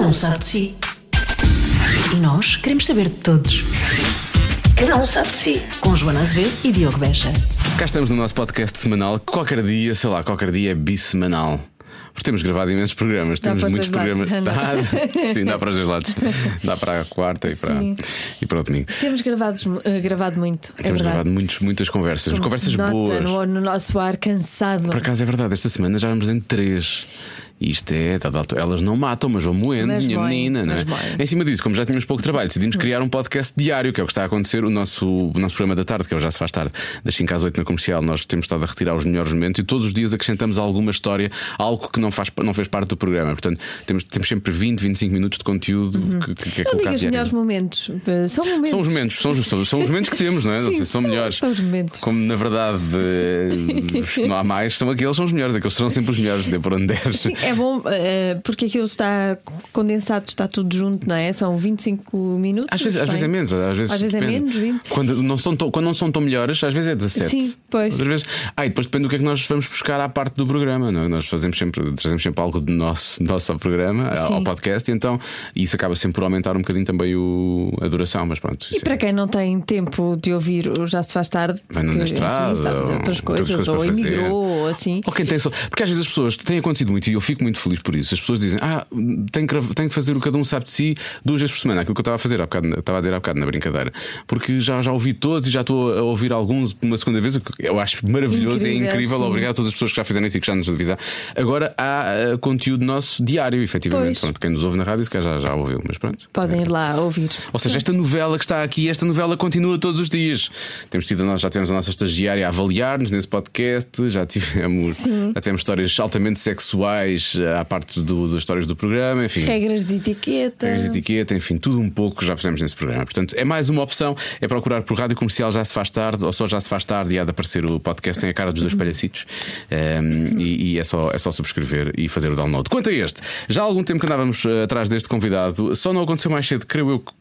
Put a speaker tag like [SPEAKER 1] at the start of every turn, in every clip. [SPEAKER 1] um sabe de si. E nós queremos saber de todos. Cada um sabe de si. Com Joana Azevedo e Diogo Beja.
[SPEAKER 2] Cá estamos no nosso podcast semanal, que qualquer dia, sei lá, qualquer dia é bissemanal. Porque temos gravado imensos programas,
[SPEAKER 3] Dá
[SPEAKER 2] temos
[SPEAKER 3] para os
[SPEAKER 2] muitos
[SPEAKER 3] dois
[SPEAKER 2] programas.
[SPEAKER 3] lados,
[SPEAKER 2] Dá, sim, dá para os dois lados. Dá para a quarta e para,
[SPEAKER 3] Sim.
[SPEAKER 2] e para o domingo.
[SPEAKER 3] Temos gravados, eh, gravado muito, é
[SPEAKER 2] temos
[SPEAKER 3] verdade.
[SPEAKER 2] gravado muitos, muitas conversas,
[SPEAKER 3] Como
[SPEAKER 2] conversas
[SPEAKER 3] se nota
[SPEAKER 2] boas.
[SPEAKER 3] No, no nosso ar cansado.
[SPEAKER 2] Por acaso é verdade, esta semana já vamos em três. E Isto é, tá de alto. elas não matam, mas vão moendo,
[SPEAKER 3] Mas
[SPEAKER 2] minha
[SPEAKER 3] moem,
[SPEAKER 2] menina, não é?
[SPEAKER 3] mas moem. Hum.
[SPEAKER 2] Em cima disso, como já tínhamos pouco trabalho, decidimos criar um podcast diário, que é o que está a acontecer. O nosso, o nosso programa da tarde, que é o Já Se Faz Tarde, das 5 às 8 na comercial, nós temos estado a retirar os melhores momentos e todos os dias acrescentamos alguma história, algo que não, faz, não fez parte do programa. Portanto, temos, temos sempre 20, 25 minutos de conteúdo que, que, que é
[SPEAKER 3] Uhum. Não
[SPEAKER 2] colocado
[SPEAKER 3] digas melhores
[SPEAKER 2] diariamente.
[SPEAKER 3] momentos. eh, São momentos.
[SPEAKER 2] São os momentos, são, os- são, são os momentos que temos, não é? não
[SPEAKER 3] Sim,
[SPEAKER 2] sei, são
[SPEAKER 3] são-
[SPEAKER 2] melhores.
[SPEAKER 3] são os momentos.
[SPEAKER 2] Como na verdade eh, se não há mais, são aqueles, são os melhores, aqueles serão sempre os melhores, de por onde deres.
[SPEAKER 3] Sim, é bom eh, porque aquilo está condensado, está tudo junto, não é? São 25 minutos.
[SPEAKER 2] Às vezes, às
[SPEAKER 3] bem.
[SPEAKER 2] vezes é menos, às vezes,
[SPEAKER 3] Às vezes é
[SPEAKER 2] depende.
[SPEAKER 3] menos, 20.
[SPEAKER 2] Quando não, são tão, quando não são tão melhores, às vezes é 17.
[SPEAKER 3] Sim, pois.
[SPEAKER 2] Outras vezes. Ah, e depois depende do que é que nós vamos buscar à parte do programa, não é? Nós fazemos sempre, trazemos sempre algo de nosso, nosso ao programa, ao
[SPEAKER 3] Sim.
[SPEAKER 2] podcast, e então isso acaba sempre por aumentar um bocadinho também o, a duração, mas pronto.
[SPEAKER 3] E
[SPEAKER 2] isso
[SPEAKER 3] para
[SPEAKER 2] é-
[SPEAKER 3] quem não tem tempo de ouvir o Já Se Faz Tarde,
[SPEAKER 2] Vai na
[SPEAKER 3] que,
[SPEAKER 2] estrada,
[SPEAKER 3] está a
[SPEAKER 2] ou
[SPEAKER 3] fazer outras
[SPEAKER 2] tem outras
[SPEAKER 3] coisas,
[SPEAKER 2] coisas
[SPEAKER 3] ou
[SPEAKER 2] para fazer.
[SPEAKER 3] emigrou, ou assim.
[SPEAKER 2] Ou quem tem só. Porque às vezes as pessoas têm acontecido muito e eu fico muito feliz por isso. As pessoas dizem, ah, tenho que, grava- tenho que fazer o Cada Um Sabe de Si duas vezes por semana. Aquilo que eu estava a fazer há bocado, estava a dizer há bocado na brincadeira. Porque já, já ouvi todos e já estou a ouvir alguns uma segunda vez, o que eu acho maravilhoso e é
[SPEAKER 3] Incrível,
[SPEAKER 2] incrível.
[SPEAKER 3] sim.
[SPEAKER 2] Obrigado a todas as pessoas que já fizeram isso e que já nos avisaram. Agora há ah, conteúdo nosso diário, efetivamente.
[SPEAKER 3] Pois.
[SPEAKER 2] Pronto, quem nos ouve na rádio, se calhar já, já ouviu, mas pronto.
[SPEAKER 3] Podem ir lá ouvir.
[SPEAKER 2] Ou seja, esta novela que está aqui, esta novela continua todos os dias. Temos tido, nós já tivemos a nossa estagiária a avaliar-nos nesse podcast, já tivemos, já tivemos histórias altamente sexuais eh, à parte do, das histórias do programa, enfim.
[SPEAKER 3] Regras de etiqueta.
[SPEAKER 2] Regras de etiqueta, enfim, tudo um pouco já fizemos nesse programa. Portanto, é mais uma opção, é procurar por rádio comercial já se faz tarde, ou só já se faz tarde e há de aparecer o podcast, tem a cara dos dois palhacitos. Um, e e é, só, é só subscrever e fazer o download. Quanto a este, já há algum tempo que andávamos eh, atrás deste convidado, só não aconteceu mais cedo, creio eu, que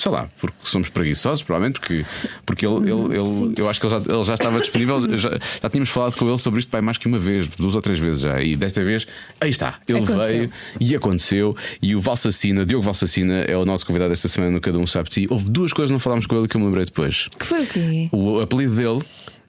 [SPEAKER 2] sei lá, porque somos preguiçosos, provavelmente, porque, porque ele, ele, ele- eu acho que ele já, ele já estava disponível, já, já tínhamos falado com ele sobre isto pai, mais que uma vez, duas ou três vezes já, e desta vez, aí está, ele
[SPEAKER 3] Aconteceu.
[SPEAKER 2] veio e aconteceu, e o Valsacina, Diogo Valsacina, é o nosso convidado desta semana no Cada Um Sabe de Ti. Houve duas coisas que não falámos com ele que eu me lembrei depois.
[SPEAKER 3] Que foi o quê?
[SPEAKER 2] O apelido dele.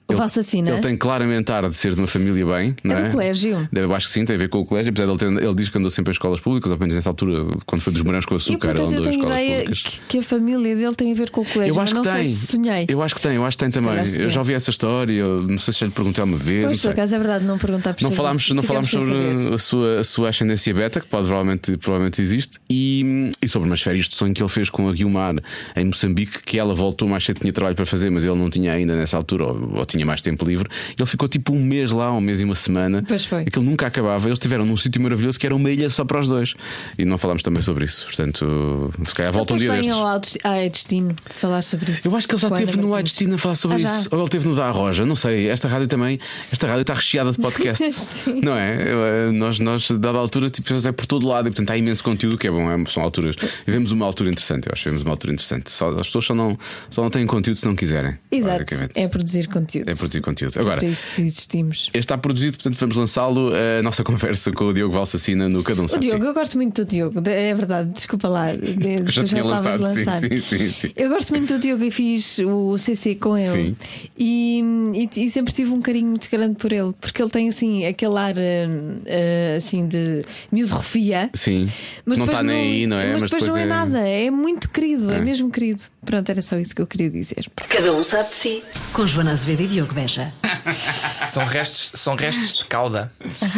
[SPEAKER 3] O
[SPEAKER 2] ele-
[SPEAKER 3] Valsacina?
[SPEAKER 2] Ele tem claramente ar de ser de uma família bem, não é?
[SPEAKER 3] do colégio.
[SPEAKER 2] Eu acho que sim, tem a ver com o colégio. Apesar de ele, ter- ele diz que andou sempre em escolas públicas, ou pelo menos nessa altura, quando foi dos morangos com
[SPEAKER 3] Eu, por
[SPEAKER 2] açúcar, ele
[SPEAKER 3] acaso, eu
[SPEAKER 2] andou em
[SPEAKER 3] tenho
[SPEAKER 2] escolas
[SPEAKER 3] ideia
[SPEAKER 2] públicas.
[SPEAKER 3] que, que a família dele tem a ver com o colégio.
[SPEAKER 2] Eu acho
[SPEAKER 3] mas
[SPEAKER 2] que
[SPEAKER 3] não
[SPEAKER 2] tem.
[SPEAKER 3] sei se sonhei.
[SPEAKER 2] Eu acho que tem, eu acho que tem
[SPEAKER 3] calhar
[SPEAKER 2] também. Eu
[SPEAKER 3] sonhei.
[SPEAKER 2] já ouvi essa história, eu não sei se já lhe perguntei alguma vez. não
[SPEAKER 3] Pois,
[SPEAKER 2] sei.
[SPEAKER 3] por acaso é verdade, não perguntar por
[SPEAKER 2] Não
[SPEAKER 3] saber
[SPEAKER 2] falámos,
[SPEAKER 3] se
[SPEAKER 2] não
[SPEAKER 3] ficamos
[SPEAKER 2] falámos
[SPEAKER 3] sem
[SPEAKER 2] sobre eh,
[SPEAKER 3] saber.
[SPEAKER 2] a sua, a sua ascendência beta, que pode, provavelmente, provavelmente existe, e, e sobre umas férias de sonho que ele fez com a Guilmar em Moçambique, que ela voltou mais cedo, tinha trabalho para fazer, mas ele não tinha ainda nessa altura, ou, ou tinha mais tempo livre. Ele ficou tipo um mês lá, um mês e uma semana.
[SPEAKER 3] Pois foi.
[SPEAKER 2] Aquilo nunca acabava. Eles tiveram num sítio maravilhoso que era uma ilha só para os dois. E não falámos também sobre isso. Portanto, se calhar volta um dia
[SPEAKER 3] Depois venham
[SPEAKER 2] destes.
[SPEAKER 3] ao Alto- ah, é destino falar sobre é isso.
[SPEAKER 2] Eu acho que ele já
[SPEAKER 3] Com a
[SPEAKER 2] esteve
[SPEAKER 3] Ana
[SPEAKER 2] no Ai
[SPEAKER 3] Martins.
[SPEAKER 2] Destino a falar sobre
[SPEAKER 3] Ah, já?
[SPEAKER 2] isso. Ou ele esteve no Da Roja, não sei. Esta rádio também, esta rádio está recheada de podcasts.
[SPEAKER 3] Sim.
[SPEAKER 2] não é? Eu, eh, Nós, nós dada a altura, tipo, é por todo lado e portanto há imenso conteúdo que é bom. é- São alturas. Vivemos uma altura interessante, eu acho. Vivemos uma altura interessante. Só, as pessoas só não, só não têm conteúdo se não quiserem.
[SPEAKER 3] Exato.
[SPEAKER 2] basicamente.
[SPEAKER 3] É produzir conteúdo.
[SPEAKER 2] É produzir conteúdo. Agora,
[SPEAKER 3] Para isso que existimos.
[SPEAKER 2] este está produzido, portanto vamos lançá-lo. eh, A nossa conversa com o Diogo Valsacina no Cada um
[SPEAKER 3] O
[SPEAKER 2] Sabe de Si.
[SPEAKER 3] Diogo, eu gosto muito do Diogo, de- é verdade, desculpa lá, de- tu
[SPEAKER 2] já tinha
[SPEAKER 3] estavas
[SPEAKER 2] lançado, sim,
[SPEAKER 3] lançado.
[SPEAKER 2] sim, sim, sim.
[SPEAKER 3] Eu gosto muito do Diogo e fiz o CC com ele.
[SPEAKER 2] Sim.
[SPEAKER 3] E, e- e sempre tive um carinho muito grande por ele, porque ele tem assim aquele ar hum, ah, assim de miúdo refia.
[SPEAKER 2] Sim.
[SPEAKER 3] Mas
[SPEAKER 2] não está
[SPEAKER 3] depois
[SPEAKER 2] nem aí, não é?
[SPEAKER 3] Mas, depois, não é, nada, é muito querido, é.
[SPEAKER 2] É.
[SPEAKER 3] mesmo querido. Pronto, era só isso que eu queria dizer.
[SPEAKER 1] Cada um sabe de si. Com Joana Azevedo e Diogo Beja.
[SPEAKER 4] São restos, são restos de cauda.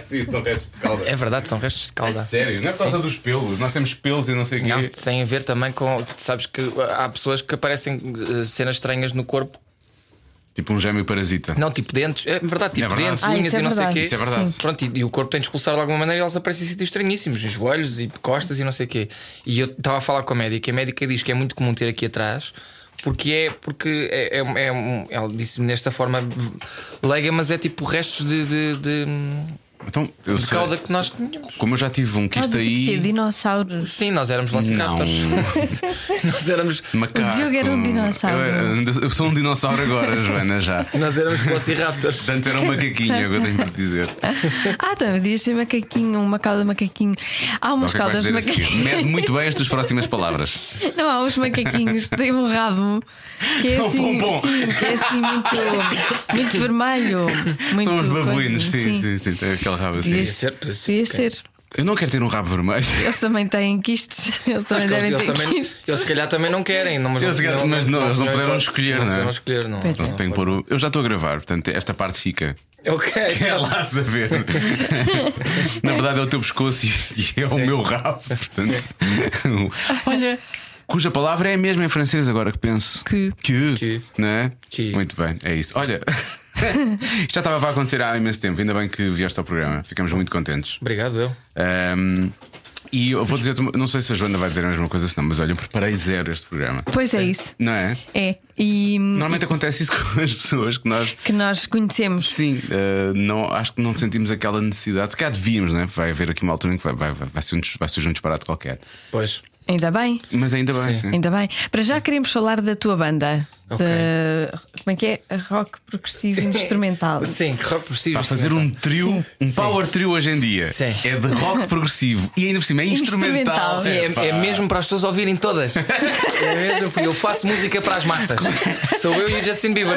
[SPEAKER 2] sim, são restos de calda.
[SPEAKER 4] É verdade, são restos de cauda.
[SPEAKER 2] Sério, não é por
[SPEAKER 4] Sim.
[SPEAKER 2] causa dos pelos, nós temos pelos e não sei o quê.
[SPEAKER 4] Não, tem a ver também com. tu Sabes que uh, há pessoas que aparecem eh, cenas estranhas no corpo.
[SPEAKER 2] Tipo um gêmeo parasita.
[SPEAKER 4] Não, tipo dentes. É verdade, tipo
[SPEAKER 2] É verdade.
[SPEAKER 4] dentes,
[SPEAKER 3] Ah,
[SPEAKER 4] unhas
[SPEAKER 3] isso
[SPEAKER 4] e
[SPEAKER 3] é
[SPEAKER 4] não sei o
[SPEAKER 3] verdade.
[SPEAKER 4] quê.
[SPEAKER 2] Isso é verdade. Sim.
[SPEAKER 4] Pronto, e, e o corpo tem de expulsar de alguma maneira e elas aparecem em sítios estranhíssimos, em joelhos e costas e não sei o quê. E eu estava a falar com a médica e a médica diz que é muito comum ter aqui atrás. Porque é, porque é, é, é um- ela disse-me desta forma leiga, mas é tipo restos de, de, de,
[SPEAKER 2] Então, eu
[SPEAKER 4] Por
[SPEAKER 2] sei,
[SPEAKER 4] causa que nós tínhamos.
[SPEAKER 2] como eu já tive um que isto
[SPEAKER 5] Ah, de quê?
[SPEAKER 2] aí.
[SPEAKER 5] Dinossauros.
[SPEAKER 4] Sim, nós éramos Velociraptors. nós éramos.
[SPEAKER 2] Macaco.
[SPEAKER 5] O Diogo era um dinossauro.
[SPEAKER 2] Eu, era- eu sou um dinossauro agora, Joana, já.
[SPEAKER 4] Nós éramos Velociraptors.
[SPEAKER 2] Portanto, era um macaquinho, é o que eu tenho para te dizer.
[SPEAKER 5] Ah, também podias ser macaquinho, um macau de macaquinho. Há
[SPEAKER 2] Não
[SPEAKER 5] umas
[SPEAKER 2] sei o que vais
[SPEAKER 5] caudas um de
[SPEAKER 2] dizer assim, a seguir.
[SPEAKER 5] macaquinho.
[SPEAKER 2] tipo. Mede muito bem as tuas próximas palavras.
[SPEAKER 5] Não, há uns macaquinhos que têm um rabo que é
[SPEAKER 2] Bom,
[SPEAKER 5] assim,
[SPEAKER 2] bom, bom.
[SPEAKER 5] sim, que é assim muito, muito vermelho. Muito
[SPEAKER 2] São os
[SPEAKER 5] coisa, assim.
[SPEAKER 2] babuínos, sim, sim, sim, Tem aquele rabo assim.
[SPEAKER 5] Podias
[SPEAKER 4] Podia ser, podia ser,
[SPEAKER 5] podias
[SPEAKER 4] ok.
[SPEAKER 5] ser.
[SPEAKER 2] Eu não quero ter um rabo vermelho.
[SPEAKER 5] Eles também têm quistes. Eles
[SPEAKER 4] Sabes
[SPEAKER 5] também
[SPEAKER 4] que
[SPEAKER 5] devem
[SPEAKER 4] eles,
[SPEAKER 5] ter
[SPEAKER 4] eles também,
[SPEAKER 5] quistes.
[SPEAKER 4] eles se calhar também não querem, não, mas,
[SPEAKER 2] Eles querem, mas não, eles não puderam
[SPEAKER 4] hipótese,
[SPEAKER 2] escolher, não é?
[SPEAKER 4] não puderam escolher, não.
[SPEAKER 5] Pois é.
[SPEAKER 2] Não, tenho que pôr o- Eu já estou a gravar, portanto, esta parte fica.
[SPEAKER 4] Ok,
[SPEAKER 2] É
[SPEAKER 4] então.
[SPEAKER 2] lá a saber. Na verdade, é o teu pescoço e e é o meu rabo. Portanto, olha. Cuja palavra é a mesma em francês, agora que penso.
[SPEAKER 5] Que.
[SPEAKER 2] Que.
[SPEAKER 4] Que.
[SPEAKER 2] Né?
[SPEAKER 4] Que.
[SPEAKER 2] Muito bem, é isso. Olha, isto já estava para acontecer há imenso tempo, ainda bem que vieste ao programa, ficamos muito contentes.
[SPEAKER 4] Obrigado, eu.
[SPEAKER 2] Ahm, e eu vou dizer-te, uma- não sei se a Joana vai dizer a mesma coisa, se não, mas olha, eu preparei zero este programa.
[SPEAKER 5] Pois é isso.
[SPEAKER 2] Não é?
[SPEAKER 5] É. E hum,
[SPEAKER 2] Normalmente acontece isso com as pessoas que nós.
[SPEAKER 5] que nós conhecemos.
[SPEAKER 2] Sim, eh, não, acho que não sentimos aquela necessidade. Se calhar devíamos, né? Vai haver aqui uma altura em que vai, vai, vai, vai, ser, um, dis- vai surgir um disparate qualquer.
[SPEAKER 4] Pois.
[SPEAKER 5] Ainda bem.
[SPEAKER 2] Mas ainda bem,
[SPEAKER 4] Sim.
[SPEAKER 2] sim.
[SPEAKER 5] Ainda bem. Para já queremos falar da tua banda.
[SPEAKER 4] Ok.
[SPEAKER 5] Da- como é que é? A Rock progressivo instrumental.
[SPEAKER 4] Sim, que rock possível.
[SPEAKER 2] Para fazer um trio, um power trio hoje em dia.
[SPEAKER 4] então. Sim.
[SPEAKER 2] É de rock progressivo e ainda por cima é instrumental.
[SPEAKER 5] Instrumental.
[SPEAKER 4] Sim,
[SPEAKER 2] Epá.
[SPEAKER 4] é, é mesmo para as pessoas ouvirem todas. É mesmo, porque eu faço música para as massas. Sou eu e o Justin Bieber.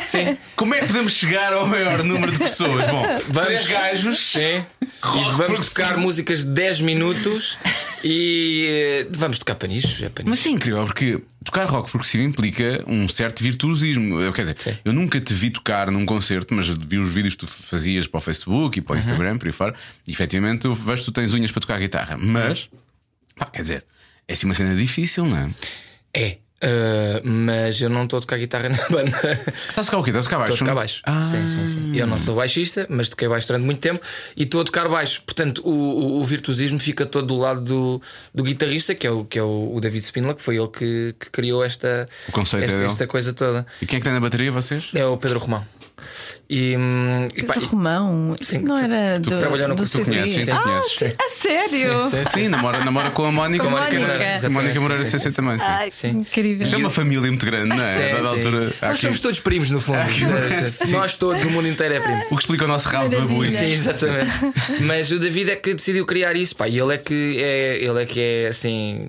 [SPEAKER 2] Sim. Como é que podemos chegar ao maior número de pessoas? Bom, três gajos.
[SPEAKER 4] Sim.
[SPEAKER 2] Rock
[SPEAKER 4] e vamos
[SPEAKER 2] progressivo.
[SPEAKER 4] tocar músicas de 10 minutos e eh, vamos tocar panichos. É panichos.
[SPEAKER 2] Mas é incrível, porque tocar rock progressivo implica um certo virtuosismo. Eu, Quer dizer,
[SPEAKER 4] Sim.
[SPEAKER 2] eu nunca te vi tocar num concerto, mas vi os vídeos que tu fazias para o Facebook e
[SPEAKER 4] Uhum.
[SPEAKER 2] para o Instagram, por aí fora, e efetivamente eu vejo que tu tens unhas para tocar guitarra. Mas, pá, quer dizer, é assim uma cena difícil, não é?
[SPEAKER 4] É. eh, mas eu não estou a tocar guitarra na banda.
[SPEAKER 2] Estás a tocar o quê? Estás a tocar baixo?
[SPEAKER 4] Estou a tocar baixo.
[SPEAKER 2] Ah,
[SPEAKER 4] Sim, sim, sim. Eu não sou baixista, mas toquei baixo durante muito tempo e estou a tocar baixo. Portanto, o, o, o virtuosismo fica todo do lado do, do guitarrista, que é, o, que é o, o David Spindler, que foi ele que, que criou esta,
[SPEAKER 2] O conceito é
[SPEAKER 4] esta,
[SPEAKER 2] dele.
[SPEAKER 4] esta coisa toda.
[SPEAKER 2] E quem é que tem na bateria, vocês?
[SPEAKER 4] É o Pedro Romão. E, hum, e pá,
[SPEAKER 5] Pedro
[SPEAKER 4] e-
[SPEAKER 5] Romão,
[SPEAKER 4] Sim,
[SPEAKER 5] não
[SPEAKER 4] tu-
[SPEAKER 5] era
[SPEAKER 2] tu
[SPEAKER 5] do,
[SPEAKER 4] trabalhou no-
[SPEAKER 5] do
[SPEAKER 4] tu
[SPEAKER 5] CCI?
[SPEAKER 2] conheces, sim, tu
[SPEAKER 5] ah,
[SPEAKER 2] conheces.
[SPEAKER 5] sé- a sério?
[SPEAKER 4] Sim,
[SPEAKER 2] Sim, namora, namora com a Mónica.
[SPEAKER 5] Com a
[SPEAKER 2] Mónica
[SPEAKER 5] Mónica.
[SPEAKER 2] Moreira. A Mónica Moreira de
[SPEAKER 4] Exatamente, sim,
[SPEAKER 2] CC também. sim.
[SPEAKER 5] Ai,
[SPEAKER 4] Sim.
[SPEAKER 5] incrível.
[SPEAKER 2] Isto é uma família muito grande, não
[SPEAKER 4] Sim,
[SPEAKER 2] é? A dada
[SPEAKER 4] sim.
[SPEAKER 2] altura. há
[SPEAKER 4] Nós
[SPEAKER 2] aqui-
[SPEAKER 4] somos todos primos, no fundo. Nós todos, o mundo inteiro é primo.
[SPEAKER 2] O que explica o nosso rabo de
[SPEAKER 5] Maravilha.
[SPEAKER 2] babuíno.
[SPEAKER 4] Sim, exatamente. Mas o David é que decidiu criar isso, pá. E ele é que é, ele é que é assim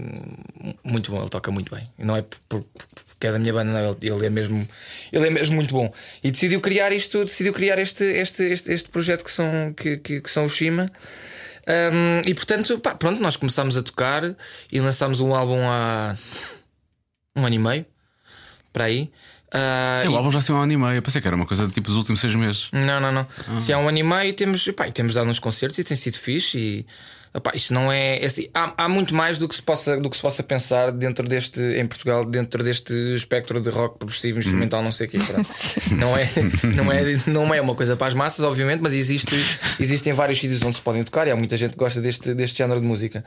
[SPEAKER 4] muito bom, ele toca muito bem. Não é por- por- por- porque é da minha banda, não, ele, ele é mesmo, ele é mesmo muito bom. E decidiu criar isto, decidiu criar este este este, este projeto que são que, que, que são o Shima. Ahm, e portanto, pá, pronto, nós começámos a tocar e lançámos um álbum há um ano e meio para aí. Ah,
[SPEAKER 2] É,
[SPEAKER 4] e-
[SPEAKER 2] O álbum já saiu há um ano e meio. Eu pensei que era uma coisa do tipo dos últimos seis meses.
[SPEAKER 4] não, não, não.
[SPEAKER 2] Ah.
[SPEAKER 4] Se há um ano e meio, temos, epá, e temos dado uns concertos e tem sido fixe. E, epá, isto não é. é assim, há, há muito mais do que, se possa, do que se possa pensar dentro deste. em Portugal, dentro deste espectro de rock progressivo,
[SPEAKER 2] Hum.
[SPEAKER 4] instrumental, não sei o quê. pronto. não, é, não, é, não é uma coisa para as massas, obviamente, mas existe, existem vários sítios onde se podem tocar e há muita gente que gosta deste, deste género de música.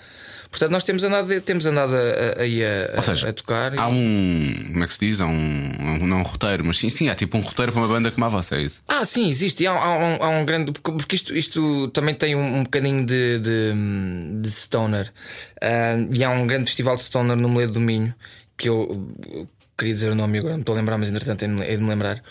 [SPEAKER 4] Portanto, nós temos andado, temos andado a, a, aí a,
[SPEAKER 2] Ou seja,
[SPEAKER 4] a tocar. e-
[SPEAKER 2] Há um. Como é que se diz? Há um. um- Não um roteiro, mas sim, sim, há tipo um roteiro para uma banda como a vossa, é isso.
[SPEAKER 4] Ah, sim, existe. E Há, há um, há um grande. Porque porque isto, isto também tem um, um bocadinho de, de, de stoner. Ah, e há um grande festival de stoner no Moledo do Minho. Que eu, eu queria dizer o nome e agora, não estou a lembrar, mas entretanto hei de me- hei de me lembrar.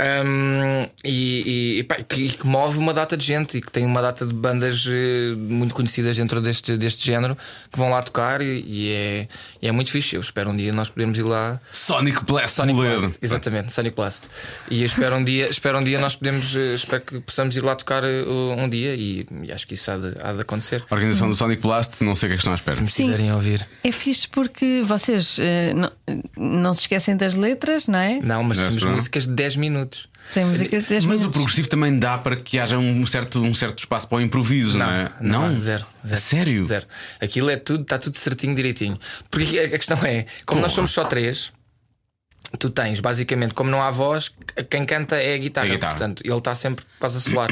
[SPEAKER 4] Ah, e, e, pá, que, e que move uma data de gente e que tem uma data de bandas eh, muito conhecidas dentro deste, deste género que vão lá tocar e, e é, e é muito fixe. Eu espero um dia nós podermos ir lá
[SPEAKER 2] Sonic Blast,
[SPEAKER 4] Sonic
[SPEAKER 2] Moledo.
[SPEAKER 4] Blast, exatamente, Sonic Blast. E eu espero um dia, espero um dia nós podemos, eh, espero que possamos ir lá tocar eh, um dia e, e acho que isso há de, há de acontecer.
[SPEAKER 2] A organização do Sonic Blast, não sei o que é que estão à espera.
[SPEAKER 4] Se me
[SPEAKER 5] Sim.
[SPEAKER 4] estiverem a ouvir.
[SPEAKER 5] É fixe porque vocês eh, não, não se esquecem das letras, não é?
[SPEAKER 4] Não, mas
[SPEAKER 2] Não é
[SPEAKER 4] temos
[SPEAKER 2] isso, não?
[SPEAKER 4] músicas de 10 minutos.
[SPEAKER 5] Tem música de 10
[SPEAKER 2] Mas o
[SPEAKER 5] minutos.
[SPEAKER 2] progressivo também dá para que haja um certo, um certo espaço para o improviso, não, é?
[SPEAKER 4] Não, zero,
[SPEAKER 2] A
[SPEAKER 4] zero.
[SPEAKER 2] sério?
[SPEAKER 4] Zero. tá Aquilo é tudo, está tudo certinho, direitinho. Porque a a questão é, como nós somos só três, tu tens, basicamente, como não há voz, quem canta é a guitarra.
[SPEAKER 2] É a guitarra.
[SPEAKER 4] Portanto, ele está sempre quase a solar.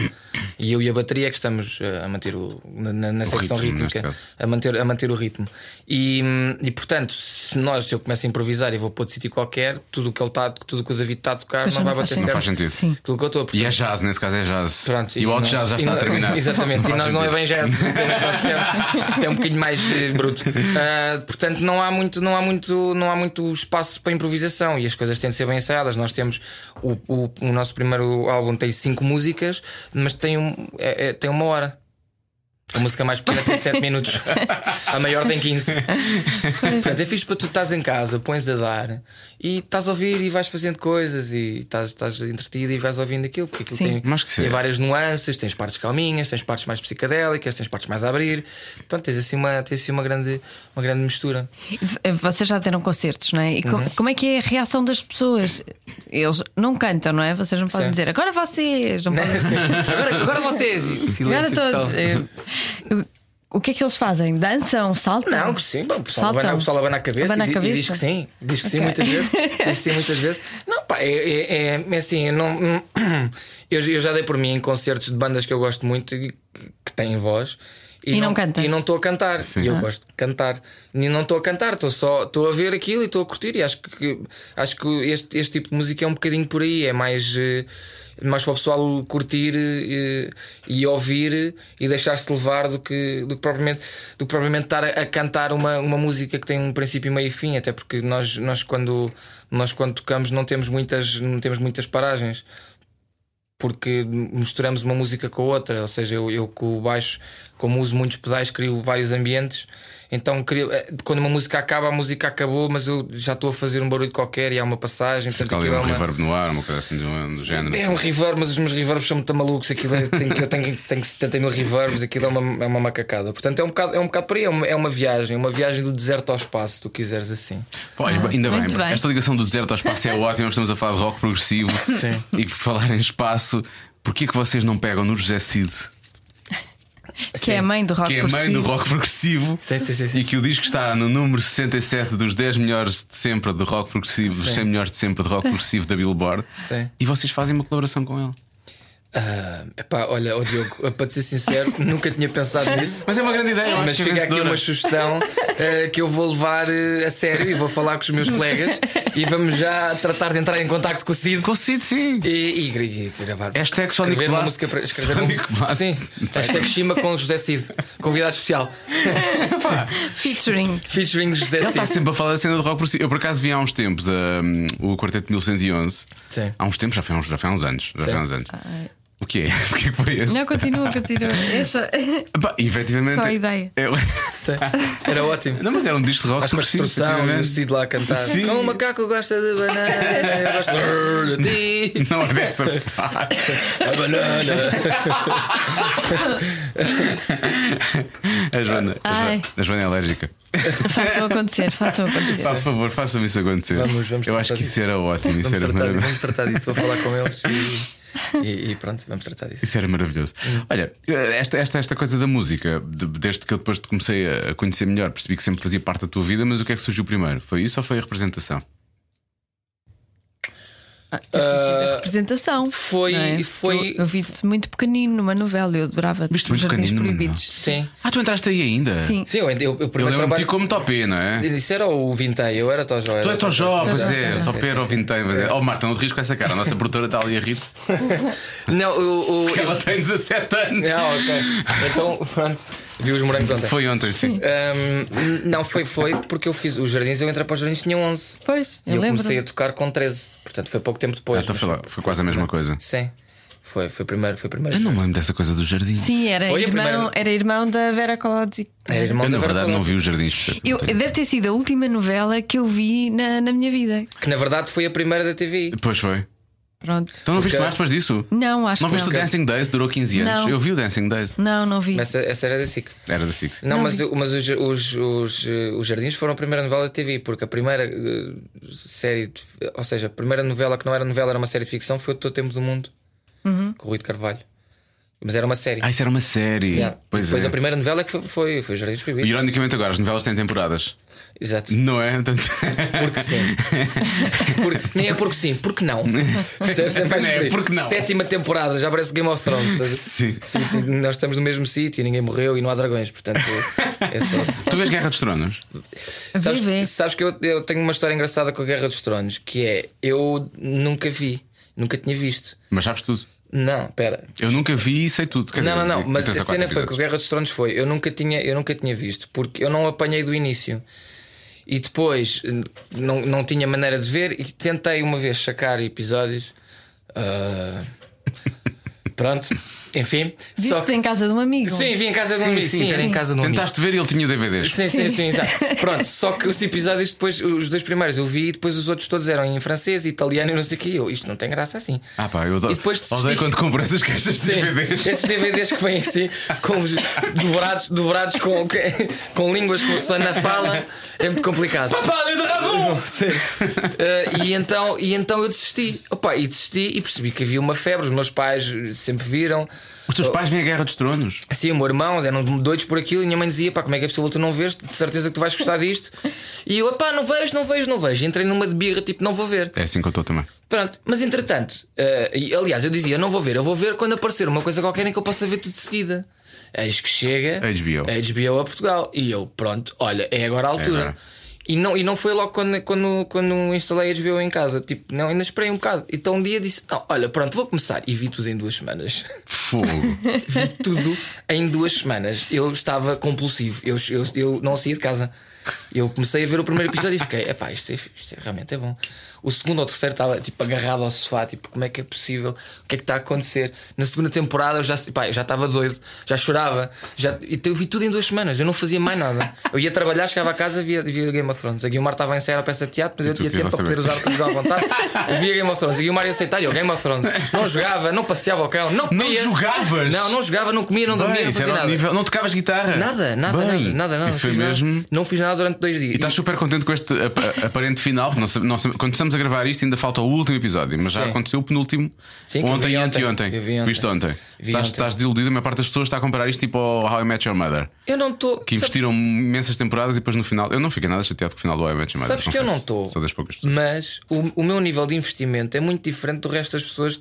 [SPEAKER 4] e eu e a bateria é que estamos eh, a manter o. na, na- na secção
[SPEAKER 2] ritmo,
[SPEAKER 4] rítmica,
[SPEAKER 2] neste caso.
[SPEAKER 4] a manter, a manter o ritmo. E, hum, e portanto, se nós, se eu começo a improvisar e vou para outro sítio qualquer, tudo o que ele está, tudo o que o David está a tocar
[SPEAKER 5] Mas
[SPEAKER 4] não,
[SPEAKER 5] já
[SPEAKER 4] vai
[SPEAKER 5] não
[SPEAKER 4] bater
[SPEAKER 5] faz
[SPEAKER 4] certo.
[SPEAKER 2] Faz sentido.
[SPEAKER 5] Sim.
[SPEAKER 4] Tudo o que eu estou a
[SPEAKER 2] E é jazz, nesse caso é jazz.
[SPEAKER 4] Pronto,
[SPEAKER 2] e o alto
[SPEAKER 4] nós-
[SPEAKER 2] jazz já
[SPEAKER 4] e
[SPEAKER 2] está a
[SPEAKER 4] nós-
[SPEAKER 2] terminar.
[SPEAKER 4] Exatamente, e
[SPEAKER 2] Faz
[SPEAKER 4] nós não é
[SPEAKER 2] sentido.
[SPEAKER 4] bem jazz, é que nós temos, é um bocadinho mais eh, bruto. Ah, portanto, não há, muito, não, há muito, não há muito espaço para improvisação e as coisas têm de ser bem ensaiadas. Nós temos o, o- o nosso primeiro álbum tem cinco músicas, mas tem, um, é- é- tem uma hora. A música mais pequena tem 7 minutos, a maior tem 15. Portanto, é fixe para tu estás em casa, pões a dar e estás a ouvir e vais fazendo coisas e estás, estás entretido e vais ouvindo aquilo, porque aquilo
[SPEAKER 5] Sim.
[SPEAKER 4] tem,
[SPEAKER 2] Mas que sim.
[SPEAKER 4] tem várias nuances, tens partes calminhas, tens partes mais psicadélicas, tens partes mais a abrir. Portanto, tens assim uma, tens assim uma, grande, uma grande mistura.
[SPEAKER 5] eh,
[SPEAKER 3] V- Vocês já deram concertos, não é? E
[SPEAKER 4] Uhum.
[SPEAKER 3] co- como é que é a reação das pessoas? Eles não cantam, não é? Vocês não podem
[SPEAKER 4] Sim.
[SPEAKER 3] dizer agora vocês, não podem
[SPEAKER 4] agora, agora vocês! E
[SPEAKER 3] agora
[SPEAKER 4] Silêncio total.
[SPEAKER 3] todos. Eh, O que é que eles fazem? Dançam, saltam?
[SPEAKER 4] Não, que sim, bom, o pessoal
[SPEAKER 3] Saltam.
[SPEAKER 4] abana, o pessoal abana a cabeça,
[SPEAKER 3] Abana
[SPEAKER 4] e,
[SPEAKER 3] a
[SPEAKER 4] di- e diz
[SPEAKER 3] cabeça.
[SPEAKER 4] que sim, diz que sim
[SPEAKER 3] Ok.
[SPEAKER 4] muitas vezes, diz que sim muitas vezes. Não, pá, é, é- é- é assim, eu, não- não- eu, eu já dei por mim em concertos de bandas que eu gosto muito e que, que têm voz.
[SPEAKER 3] E não cantas.
[SPEAKER 4] E não estou a cantar. E eu gosto de cantar. E não estou a cantar, estou só estou a ver aquilo e estou a curtir. E acho que, acho que este, este tipo de música é um bocadinho por aí. É mais, eh, mais para o pessoal curtir eh, e ouvir e deixar-se levar do que, do que propriamente, do que propriamente estar a, a cantar uma, uma música que tem um princípio, meio e fim. Até porque nós, nós, quando, nós quando tocamos não temos muitas, não temos muitas paragens porque misturamos uma música com a outra, ou seja, eu, eu com o baixo, como uso muitos pedais, crio vários ambientes. Então, crio- eh, quando uma música acaba, a música acabou, mas eu já estou a fazer um barulho qualquer e há uma passagem.
[SPEAKER 2] Fica
[SPEAKER 4] Portanto,
[SPEAKER 2] ali
[SPEAKER 4] aquilo é
[SPEAKER 2] um
[SPEAKER 4] uma-
[SPEAKER 2] reverb no ar, uma coisa assim do, do género.
[SPEAKER 4] é um reverb, mas os meus reverbs são muito malucos. Aquilo é- tem, que- eu tenho, tenho 70 mil reverbs, aquilo é uma, é uma macacada. Portanto, é um bocado, é um bocado por aí, é uma, é uma viagem, uma viagem do deserto ao espaço, se tu quiseres assim.
[SPEAKER 2] Pô, olha, ainda bem,
[SPEAKER 3] muito bem.
[SPEAKER 2] esta ligação do deserto ao espaço é ótima. Estamos a falar de rock progressivo.
[SPEAKER 4] Sim.
[SPEAKER 2] E por falar em espaço, porquê que vocês não pegam no José Cid,
[SPEAKER 3] Que é a mãe do rock
[SPEAKER 2] que é a mãe
[SPEAKER 3] progressivo.
[SPEAKER 2] do rock progressivo?
[SPEAKER 4] Sim, sim, sim, sim.
[SPEAKER 2] E que o disco está no número 67 dos 10 melhores de sempre de rock progressivo, dos
[SPEAKER 4] Sim.
[SPEAKER 2] 100 melhores de sempre de rock progressivo da Billboard.
[SPEAKER 4] Sim.
[SPEAKER 2] E vocês fazem uma colaboração com ele.
[SPEAKER 4] Ah, epá, olha, ó Diogo, para te ser sincero, nunca tinha pensado nisso.
[SPEAKER 2] Mas é uma grande ideia, eu acho
[SPEAKER 4] Mas
[SPEAKER 2] que é
[SPEAKER 4] fica aqui
[SPEAKER 2] vencedora.
[SPEAKER 4] uma sugestão eh, que eu vou levar eh, a sério e vou falar com os meus colegas e vamos já tratar de entrar em contacto com o Cid
[SPEAKER 2] Com o Cid, sim.
[SPEAKER 4] e, e, e gravar.
[SPEAKER 2] Hashtag Sonic
[SPEAKER 4] escrever uma
[SPEAKER 2] Blast.
[SPEAKER 4] música para escrever
[SPEAKER 2] Sonic
[SPEAKER 4] uma música.
[SPEAKER 2] Blast.
[SPEAKER 4] Sim, hashtag Shima com José Cid, convidado especial.
[SPEAKER 3] Featuring.
[SPEAKER 4] Featuring José
[SPEAKER 2] Ele
[SPEAKER 4] Cid.
[SPEAKER 2] está sempre a falar da cena do rock progressivo. Eu por acaso vi há uns tempos hum, o Quarteto de 1111.
[SPEAKER 4] Sim.
[SPEAKER 2] Há uns tempos, já foi há uns, já foi há uns anos. Já
[SPEAKER 4] Sim.
[SPEAKER 2] foi há uns anos. O que é? O que é que foi esse?
[SPEAKER 3] Não, continua, continua. Essa...
[SPEAKER 2] Pá, efetivamente.
[SPEAKER 3] Só ideia.
[SPEAKER 2] é-
[SPEAKER 4] Sim. Era ótimo.
[SPEAKER 2] Não, mas era um disco de rock
[SPEAKER 4] Acho que a
[SPEAKER 2] progressivo.
[SPEAKER 4] construção e o
[SPEAKER 2] efetivamente.
[SPEAKER 4] Cid lá a cantar.
[SPEAKER 2] Sim.
[SPEAKER 4] Com o macaco gosta de banana, eu gosto de ti.
[SPEAKER 2] Não é dessa parte.
[SPEAKER 4] A banana.
[SPEAKER 2] A Joana, a Joana,
[SPEAKER 3] Ai.
[SPEAKER 2] a Joana é alérgica.
[SPEAKER 3] façam acontecer, façam acontecer.
[SPEAKER 2] Pá, por favor, façam isso acontecer.
[SPEAKER 4] Vamos- vamos
[SPEAKER 2] Eu acho
[SPEAKER 4] tratar
[SPEAKER 2] que isso
[SPEAKER 4] disso.
[SPEAKER 2] era ótimo. Isso
[SPEAKER 4] Vamos
[SPEAKER 2] era
[SPEAKER 4] tratar,
[SPEAKER 2] maravilhoso.
[SPEAKER 4] vamos tratar disso, vou falar com eles e, e- e pronto, vamos tratar disso.
[SPEAKER 2] Isso era maravilhoso. Olha, eh, esta, esta, esta coisa da música, de- desde que eu depois te comecei a a conhecer melhor, percebi que sempre fazia parte da tua vida, mas o que é que surgiu primeiro? Foi isso ou foi a representação?
[SPEAKER 3] Ah, eu preciso da representação.
[SPEAKER 4] Foi-
[SPEAKER 3] não é?
[SPEAKER 4] foi-
[SPEAKER 3] Eu, eu vi-te muito pequenino numa novela, eu adorava.
[SPEAKER 2] Viste muito
[SPEAKER 3] Jardins
[SPEAKER 2] pequenino numa
[SPEAKER 3] Proibidos.
[SPEAKER 4] Sim.
[SPEAKER 2] Ah, tu entraste aí ainda?
[SPEAKER 3] Sim.
[SPEAKER 4] Sim, eu, eu, eu
[SPEAKER 2] Eu
[SPEAKER 4] primeiro
[SPEAKER 2] lembro-me de ti
[SPEAKER 4] trabalho.
[SPEAKER 2] como topé, não é?
[SPEAKER 4] Isso era o Vintei, eu era Tojó.
[SPEAKER 2] Tu és tão jovem, pois é,
[SPEAKER 4] Sim,
[SPEAKER 2] topé
[SPEAKER 4] sim,
[SPEAKER 2] era ou
[SPEAKER 4] sim.
[SPEAKER 2] vintém, pois é. Oh, Marta, não te rires com essa cara, a nossa produtora está ali a rir
[SPEAKER 4] Não, o. o
[SPEAKER 2] porque ela tem 17 anos.
[SPEAKER 4] Ah, ok. Então, pronto, vi os morangos ontem.
[SPEAKER 2] Foi ontem, sim.
[SPEAKER 4] Ahm, não, foi, foi porque eu fiz os jardins, eu entrei para os jardins tinha 11.
[SPEAKER 2] é?
[SPEAKER 3] Pois,
[SPEAKER 4] E
[SPEAKER 3] eu,
[SPEAKER 4] eu
[SPEAKER 3] lembro.
[SPEAKER 4] comecei a tocar com 13, portanto foi pouco tempo
[SPEAKER 2] Ah,
[SPEAKER 4] depois.
[SPEAKER 2] então
[SPEAKER 4] mas-
[SPEAKER 2] foi, lá, foi quase a mesma coisa.
[SPEAKER 4] Sim, foi, foi primeiro. Foi primeiro
[SPEAKER 2] Eu não me lembro dessa coisa do jardim.
[SPEAKER 3] Sim, era
[SPEAKER 4] Foi a
[SPEAKER 3] irmão,
[SPEAKER 4] primeira-
[SPEAKER 3] era irmão da Vera Colodzi.
[SPEAKER 4] Era irmão
[SPEAKER 2] Eu, na
[SPEAKER 4] da Vera
[SPEAKER 2] verdade, não
[SPEAKER 4] Palazzo.
[SPEAKER 2] vi os jardins. percebe?
[SPEAKER 3] Eu,
[SPEAKER 2] Não tenho-
[SPEAKER 3] deve ter sido a última novela que eu vi na, na minha vida.
[SPEAKER 4] Que na verdade foi a primeira da TVI.
[SPEAKER 2] Pois foi.
[SPEAKER 3] Pronto.
[SPEAKER 2] Então não viste
[SPEAKER 4] Ok.
[SPEAKER 2] mais depois disso?
[SPEAKER 3] Não, acho
[SPEAKER 2] Não
[SPEAKER 3] que
[SPEAKER 2] viste o
[SPEAKER 3] não.
[SPEAKER 2] Dancing Days? Durou 15 anos.
[SPEAKER 3] Não.
[SPEAKER 2] Eu vi o Dancing Days.
[SPEAKER 3] Não, não vi.
[SPEAKER 4] Mas essa, essa era da SIC.
[SPEAKER 2] Era da Six.
[SPEAKER 4] Não, mas, o- mas os, os, os, eh, os Jardins foram a primeira novela da TV, porque a primeira eh, série, de- ou seja, a primeira novela que não era novela, era uma série de ficção, foi o Todo Tempo do Mundo, com o Rui de Carvalho. Mas era uma série.
[SPEAKER 2] Ah, isso era uma série.
[SPEAKER 4] Yeah.
[SPEAKER 2] Pois
[SPEAKER 4] Depois
[SPEAKER 2] é.
[SPEAKER 4] a primeira novela que foi, foi, foi os Jardins Proibidos.
[SPEAKER 2] Ironicamente, agora as novelas têm temporadas.
[SPEAKER 4] Exato.
[SPEAKER 2] Não é? Portanto-
[SPEAKER 4] Porque sim. Por- nem é porque sim, porque não. Percebes? É mais
[SPEAKER 2] Não é
[SPEAKER 4] por aí.
[SPEAKER 2] porque não.
[SPEAKER 4] Sétima temporada, já parece Game of Thrones.
[SPEAKER 2] Sim.
[SPEAKER 4] Nós estamos no mesmo sítio, ninguém morreu e não há dragões, portanto é só.
[SPEAKER 2] Tu vês Guerra dos Tronos?
[SPEAKER 3] Vê, vê.
[SPEAKER 4] Sabes, sabes que eu, eu tenho uma história engraçada com a Guerra dos Tronos, que é eu nunca vi, nunca tinha visto.
[SPEAKER 2] Mas sabes tudo.
[SPEAKER 4] Não, pera.
[SPEAKER 2] Eu nunca vi e sei tudo. Quer
[SPEAKER 4] Não,
[SPEAKER 2] dizer,
[SPEAKER 4] não, não,
[SPEAKER 2] vi
[SPEAKER 4] mas
[SPEAKER 2] três
[SPEAKER 4] a
[SPEAKER 2] ou quatro
[SPEAKER 4] cena foi que a
[SPEAKER 2] episódios.
[SPEAKER 4] Guerra dos Tronos foi. Eu nunca tinha, eu nunca tinha visto, porque eu não apanhei do início. E depois n- não, não tinha maneira de ver e tentei uma vez sacar episódios. Ah, pronto, enfim. só
[SPEAKER 3] Viste
[SPEAKER 4] que-
[SPEAKER 3] em casa de um amigo.
[SPEAKER 4] Sim, vi em casa de um amigo. Sim, era em casa de um amigo.
[SPEAKER 2] Tentaste ver e ele tinha DVDs.
[SPEAKER 4] Sim, sim, sim, exato. Pronto, só que os episódios depois, os dois primeiros eu vi e depois os outros todos eram em francês, italiano e não sei o que. Eu, isto não tem graça assim.
[SPEAKER 2] Ah, pá, eu adoro.
[SPEAKER 4] E depois desisti.
[SPEAKER 2] Odeio quando compro essas caixas de
[SPEAKER 4] Sim,
[SPEAKER 2] DVDs.
[SPEAKER 4] Esses DVDs que vêm assim, com os dobrados, dobrados com, com línguas que o pessoal na fala, é muito complicado.
[SPEAKER 2] Palha de Rabum!
[SPEAKER 4] Uh, e, então, e então eu desisti. Opa, e desisti e percebi que havia uma febre. Os meus pais sempre viram.
[SPEAKER 2] Os teus pais vêm a Guerra dos Tronos.
[SPEAKER 4] Sim, o meu irmão eram doidos por aquilo e a minha mãe dizia: pá, como é que é possível tu não vês? De certeza que tu vais gostar disto. E eu, pá, não vejo, não vejo, não vejo. E entrei numa de birra, tipo, não vou ver.
[SPEAKER 2] É assim que eu estou também.
[SPEAKER 4] Pronto, mas entretanto, eh, e, aliás, eu dizia: eu não vou ver, eu vou ver quando aparecer uma coisa qualquer em que eu possa ver tudo de seguida. Eis que chega
[SPEAKER 2] HBO.
[SPEAKER 4] a HBO a Portugal. E eu, pronto, olha, é agora a altura.
[SPEAKER 2] agora.
[SPEAKER 4] E não, e não foi logo quando, quando, quando instalei a HBO em casa. Tipo, não, ainda esperei um bocado. Então um dia disse: não, olha, pronto, vou começar. E vi tudo em duas semanas.
[SPEAKER 2] Fogo.
[SPEAKER 4] vi tudo em duas semanas. Eu estava compulsivo, eu, eu, eu não saía de casa. Eu comecei a ver o primeiro episódio e fiquei, epá, isto, é, isto é- realmente é bom. O segundo ou terceiro estava tipo agarrado ao sofá, tipo, como é que é possível? O que é que está a acontecer? Na segunda temporada eu já, pá, eu já estava doido, já chorava, já, então eu vi tudo em duas semanas, eu não fazia mais nada. Eu ia trabalhar, chegava a casa e via, via Game of Thrones. A Guilmar estava a ensaiar a peça de teatro, mas eu
[SPEAKER 2] tu
[SPEAKER 4] tinha
[SPEAKER 2] querias
[SPEAKER 4] tempo para poder
[SPEAKER 2] saber.
[SPEAKER 4] usar a televisão à vontade. Eu via Game of Thrones. A Guilmar ia aceitar, e eu Game of Thrones. Não jogava, não passeava ao cão, não
[SPEAKER 2] Não
[SPEAKER 4] comia.
[SPEAKER 2] jogavas?
[SPEAKER 4] Não, não jogava, não comia, não dormia,
[SPEAKER 2] Bem,
[SPEAKER 4] não
[SPEAKER 2] isso
[SPEAKER 4] fazia
[SPEAKER 2] era um
[SPEAKER 4] nada.
[SPEAKER 2] nível- Não tocavas guitarra?
[SPEAKER 4] Nada, nada,
[SPEAKER 2] Bem,
[SPEAKER 4] nada, nada, nada.
[SPEAKER 2] Isso
[SPEAKER 4] não
[SPEAKER 2] foi
[SPEAKER 4] fiz nada.
[SPEAKER 2] mesmo.
[SPEAKER 4] Não fiz nada durante dois dias.
[SPEAKER 2] E estás super contente com este ap- aparente final. porque não sabe- não sabe- quando estamos a gravar isto, ainda falta o último episódio, mas já
[SPEAKER 4] Sim.
[SPEAKER 2] aconteceu o penúltimo
[SPEAKER 4] Sim, que eu
[SPEAKER 2] ontem
[SPEAKER 4] vi
[SPEAKER 2] e
[SPEAKER 4] ontem.
[SPEAKER 2] anteontem.
[SPEAKER 4] Eu vi ontem.
[SPEAKER 2] Viste ontem.
[SPEAKER 4] Vi
[SPEAKER 2] estás,
[SPEAKER 4] ontem.
[SPEAKER 2] estás desiludida, a maior parte das pessoas está a comparar isto tipo ao How I Met Your Mother,
[SPEAKER 4] Eu não estou.
[SPEAKER 2] que investiram imensas temporadas e depois no final. Eu não fiquei nada chateado com o final do How I Met Your Mother.
[SPEAKER 4] Sabes que eu não
[SPEAKER 2] confesso.
[SPEAKER 4] tô.
[SPEAKER 2] Sou das poucas pessoas.
[SPEAKER 4] Mas o, o meu nível de investimento é muito diferente do resto das pessoas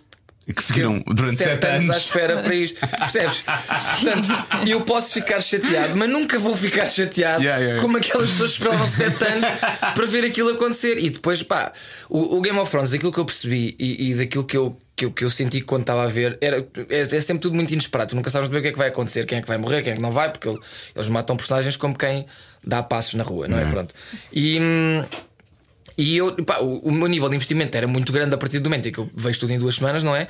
[SPEAKER 2] Que seguiram durante
[SPEAKER 4] Hum. sete
[SPEAKER 2] sete
[SPEAKER 4] à
[SPEAKER 2] anos.
[SPEAKER 4] espera para isto. Percebes? Portanto, eu posso ficar chateado, mas nunca vou ficar chateado
[SPEAKER 2] Yeah, yeah, yeah.
[SPEAKER 4] como aquelas pessoas que esperavam 7 anos para ver aquilo acontecer. E depois, pá, o, o Game of Thrones, aquilo que eu percebi e, e daquilo que eu. Que eu, que eu senti quando estava a ver era, é, é sempre tudo muito inesperado. Tu nunca sabes bem o que é que vai acontecer, quem é que vai morrer, quem é que não vai, porque ele- eles matam personagens como quem dá passos na rua, não é? Pronto. E, hum, e eu, pá, o, o meu nível de investimento era muito grande a partir do momento em que eu vejo tudo em duas semanas, não é?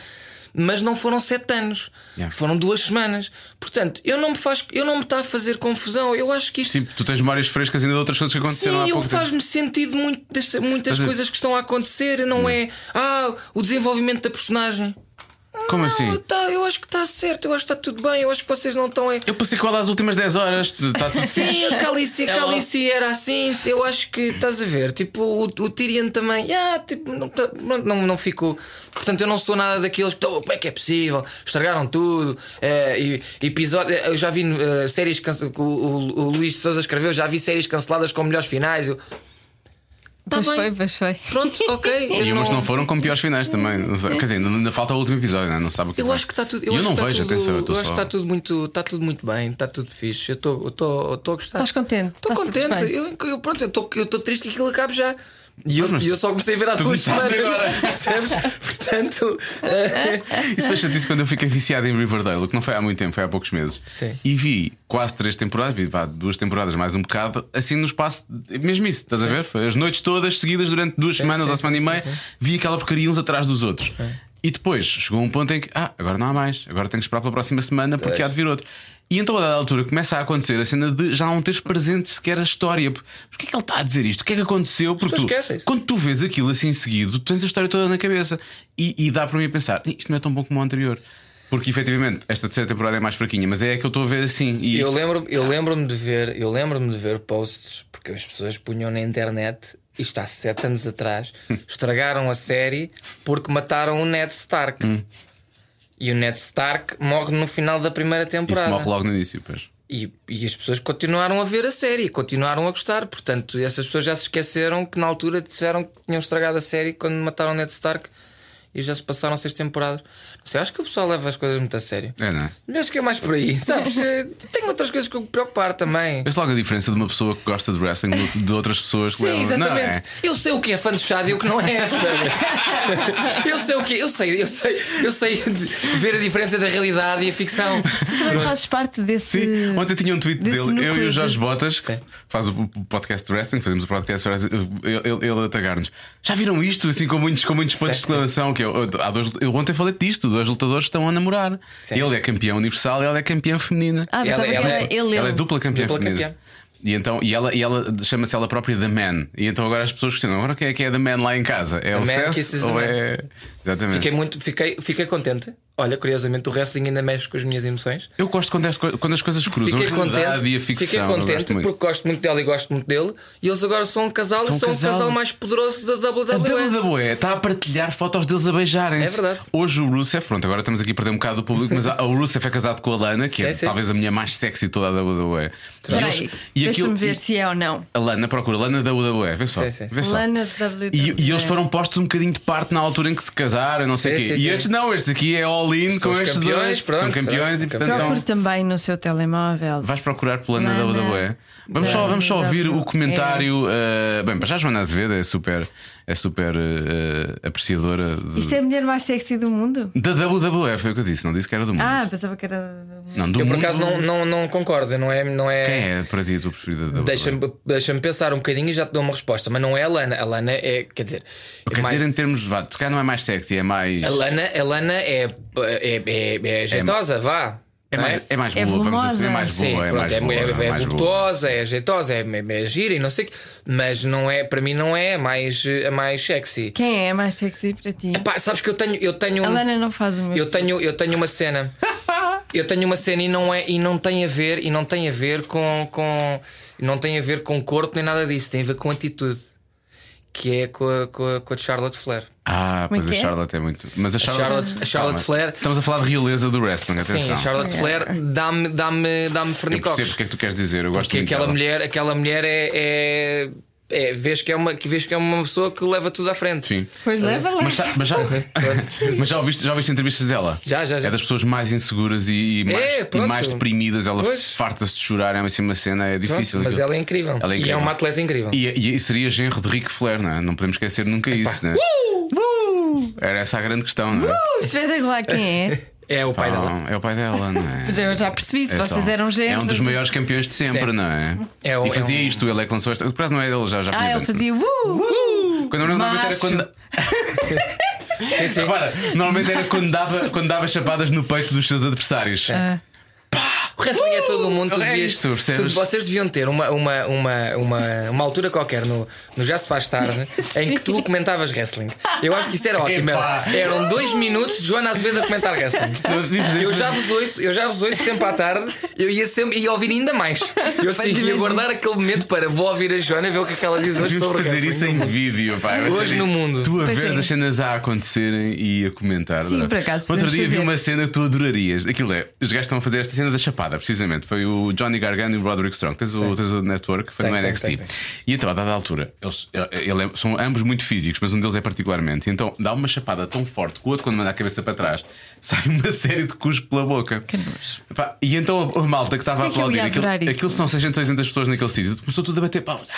[SPEAKER 4] Mas não foram sete anos,
[SPEAKER 2] Yeah.
[SPEAKER 4] foram duas semanas. Portanto, eu não me faz, eu não me está a fazer confusão. Eu acho que isto
[SPEAKER 2] Sim, tu tens memórias frescas ainda de outras coisas que aconteceram há
[SPEAKER 4] Sim, eu
[SPEAKER 2] pouco tempo.
[SPEAKER 4] faz-me sentido muito das- muitas
[SPEAKER 2] Mas- é- Hum.
[SPEAKER 4] coisas que estão a acontecer. Não é. Ah, o desenvolvimento da personagem.
[SPEAKER 2] Como
[SPEAKER 4] Não,
[SPEAKER 2] assim?
[SPEAKER 4] tá, eu acho que está certo, eu acho que está tudo bem, eu acho que vocês não estão. a-
[SPEAKER 2] Eu passei com ela às últimas 10 horas. Está tudo
[SPEAKER 4] Sim, a Calice, a Calice era assim, se eu acho que estás a ver. Tipo, o, o Tyrion também, ah, tipo, não, tá- pronto, não, não ficou. Portanto, eu não sou nada daqueles que "Oh, como é que é possível? Estragaram tudo. eh, e- episódio, eh, eu já vi eh, séries cance- que o, o, o Luís de Souza escreveu, já vi séries canceladas com melhores finais. Eu, tá
[SPEAKER 3] Pois
[SPEAKER 4] bem,
[SPEAKER 3] foi, pois foi.
[SPEAKER 4] pronto, ok. eu
[SPEAKER 2] E umas não foram com piores finais também. Não sei. Quer dizer, ainda- ainda falta o último episódio, não, é? não sabe o que
[SPEAKER 4] Eu
[SPEAKER 2] vai.
[SPEAKER 4] acho que está tudo.
[SPEAKER 2] Eu
[SPEAKER 4] acho
[SPEAKER 2] não
[SPEAKER 4] que tá
[SPEAKER 2] vejo,
[SPEAKER 4] tudo-
[SPEAKER 2] atenção, eu estou
[SPEAKER 4] acho que
[SPEAKER 2] só.
[SPEAKER 4] está tudo, muito- tá tudo muito bem, está tudo fixe. Eu estou a gostar.
[SPEAKER 3] Estás contente?
[SPEAKER 4] Estou
[SPEAKER 3] Estás
[SPEAKER 4] contente.
[SPEAKER 3] satisfeito?
[SPEAKER 4] Eu, eu- pronto, eu estou eu tô triste que aquilo acabe já. E eu,
[SPEAKER 2] mas
[SPEAKER 4] e eu só comecei a ver há
[SPEAKER 2] tu
[SPEAKER 4] duas
[SPEAKER 2] começaste
[SPEAKER 4] semanas.
[SPEAKER 2] agora.
[SPEAKER 4] Percebes? Portanto. eh,
[SPEAKER 2] Isso foi chatice quando eu fiquei viciado em Riverdale, o que não foi há muito tempo, foi há poucos meses.
[SPEAKER 4] Sim.
[SPEAKER 2] E vi quase três temporadas, vi vá, duas temporadas mais um bocado, assim no espaço, de- mesmo isso, estás a ver? Foi as noites todas seguidas durante duas semanas
[SPEAKER 4] sim,
[SPEAKER 2] ou semana
[SPEAKER 4] sim,
[SPEAKER 2] e meia,
[SPEAKER 4] sim, sim.
[SPEAKER 2] vi aquela porcaria uns atrás dos outros. E depois chegou um ponto em que, ah, agora não há mais, agora tenho que esperar pela próxima semana porque há de vir outro. E então a dada altura começa a acontecer a cena de já não teres presente sequer a história. Porquê é que ele está a dizer isto? O que é que aconteceu? Porque tu,
[SPEAKER 4] pessoas esquecem-se.
[SPEAKER 2] quando tu vês aquilo assim seguido, tu tens a história toda na cabeça e, e dá para mim a pensar: isto não é tão bom como o anterior. Porque efetivamente esta terceira temporada é mais fraquinha, mas é a que eu estou a ver assim. E
[SPEAKER 4] Eu lembro-me eu lembro de ver, eu lembro-me de ver posts porque as pessoas punham na internet, isto há sete anos
[SPEAKER 2] Hum.
[SPEAKER 4] atrás, estragaram a série porque mataram o Ned Stark. E o Ned Stark morre no final da primeira
[SPEAKER 2] Isso
[SPEAKER 4] temporada.
[SPEAKER 2] morre logo no início, pois.
[SPEAKER 4] E, e as pessoas continuaram a ver a série, continuaram a gostar. Portanto, essas pessoas já se esqueceram que na altura disseram que tinham estragado a série quando mataram Ned Stark e já se passaram seis temporadas. Não sei, acho que o pessoal leva as coisas muito a sério.
[SPEAKER 2] É, não é?
[SPEAKER 4] Mas Acho que é mais por aí, sabes? Eh, Tenho outras coisas que eu me preocupar também.
[SPEAKER 2] Vês logo a diferença de uma pessoa que gosta de wrestling no- de outras pessoas que
[SPEAKER 4] Sim,
[SPEAKER 2] levam- Não,
[SPEAKER 4] exatamente.
[SPEAKER 2] é.
[SPEAKER 4] Eu sei o que é fã de fechado e o que não é fã. eu sei o que é. eu sei, eu sei, eu sei de- ver a diferença da realidade e a ficção.
[SPEAKER 3] Também fazes parte desse.
[SPEAKER 2] Sim, ontem tinha um tweet
[SPEAKER 3] desse
[SPEAKER 2] dele, eu e
[SPEAKER 3] núcleo
[SPEAKER 2] o Jorge
[SPEAKER 3] de-
[SPEAKER 2] Botas, que
[SPEAKER 4] Sim.
[SPEAKER 2] faz o podcast de wrestling, fazemos o podcast de wrestling, ele, ele- ele a tagar-nos. Já viram isto? Assim com muitos, com muitos pontos de
[SPEAKER 4] Certo.
[SPEAKER 2] exclamação. Que eu, há dois, eu ontem falei disto: dois lutadores estão a namorar.
[SPEAKER 4] Sim.
[SPEAKER 2] Ele é campeão universal, ela é campeã feminina.
[SPEAKER 3] Ah,
[SPEAKER 4] Ela-
[SPEAKER 3] pensava que
[SPEAKER 4] ela
[SPEAKER 3] era
[SPEAKER 4] é-
[SPEAKER 3] ele.
[SPEAKER 2] Ela é
[SPEAKER 3] ele.
[SPEAKER 2] dupla campeã
[SPEAKER 4] Dupla
[SPEAKER 2] feminina.
[SPEAKER 4] campeã.
[SPEAKER 2] E, então, e ela, e ela chama-se ela própria The Man. E então agora as pessoas questionam: agora quem é que é The Man lá em casa? É o
[SPEAKER 4] Man
[SPEAKER 2] Seth
[SPEAKER 4] kisses
[SPEAKER 2] ou
[SPEAKER 4] the man.
[SPEAKER 2] é. Exatamente.
[SPEAKER 4] Fiquei muito, fiquei, fiquei contente. Olha, curiosamente, o wrestling ainda mexe com as minhas emoções.
[SPEAKER 2] Eu gosto quando as, co- quando as coisas cruzam
[SPEAKER 4] Fiquei
[SPEAKER 2] a realidade e a
[SPEAKER 4] contente,
[SPEAKER 2] ficção.
[SPEAKER 4] fiquei
[SPEAKER 2] eu
[SPEAKER 4] contente
[SPEAKER 2] gosto muito.
[SPEAKER 4] porque gosto muito dela e gosto muito dele. E eles agora são um casal
[SPEAKER 2] São um
[SPEAKER 4] e são
[SPEAKER 2] casal.
[SPEAKER 4] o casal mais poderoso da
[SPEAKER 2] A
[SPEAKER 4] WWE.
[SPEAKER 2] WWE está a partilhar fotos deles a beijarem.
[SPEAKER 4] É verdade.
[SPEAKER 2] Hoje o Rusev, pronto, agora estamos aqui a perder um bocado do público, mas a- o Rusev é casado com a Lana, que é
[SPEAKER 4] Sim, sim.
[SPEAKER 2] talvez a mulher mais sexy de toda a WWE. E
[SPEAKER 3] Espera
[SPEAKER 2] eles-
[SPEAKER 3] aí,
[SPEAKER 2] e
[SPEAKER 3] Deixa-me
[SPEAKER 2] aquilo-
[SPEAKER 3] ver
[SPEAKER 2] e-
[SPEAKER 3] se é ou não.
[SPEAKER 2] A Lana, procura, Lana da WWE, vê só.
[SPEAKER 4] Sim, sim, sim.
[SPEAKER 2] Vê só.
[SPEAKER 3] Lana de WWE.
[SPEAKER 2] E, e eles foram postos um bocadinho de parte na altura em que se casaram, não sei o
[SPEAKER 4] Sim,
[SPEAKER 2] quê.
[SPEAKER 4] sim,
[SPEAKER 2] e
[SPEAKER 4] sim.
[SPEAKER 2] estes não, estes aqui é all-in com
[SPEAKER 4] São os
[SPEAKER 2] estes
[SPEAKER 4] campeões,
[SPEAKER 2] dois.
[SPEAKER 4] pronto,
[SPEAKER 2] são campeões Hum. e
[SPEAKER 4] são
[SPEAKER 2] portanto. é um-
[SPEAKER 3] Procure
[SPEAKER 2] não-
[SPEAKER 3] também no seu telemóvel.
[SPEAKER 2] Vais procurar pela Ana da
[SPEAKER 3] Lana
[SPEAKER 2] WWE. Vamos só,
[SPEAKER 3] da
[SPEAKER 2] vamos só ouvir o
[SPEAKER 3] WWE.
[SPEAKER 2] comentário. eh, bem, para já a Joana Azevedo é super, é super eh, eh, apreciadora de-
[SPEAKER 3] Isto é a mulher mais sexy do mundo?
[SPEAKER 2] da WWE, foi o que eu disse, não disse que era do mundo.
[SPEAKER 3] Ah, pensava que era. do mundo.
[SPEAKER 2] não, do
[SPEAKER 4] Eu por
[SPEAKER 2] mundo.
[SPEAKER 4] acaso não, não, não concordo, não é? Não é...
[SPEAKER 2] Quem é para ti a tua preferida da WWE?
[SPEAKER 4] Deixa-me deixa-me pensar um bocadinho e já te dou uma resposta, mas não é a Lana. A Lana é, quer dizer, é
[SPEAKER 2] Quer
[SPEAKER 4] mais-
[SPEAKER 2] dizer, em termos. Vá, se calhar não é mais sexy, é mais.
[SPEAKER 4] a Lana, a Lana é, é, é, é jeitosa, vá.
[SPEAKER 2] É
[SPEAKER 4] não
[SPEAKER 2] mais, é mais
[SPEAKER 3] É
[SPEAKER 2] boa, vamos assumir, é mais
[SPEAKER 3] volumosa.
[SPEAKER 2] boa.
[SPEAKER 4] Sim,
[SPEAKER 2] é
[SPEAKER 4] pronto,
[SPEAKER 2] mais
[SPEAKER 4] é,
[SPEAKER 2] boa,
[SPEAKER 4] é, é,
[SPEAKER 2] mais boa.
[SPEAKER 4] voluptuosa, é jeitosa, é, é, é gira e não sei o quê. Mas não é, para mim não é a mais, a mais sexy.
[SPEAKER 3] Quem é a mais sexy para ti?
[SPEAKER 4] Epá, sabes que eu tenho, eu tenho
[SPEAKER 3] A
[SPEAKER 4] um-
[SPEAKER 3] Lana não faz o meu.
[SPEAKER 4] Eu tenho, eu tenho uma cena. Eu tenho uma cena e não é e não tem a ver e não tem a ver com, com não tem a ver com corpo nem nada disso, tem a ver com atitude. Que é com a, com a, com a de Charlotte Flair.
[SPEAKER 2] Ah, pois
[SPEAKER 3] Como é
[SPEAKER 2] a
[SPEAKER 3] que é?
[SPEAKER 2] Charlotte é muito. Mas a
[SPEAKER 4] A
[SPEAKER 2] Charlotte.
[SPEAKER 4] Charlotte, a Charlotte
[SPEAKER 2] Calma.
[SPEAKER 4] Flair.
[SPEAKER 2] Estamos a falar de realeza do wrestling, atenção.
[SPEAKER 4] Sim, a Charlotte Flair dá-me dá-me dá-me
[SPEAKER 2] eu percebo o
[SPEAKER 4] fernicocos.
[SPEAKER 2] que então. é que tu queres dizer, eu gosto
[SPEAKER 4] Porque
[SPEAKER 2] muito
[SPEAKER 4] aquela
[SPEAKER 2] dela.
[SPEAKER 4] mulher, aquela mulher é, é, é- vês que é uma que vês que é uma pessoa que leva tudo à frente.
[SPEAKER 2] Sim.
[SPEAKER 3] Pois leva lá.
[SPEAKER 2] É. Mas, já- mas já, mas já, ouviste, já ouviste entrevistas dela?
[SPEAKER 4] Já, já, já.
[SPEAKER 2] É das pessoas mais inseguras e, e mais,
[SPEAKER 4] É,
[SPEAKER 2] e
[SPEAKER 4] pronto.
[SPEAKER 2] mais deprimidas. Ela
[SPEAKER 4] Pois.
[SPEAKER 2] farta-se de chorar, é uma assim, uma cena, é
[SPEAKER 4] Pronto,
[SPEAKER 2] difícil.
[SPEAKER 4] mas
[SPEAKER 2] aquilo.
[SPEAKER 4] ela é incrível.
[SPEAKER 2] Ela é
[SPEAKER 4] E é
[SPEAKER 2] incrível.
[SPEAKER 4] uma atleta incrível.
[SPEAKER 2] E, e seria genro de Ric Flair, não é? Não podemos esquecer nunca isso, né?
[SPEAKER 4] Uh!
[SPEAKER 2] Era essa a grande questão, não é?
[SPEAKER 3] Espetacular quem é.
[SPEAKER 4] É o Uh! pai
[SPEAKER 2] Pá,
[SPEAKER 4] dela.
[SPEAKER 2] É o pai dela, não é?
[SPEAKER 3] Pois eu já percebi, se
[SPEAKER 2] É
[SPEAKER 3] vocês
[SPEAKER 2] só-
[SPEAKER 3] eram
[SPEAKER 2] É
[SPEAKER 3] géneros.
[SPEAKER 2] um dos maiores campeões de sempre,
[SPEAKER 4] Sim.
[SPEAKER 2] não é?
[SPEAKER 4] É um-
[SPEAKER 2] e fazia
[SPEAKER 4] é um-
[SPEAKER 2] isto, ele é que lançou esta. Por acaso não é ele, já, já
[SPEAKER 3] Ah,
[SPEAKER 2] tinha
[SPEAKER 3] ele
[SPEAKER 2] dito.
[SPEAKER 3] fazia. Uh,
[SPEAKER 2] Quando eu normalmente era
[SPEAKER 3] Macho.
[SPEAKER 2] quando. Repara, normalmente era quando dava, quando dava chapadas no peito dos seus adversários.
[SPEAKER 4] O wrestling é todo o mundo, tu
[SPEAKER 2] É
[SPEAKER 4] devias-
[SPEAKER 2] isto, percebes?
[SPEAKER 4] tu- vocês deviam ter uma, uma, uma, uma, uma altura qualquer no, no Já Se Faz Tarde em que tu comentavas wrestling. Eu acho que isso era ótimo.
[SPEAKER 2] Epá.
[SPEAKER 4] Era, eram dois minutos de Joana Azevedo a comentar wrestling. Eu já vos ouço, eu já vos ouço sempre à tarde, eu ia sempre ia ouvir ainda mais. Eu sei que ia
[SPEAKER 3] imagina.
[SPEAKER 4] guardar aquele momento para vou ouvir a Joana ver o que é que ela diz hoje sobre
[SPEAKER 2] Devíamos fazer isso
[SPEAKER 4] wrestling.
[SPEAKER 2] em vídeo, pá. Vai
[SPEAKER 4] Hoje
[SPEAKER 2] ser-
[SPEAKER 4] no mundo.
[SPEAKER 2] Tu a
[SPEAKER 3] Pois
[SPEAKER 2] veres
[SPEAKER 3] é.
[SPEAKER 2] as cenas a acontecerem e a comentar.
[SPEAKER 3] Sim,
[SPEAKER 2] Adoro.
[SPEAKER 3] por acaso,
[SPEAKER 2] Outro
[SPEAKER 3] podemos
[SPEAKER 2] dia vi
[SPEAKER 3] fazer.
[SPEAKER 2] uma cena que tu adorarias. Aquilo é, os gajos estão a fazer esta cena da Chapada, precisamente. Foi o Johnny Gargano e o Roderick Strong. Tens o, tens o network, foi
[SPEAKER 4] Tem,
[SPEAKER 2] no
[SPEAKER 4] tem,
[SPEAKER 2] NXT.
[SPEAKER 4] tem, tem.
[SPEAKER 2] E então, a dada altura, eles ele é- são ambos muito físicos, mas um deles é particularmente. Então, dá uma chapada tão forte que o outro, quando manda a cabeça para trás, sai uma série de cuspo pela boca. Que e então a, a malta que estava a
[SPEAKER 3] Por que é que eu
[SPEAKER 2] aplaudir,
[SPEAKER 3] ia
[SPEAKER 2] aquilo,
[SPEAKER 3] adorar isso?
[SPEAKER 2] aquilo são 600, 600 pessoas naquele sítio, começou tudo a bater palmas.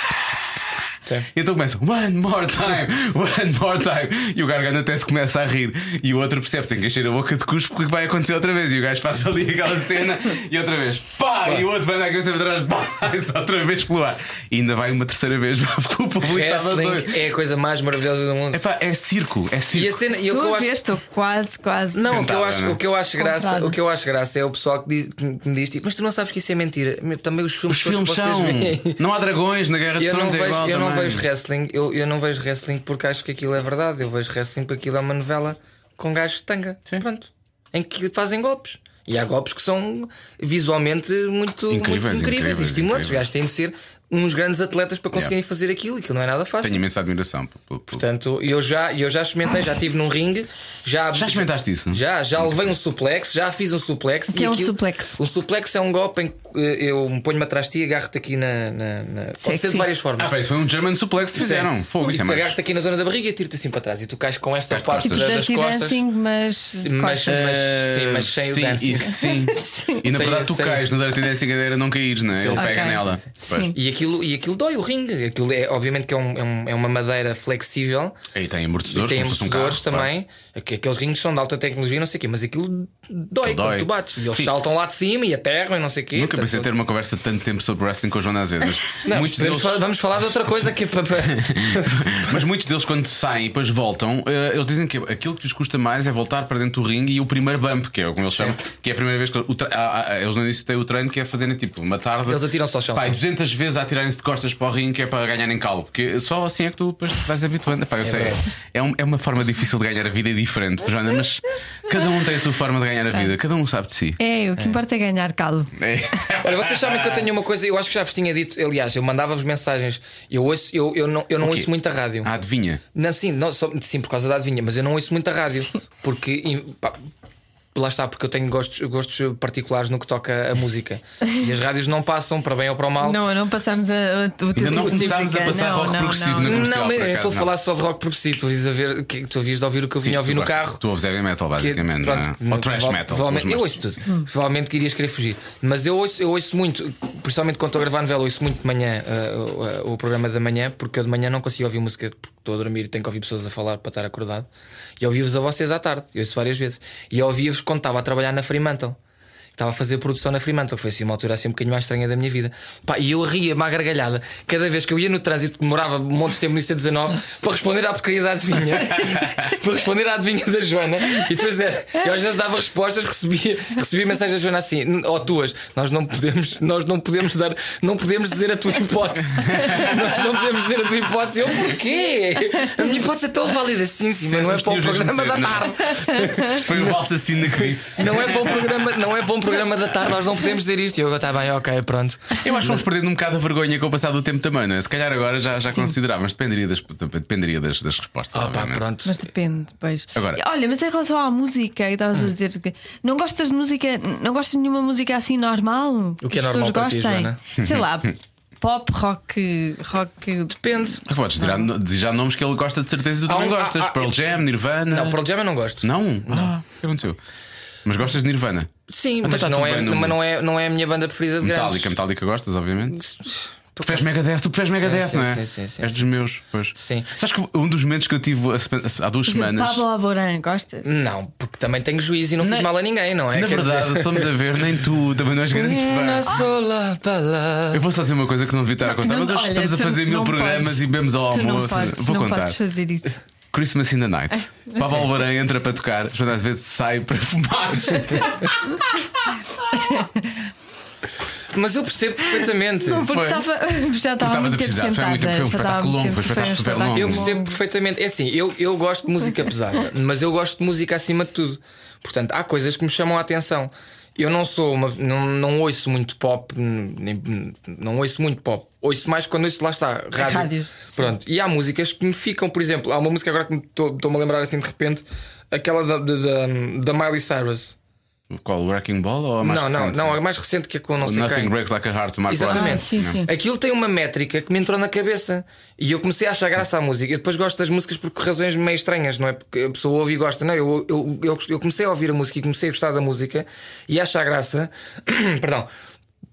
[SPEAKER 4] Tá.
[SPEAKER 2] E então começa One more time, one more time E o gargano até se começa a rir E o outro percebe, tem que encher a boca de cuspo Porque vai acontecer outra vez E o gajo faz ali aquela cena E outra vez, pá, e o outro vai na cabeça para trás pá, e só outra vez pelo ar E ainda vai uma terceira vez Porque o público estava doido
[SPEAKER 4] Wrestling é a coisa mais maravilhosa do mundo.
[SPEAKER 2] Epá, é circo, é
[SPEAKER 4] E a
[SPEAKER 2] circo
[SPEAKER 4] cena, e o que
[SPEAKER 3] estou
[SPEAKER 4] eu
[SPEAKER 3] a ver,
[SPEAKER 4] acho
[SPEAKER 3] estou quase, quase.
[SPEAKER 4] Não, o que,
[SPEAKER 2] Tentada,
[SPEAKER 4] eu acho,
[SPEAKER 2] né?
[SPEAKER 4] o, que eu acho graça,
[SPEAKER 3] Tentada.
[SPEAKER 4] o que eu acho graça é o pessoal que, diz- que me diz tipo, mas tu não sabes que isso é mentira. Meu, Também os filmes,
[SPEAKER 2] Os filmes
[SPEAKER 4] todos que
[SPEAKER 2] são
[SPEAKER 4] vocês veem-
[SPEAKER 2] Não há dragões na Guerra dos
[SPEAKER 4] Eu não,
[SPEAKER 2] Tronos é
[SPEAKER 4] vejo,
[SPEAKER 2] igual
[SPEAKER 4] eu não
[SPEAKER 2] também.
[SPEAKER 4] vejo wrestling, eu, eu não vejo wrestling porque acho que aquilo é verdade. Eu vejo wrestling porque aquilo é uma novela com gajos de tanga. Pronto. Em que fazem golpes. E há golpes que são visualmente muito
[SPEAKER 2] Incríveis,
[SPEAKER 4] muito
[SPEAKER 2] incríveis,
[SPEAKER 4] e
[SPEAKER 2] incríveis.
[SPEAKER 4] estimulantes. Os gajos têm de ser uns grandes atletas para conseguirem
[SPEAKER 2] Yeah.
[SPEAKER 4] fazer aquilo, e aquilo não é nada fácil.
[SPEAKER 2] Tenho imensa admiração. pelo- pelo-
[SPEAKER 4] Portanto, eu já, eu já experimentei, já estive num ringue, já,
[SPEAKER 2] Já experimentaste isso, não?
[SPEAKER 4] Já, já levei um suplex, já fiz um suplex. O
[SPEAKER 3] que é um suplex?
[SPEAKER 4] O suplex é um golpe em que eh, eu me ponho-me atrás de ti e agarro-te aqui na. na- na- Pode ser
[SPEAKER 3] Sexy.
[SPEAKER 4] de várias formas.
[SPEAKER 2] Ah, pá, isso foi um German suplex que fizeram. Fogo,
[SPEAKER 4] E
[SPEAKER 2] isso é
[SPEAKER 4] tu
[SPEAKER 2] mais.
[SPEAKER 4] agarras-te aqui na zona da barriga e tiro-te assim para trás. E tu cais com esta
[SPEAKER 2] Cais de
[SPEAKER 4] parte
[SPEAKER 2] costas.
[SPEAKER 4] da-
[SPEAKER 3] Tipo
[SPEAKER 4] das
[SPEAKER 3] dirty
[SPEAKER 4] costas.
[SPEAKER 3] dancing, mas de
[SPEAKER 4] Mas,
[SPEAKER 3] costas.
[SPEAKER 4] mas- sim, mas sem o
[SPEAKER 2] Eh, sim,
[SPEAKER 4] dancing.
[SPEAKER 2] isso, sim. E na
[SPEAKER 4] Sem-
[SPEAKER 2] verdade tu
[SPEAKER 4] sem-
[SPEAKER 2] cais no Dirty Dancing cadeira não caíres, né? Ele
[SPEAKER 4] sim,
[SPEAKER 2] pega
[SPEAKER 3] sim,
[SPEAKER 2] nela.
[SPEAKER 3] sim, sim.
[SPEAKER 2] Pois.
[SPEAKER 3] Sim.
[SPEAKER 4] E aquilo, e aquilo dói o ringue. Aquilo é, obviamente, que é, um- é um- é uma madeira flexível.
[SPEAKER 2] Aí tem
[SPEAKER 4] E
[SPEAKER 2] amortecedores,
[SPEAKER 4] tem
[SPEAKER 2] como se fosse um carro.
[SPEAKER 4] amortecedores também. Aqu- Aqueles ringues são de alta tecnologia, não sei o quê, mas aquilo dói
[SPEAKER 2] Aquilo
[SPEAKER 4] quando
[SPEAKER 2] dói.
[SPEAKER 4] tu bates. E eles
[SPEAKER 2] Sim.
[SPEAKER 4] saltam lá de cima e aterram e não sei o quê.
[SPEAKER 2] Nunca pensei
[SPEAKER 4] Portanto,
[SPEAKER 2] ter uma conversa de tanto tempo sobre wrestling com o João Azevedo. mas
[SPEAKER 4] Não,
[SPEAKER 2] muitos
[SPEAKER 4] podemos
[SPEAKER 2] deles-
[SPEAKER 4] falar- vamos falar de outra coisa que. pa- pa-
[SPEAKER 2] Mas muitos deles, quando saem e depois voltam, eh, eles dizem que aquilo que lhes custa mais é voltar para dentro do ringue e o primeiro bump, que é como eles chamam, que é a primeira vez que o tra- ah, ah, eles no início têm o treino, que é fazerem tipo uma tarde.
[SPEAKER 4] Eles atiram-se ao chão,
[SPEAKER 2] Pá, e
[SPEAKER 4] sim.
[SPEAKER 2] 200 vezes a atirarem-se de costas para o ringue, que é para ganharem calo. Porque só assim é que tu depois te vais habituando. Pá, eu sei,
[SPEAKER 4] verdade.
[SPEAKER 2] é, um- é uma forma difícil de ganhar a vida e diferente, Joana, mas cada um tem a sua forma de ganhar a vida, cada um sabe de si.
[SPEAKER 3] É, o que importa é ganhar calo.
[SPEAKER 2] É.
[SPEAKER 4] Olha, vocês sabem que eu tenho uma coisa, eu acho que já vos tinha dito. Aliás, eu mandava-vos mensagens. Eu, ouço, eu, eu não, eu não
[SPEAKER 2] O quê?
[SPEAKER 4] ouço muito a rádio.
[SPEAKER 2] Ah, adivinha.
[SPEAKER 4] Não, sim, não, só- sim, por causa da adivinha, mas eu não ouço muito a rádio. Porque. e, pá, lá está, porque eu tenho gostos, gostos particulares no que toca a música. E as rádios não passam, para bem ou para o mal.
[SPEAKER 3] Não, não passamos a, a, o teu
[SPEAKER 2] Ainda não
[SPEAKER 3] tipo de
[SPEAKER 2] começámos a
[SPEAKER 3] música.
[SPEAKER 2] passar
[SPEAKER 3] Não,
[SPEAKER 2] rock
[SPEAKER 3] não,
[SPEAKER 2] progressivo
[SPEAKER 3] não,
[SPEAKER 2] na
[SPEAKER 3] não.
[SPEAKER 2] comercial,
[SPEAKER 4] Não,
[SPEAKER 2] por
[SPEAKER 4] eu estou a
[SPEAKER 2] acaso,
[SPEAKER 4] falar só de rock progressivo. Tu ouvis a ver, que, tu ouvis de ouvir o que eu vinha
[SPEAKER 2] Sim,
[SPEAKER 4] ouvir
[SPEAKER 2] tu
[SPEAKER 4] no
[SPEAKER 2] gostas-
[SPEAKER 4] carro.
[SPEAKER 2] Tu ouves heavy metal, basicamente. não é?
[SPEAKER 4] pronto,
[SPEAKER 2] Ou trash
[SPEAKER 4] prova-
[SPEAKER 2] metal.
[SPEAKER 4] provavelmente-
[SPEAKER 2] pelos
[SPEAKER 4] eu
[SPEAKER 2] mais-
[SPEAKER 4] ouço tudo. Provavelmente que irias querer fugir. Mas eu ouço, eu ouço muito, principalmente quando estou a gravar novela, ouço muito de manhã ah, o- ah, o programa da manhã, porque eu de manhã não consigo ouvir música porque estou a dormir e tenho que ouvir pessoas a falar para estar acordado. E ouvi-vos a vocês à tarde, eu ouço várias vezes. E eu ouvi-vos quando estava a trabalhar na Fremantle. Estava a fazer produção na Fremantle, que foi assim uma altura assim um bocadinho mais estranha da minha vida. Pá, e eu ria-me à gargalhada cada vez que eu ia no trânsito, demorava um monte de tempo no IC19 para responder à porcaria da adivinha, para responder à adivinha da Joana. E depois era, eu às vezes dava respostas, recebia, recebia mensagens da Joana assim, "N- ou tuas, nós não podemos, nós não podemos dar, não podemos dizer a tua hipótese. Nós não podemos dizer a tua hipótese. Eu, porquê? A minha hipótese é tão válida, sim, sim, mas não é para o programa da tarde.
[SPEAKER 2] Isto foi o assassino que disse.
[SPEAKER 4] Não é, para um programa, não é para um programa da tarde, nós não podemos dizer isto. E eu, está bem, ok, pronto.
[SPEAKER 2] Eu acho que vamos perdendo um bocado a vergonha com o passar do tempo também, não é? Se calhar agora já, já considerávamos, dependeria das, dependeria das, das respostas.
[SPEAKER 4] Ah, pá,
[SPEAKER 2] obviamente.
[SPEAKER 4] pronto.
[SPEAKER 3] Mas depende, pois.
[SPEAKER 2] Agora- Hum.
[SPEAKER 3] Olha, mas em relação à música, que estavas a dizer que não gostas de música, não gostas de nenhuma música assim normal?
[SPEAKER 4] O que é
[SPEAKER 3] As
[SPEAKER 4] normal
[SPEAKER 3] pessoas
[SPEAKER 4] para ti,
[SPEAKER 3] gostem?
[SPEAKER 4] Joana?
[SPEAKER 3] Sei lá,
[SPEAKER 2] Hum.
[SPEAKER 3] pop, rock, rock.
[SPEAKER 4] Depende.
[SPEAKER 2] Ah, Podes tirar, dizer já nomes que ele gosta de certeza e tu
[SPEAKER 4] Há
[SPEAKER 2] também
[SPEAKER 4] um-
[SPEAKER 2] gostas.
[SPEAKER 4] há- há-
[SPEAKER 2] Pearl Jam, Nirvana.
[SPEAKER 4] Não, Pearl Jam eu não gosto.
[SPEAKER 2] Não? Ah, o que aconteceu? Mas gostas de Nirvana?
[SPEAKER 4] Sim,
[SPEAKER 2] Então
[SPEAKER 4] mas,
[SPEAKER 2] tá
[SPEAKER 4] não
[SPEAKER 2] tudo
[SPEAKER 4] é,
[SPEAKER 2] bem no
[SPEAKER 4] mas não, é, não é a minha banda preferida de grandes.
[SPEAKER 2] Metallica, Metallica gostas, obviamente. Tu que fez Megadeth, tu que fez Megadeth,
[SPEAKER 4] sim,
[SPEAKER 2] não é?
[SPEAKER 4] sim, sim, sim,
[SPEAKER 2] És dos
[SPEAKER 4] sim.
[SPEAKER 2] meus, pois.
[SPEAKER 4] Sim.
[SPEAKER 2] Sabes que um dos momentos que eu tive a sema- há duas
[SPEAKER 3] Por exemplo,
[SPEAKER 2] semanas. Hum.
[SPEAKER 3] Pablo Alborán, gostas?
[SPEAKER 4] Não, porque também tenho juízo e não fiz
[SPEAKER 2] Na-
[SPEAKER 4] mal a ninguém, não é?
[SPEAKER 2] Na
[SPEAKER 4] Quer
[SPEAKER 2] verdade,
[SPEAKER 4] dizer- é
[SPEAKER 2] somos a ver, nem tu também não és grande
[SPEAKER 4] Uma
[SPEAKER 2] fã.
[SPEAKER 4] sola palavra.
[SPEAKER 2] Eu vou só dizer uma coisa que não devia estar a contar,
[SPEAKER 3] Não,
[SPEAKER 2] mas hoje
[SPEAKER 3] olha,
[SPEAKER 2] estamos a
[SPEAKER 3] tu
[SPEAKER 2] fazer mil
[SPEAKER 3] não
[SPEAKER 2] programas
[SPEAKER 3] podes-
[SPEAKER 2] e bebemos ao
[SPEAKER 3] tu
[SPEAKER 2] almoço.
[SPEAKER 3] Não podes,
[SPEAKER 2] vou
[SPEAKER 3] não
[SPEAKER 2] contar.
[SPEAKER 3] podes É. fazer isso.
[SPEAKER 2] Christmas in the Night. Pablo Alvarã entra para tocar, Joana às vezes sai para fumar.
[SPEAKER 4] Mas eu percebo perfeitamente.
[SPEAKER 3] Não, porque
[SPEAKER 2] Foi.
[SPEAKER 3] estava- já estava há
[SPEAKER 2] estavas a
[SPEAKER 3] muito tempo
[SPEAKER 2] precisar, foi há
[SPEAKER 3] sentada.
[SPEAKER 2] muito tempo, foi um
[SPEAKER 3] já estava há
[SPEAKER 2] espetáculo longo,
[SPEAKER 3] muito
[SPEAKER 2] foi um
[SPEAKER 3] tempo,
[SPEAKER 2] espetáculo super longo.
[SPEAKER 4] Eu percebo perfeitamente. É assim, eu, eu gosto de música pesada, mas eu gosto de música acima de tudo. Portanto, há coisas que me chamam a atenção. Eu não sou uma. Não, não ouço muito pop, nem- não ouço muito pop. Ouço mais quando ouço, lá está,
[SPEAKER 2] É
[SPEAKER 4] rádio.
[SPEAKER 3] Rádio,
[SPEAKER 4] Pronto. E há músicas que me ficam, por exemplo, há uma música agora que me estou- estou-me a lembrar assim de repente, aquela da, da, da- da Miley Cyrus.
[SPEAKER 2] Qual? O Wrecking Ball ou a mais
[SPEAKER 4] não, não,
[SPEAKER 2] recente?
[SPEAKER 4] não, a mais recente que é com não
[SPEAKER 2] O
[SPEAKER 4] sei
[SPEAKER 2] Nothing
[SPEAKER 4] quem.
[SPEAKER 2] Breaks Like a Heart, Mark
[SPEAKER 4] Exatamente.
[SPEAKER 3] Ah, sim, sim.
[SPEAKER 4] Aquilo tem uma métrica que me entrou na cabeça e eu comecei a achar graça à música. Eu depois gosto das músicas por razões meio estranhas, não é? Porque a pessoa ouve e gosta. Não, eu, eu, eu, eu comecei a ouvir a música e comecei a gostar da música e a achar graça, perdão,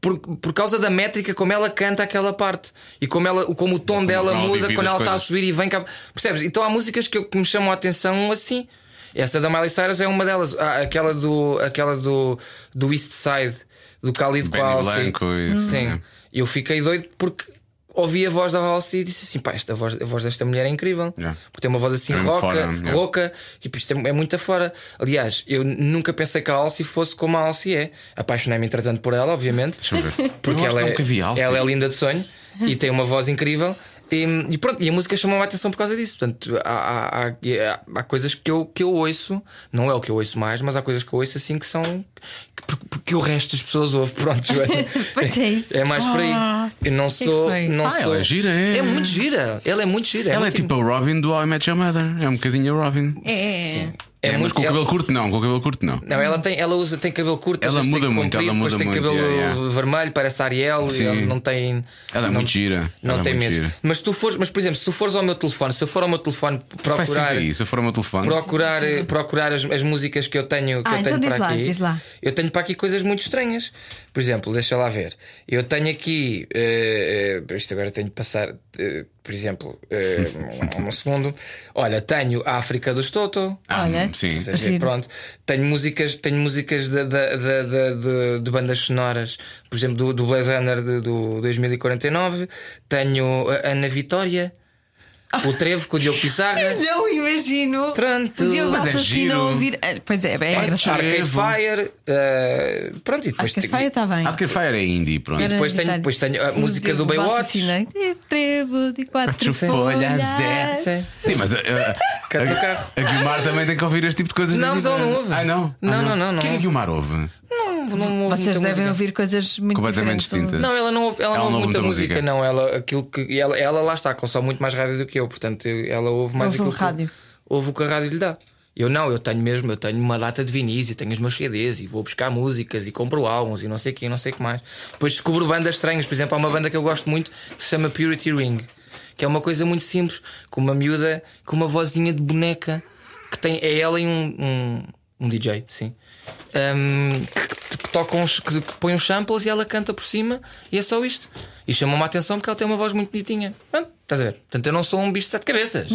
[SPEAKER 4] por, por causa da métrica como ela canta aquela parte e como, ela, como o tom dela
[SPEAKER 2] ela
[SPEAKER 4] muda
[SPEAKER 2] divide
[SPEAKER 4] quando
[SPEAKER 2] as
[SPEAKER 4] ela está a
[SPEAKER 2] coisas.
[SPEAKER 4] subir e vem cá. Percebes? Então há músicas que, eu- que me chamam a atenção assim. Essa da Miley Cyrus é uma delas, Ah, aquela do, aquela do, do East Side, do Khalid com
[SPEAKER 2] Benny
[SPEAKER 4] a Halsey.
[SPEAKER 2] Blanco e-
[SPEAKER 4] Sim.
[SPEAKER 2] Hum.
[SPEAKER 4] Eu fiquei doido porque ouvi a voz da Halsey e disse assim: pá, esta voz, a voz desta mulher é incrível.
[SPEAKER 2] Yeah.
[SPEAKER 4] Porque tem uma voz assim
[SPEAKER 2] É muito
[SPEAKER 4] roca,
[SPEAKER 2] fora, yeah.
[SPEAKER 4] rouca, tipo, isto é, é muito afora. Aliás, eu nunca pensei que a Halsey fosse como a Halsey é. Apaixonei-me entretanto por ela, obviamente.
[SPEAKER 2] Deixa-me ver. Eu
[SPEAKER 4] Porque
[SPEAKER 2] acho
[SPEAKER 4] ela
[SPEAKER 2] que um
[SPEAKER 4] é,
[SPEAKER 2] nunca vi Alf.
[SPEAKER 4] ela é linda de sonho e tem uma voz incrível. E, e pronto, e a música chamou a atenção por causa disso. Portanto, há, há, há, há coisas que eu, que eu ouço, não é o que eu ouço mais, mas há coisas que eu ouço assim que são. que- Porque, porque o resto das pessoas ouve. Pronto, Joana.
[SPEAKER 3] Pois é isso.
[SPEAKER 4] É mais por aí. Eu não
[SPEAKER 3] que
[SPEAKER 4] sou.
[SPEAKER 3] foi?
[SPEAKER 4] Não
[SPEAKER 2] Ah,
[SPEAKER 4] sou...
[SPEAKER 2] ela é gira, é.
[SPEAKER 4] É muito gira. Ela é muito gira.
[SPEAKER 2] Ela é
[SPEAKER 4] muito-
[SPEAKER 2] tipo a Robin do How I Met Your Mother. É um bocadinho a Robin.
[SPEAKER 3] É.
[SPEAKER 2] assim.
[SPEAKER 4] É,
[SPEAKER 2] mas
[SPEAKER 4] muito
[SPEAKER 2] com o cabelo
[SPEAKER 4] ela-
[SPEAKER 2] curto não, com o cabelo curto não.
[SPEAKER 4] Não, ela tem, ela usa, tem cabelo curto, às
[SPEAKER 2] Ela
[SPEAKER 4] vezes
[SPEAKER 2] muda
[SPEAKER 4] tem
[SPEAKER 2] muito,
[SPEAKER 4] comprido,
[SPEAKER 2] ela
[SPEAKER 4] depois
[SPEAKER 2] muda
[SPEAKER 4] tem
[SPEAKER 2] muito,
[SPEAKER 4] cabelo
[SPEAKER 2] yeah, yeah.
[SPEAKER 4] vermelho, parece Ariel,
[SPEAKER 2] Sim.
[SPEAKER 4] e ela não tem.
[SPEAKER 2] Ela é
[SPEAKER 4] não,
[SPEAKER 2] muito gira.
[SPEAKER 4] Não
[SPEAKER 2] Ela é
[SPEAKER 4] tem
[SPEAKER 2] muito
[SPEAKER 4] medo.
[SPEAKER 2] gira.
[SPEAKER 4] Mas tu fores, mas por exemplo, se tu fores ao meu telefone, se eu for ao meu telefone
[SPEAKER 2] Vai ser
[SPEAKER 4] procurar
[SPEAKER 2] aí, se eu for ao meu telefone.
[SPEAKER 4] procurar, eh, procurar as, as músicas que eu tenho, que
[SPEAKER 3] Ah,
[SPEAKER 4] eu tenho
[SPEAKER 3] então diz
[SPEAKER 4] para
[SPEAKER 3] lá,
[SPEAKER 4] aqui.
[SPEAKER 3] diz lá.
[SPEAKER 4] Eu tenho para aqui coisas muito estranhas. Por exemplo, deixa lá ver. Eu tenho aqui. eh, eh, isto agora tenho de passar. eh, por exemplo, eh, um, um segundo. Olha, tenho a África dos Toto.
[SPEAKER 2] Ah,
[SPEAKER 3] Olha.
[SPEAKER 2] Sim.
[SPEAKER 4] Ou seja,
[SPEAKER 3] Giro.
[SPEAKER 4] é pronto, tenho músicas, tenho músicas de, de- de- de- de- de bandas sonoras, por exemplo, do, do Blade Runner de- do 2049, tenho a Ana Vitória, o Trevo com o Diogo Pizarra,
[SPEAKER 3] Não imagino.
[SPEAKER 4] Pronto.
[SPEAKER 3] O Diogo
[SPEAKER 2] Mas é
[SPEAKER 3] assassino
[SPEAKER 2] giro.
[SPEAKER 3] a ouvir. Ah, Pois é, é engraçado.
[SPEAKER 4] Arcade
[SPEAKER 2] Trevo.
[SPEAKER 4] Fire, eh, pronto, e depois
[SPEAKER 3] Acho que a
[SPEAKER 4] tenho-
[SPEAKER 3] faia está bem.
[SPEAKER 2] Arcade Fire é indie, pronto.
[SPEAKER 3] Era
[SPEAKER 4] depois tenho-
[SPEAKER 3] militar.
[SPEAKER 4] depois tenho a
[SPEAKER 3] O
[SPEAKER 4] música do
[SPEAKER 3] Diogo
[SPEAKER 4] Baywatch.
[SPEAKER 3] Assassinei. É Trevo de quatro
[SPEAKER 2] Quatro
[SPEAKER 3] folhas.
[SPEAKER 2] folhas, é.
[SPEAKER 4] Sim.
[SPEAKER 2] Sim, mas a, a,
[SPEAKER 4] Cada
[SPEAKER 2] a-
[SPEAKER 4] um carro.
[SPEAKER 2] a Guilmar também tem que ouvir este tipo de coisas.
[SPEAKER 4] Não,
[SPEAKER 2] na
[SPEAKER 4] mas
[SPEAKER 2] vida.
[SPEAKER 4] ela não ouve.
[SPEAKER 2] Ah, não?
[SPEAKER 4] Não,
[SPEAKER 2] Ah,
[SPEAKER 4] não, não,
[SPEAKER 2] Quem é
[SPEAKER 4] não
[SPEAKER 2] que a
[SPEAKER 4] ouve.
[SPEAKER 2] Guilmar ouve?
[SPEAKER 4] não, não ouve
[SPEAKER 3] Vocês
[SPEAKER 4] muita
[SPEAKER 3] devem
[SPEAKER 4] música.
[SPEAKER 3] ouvir coisas muito
[SPEAKER 2] Completamente
[SPEAKER 3] diferentes.
[SPEAKER 2] distintas.
[SPEAKER 4] Não, ela não ouve, ela não ouve muita, música. não. Ela, aquilo que, ela, ela lá está, consome muito mais rádio do que eu, portanto, eu- ela ouve mais
[SPEAKER 3] Ouve o
[SPEAKER 4] aquilo que-
[SPEAKER 3] rádio.
[SPEAKER 4] ouve o que a rádio lhe dá. Eu não, eu tenho mesmo, eu tenho uma lata de vinis e tenho os meus CDs e vou buscar músicas e compro álbuns e não sei o que, não sei o que mais. Depois descubro bandas estranhas, por exemplo, há uma banda que eu gosto muito que se chama Purity Ring, que é uma coisa muito simples, com uma miúda com uma vozinha de boneca que tem, é ela e um, um, um DJ, sim, Ahm, que, que tocam, uns- que, que põe uns samples e ela canta por cima e é só isto. E chamou-me a atenção porque ela tem uma voz muito bonitinha. Pronto, estás a ver? Portanto, eu não sou um bicho de sete cabeças.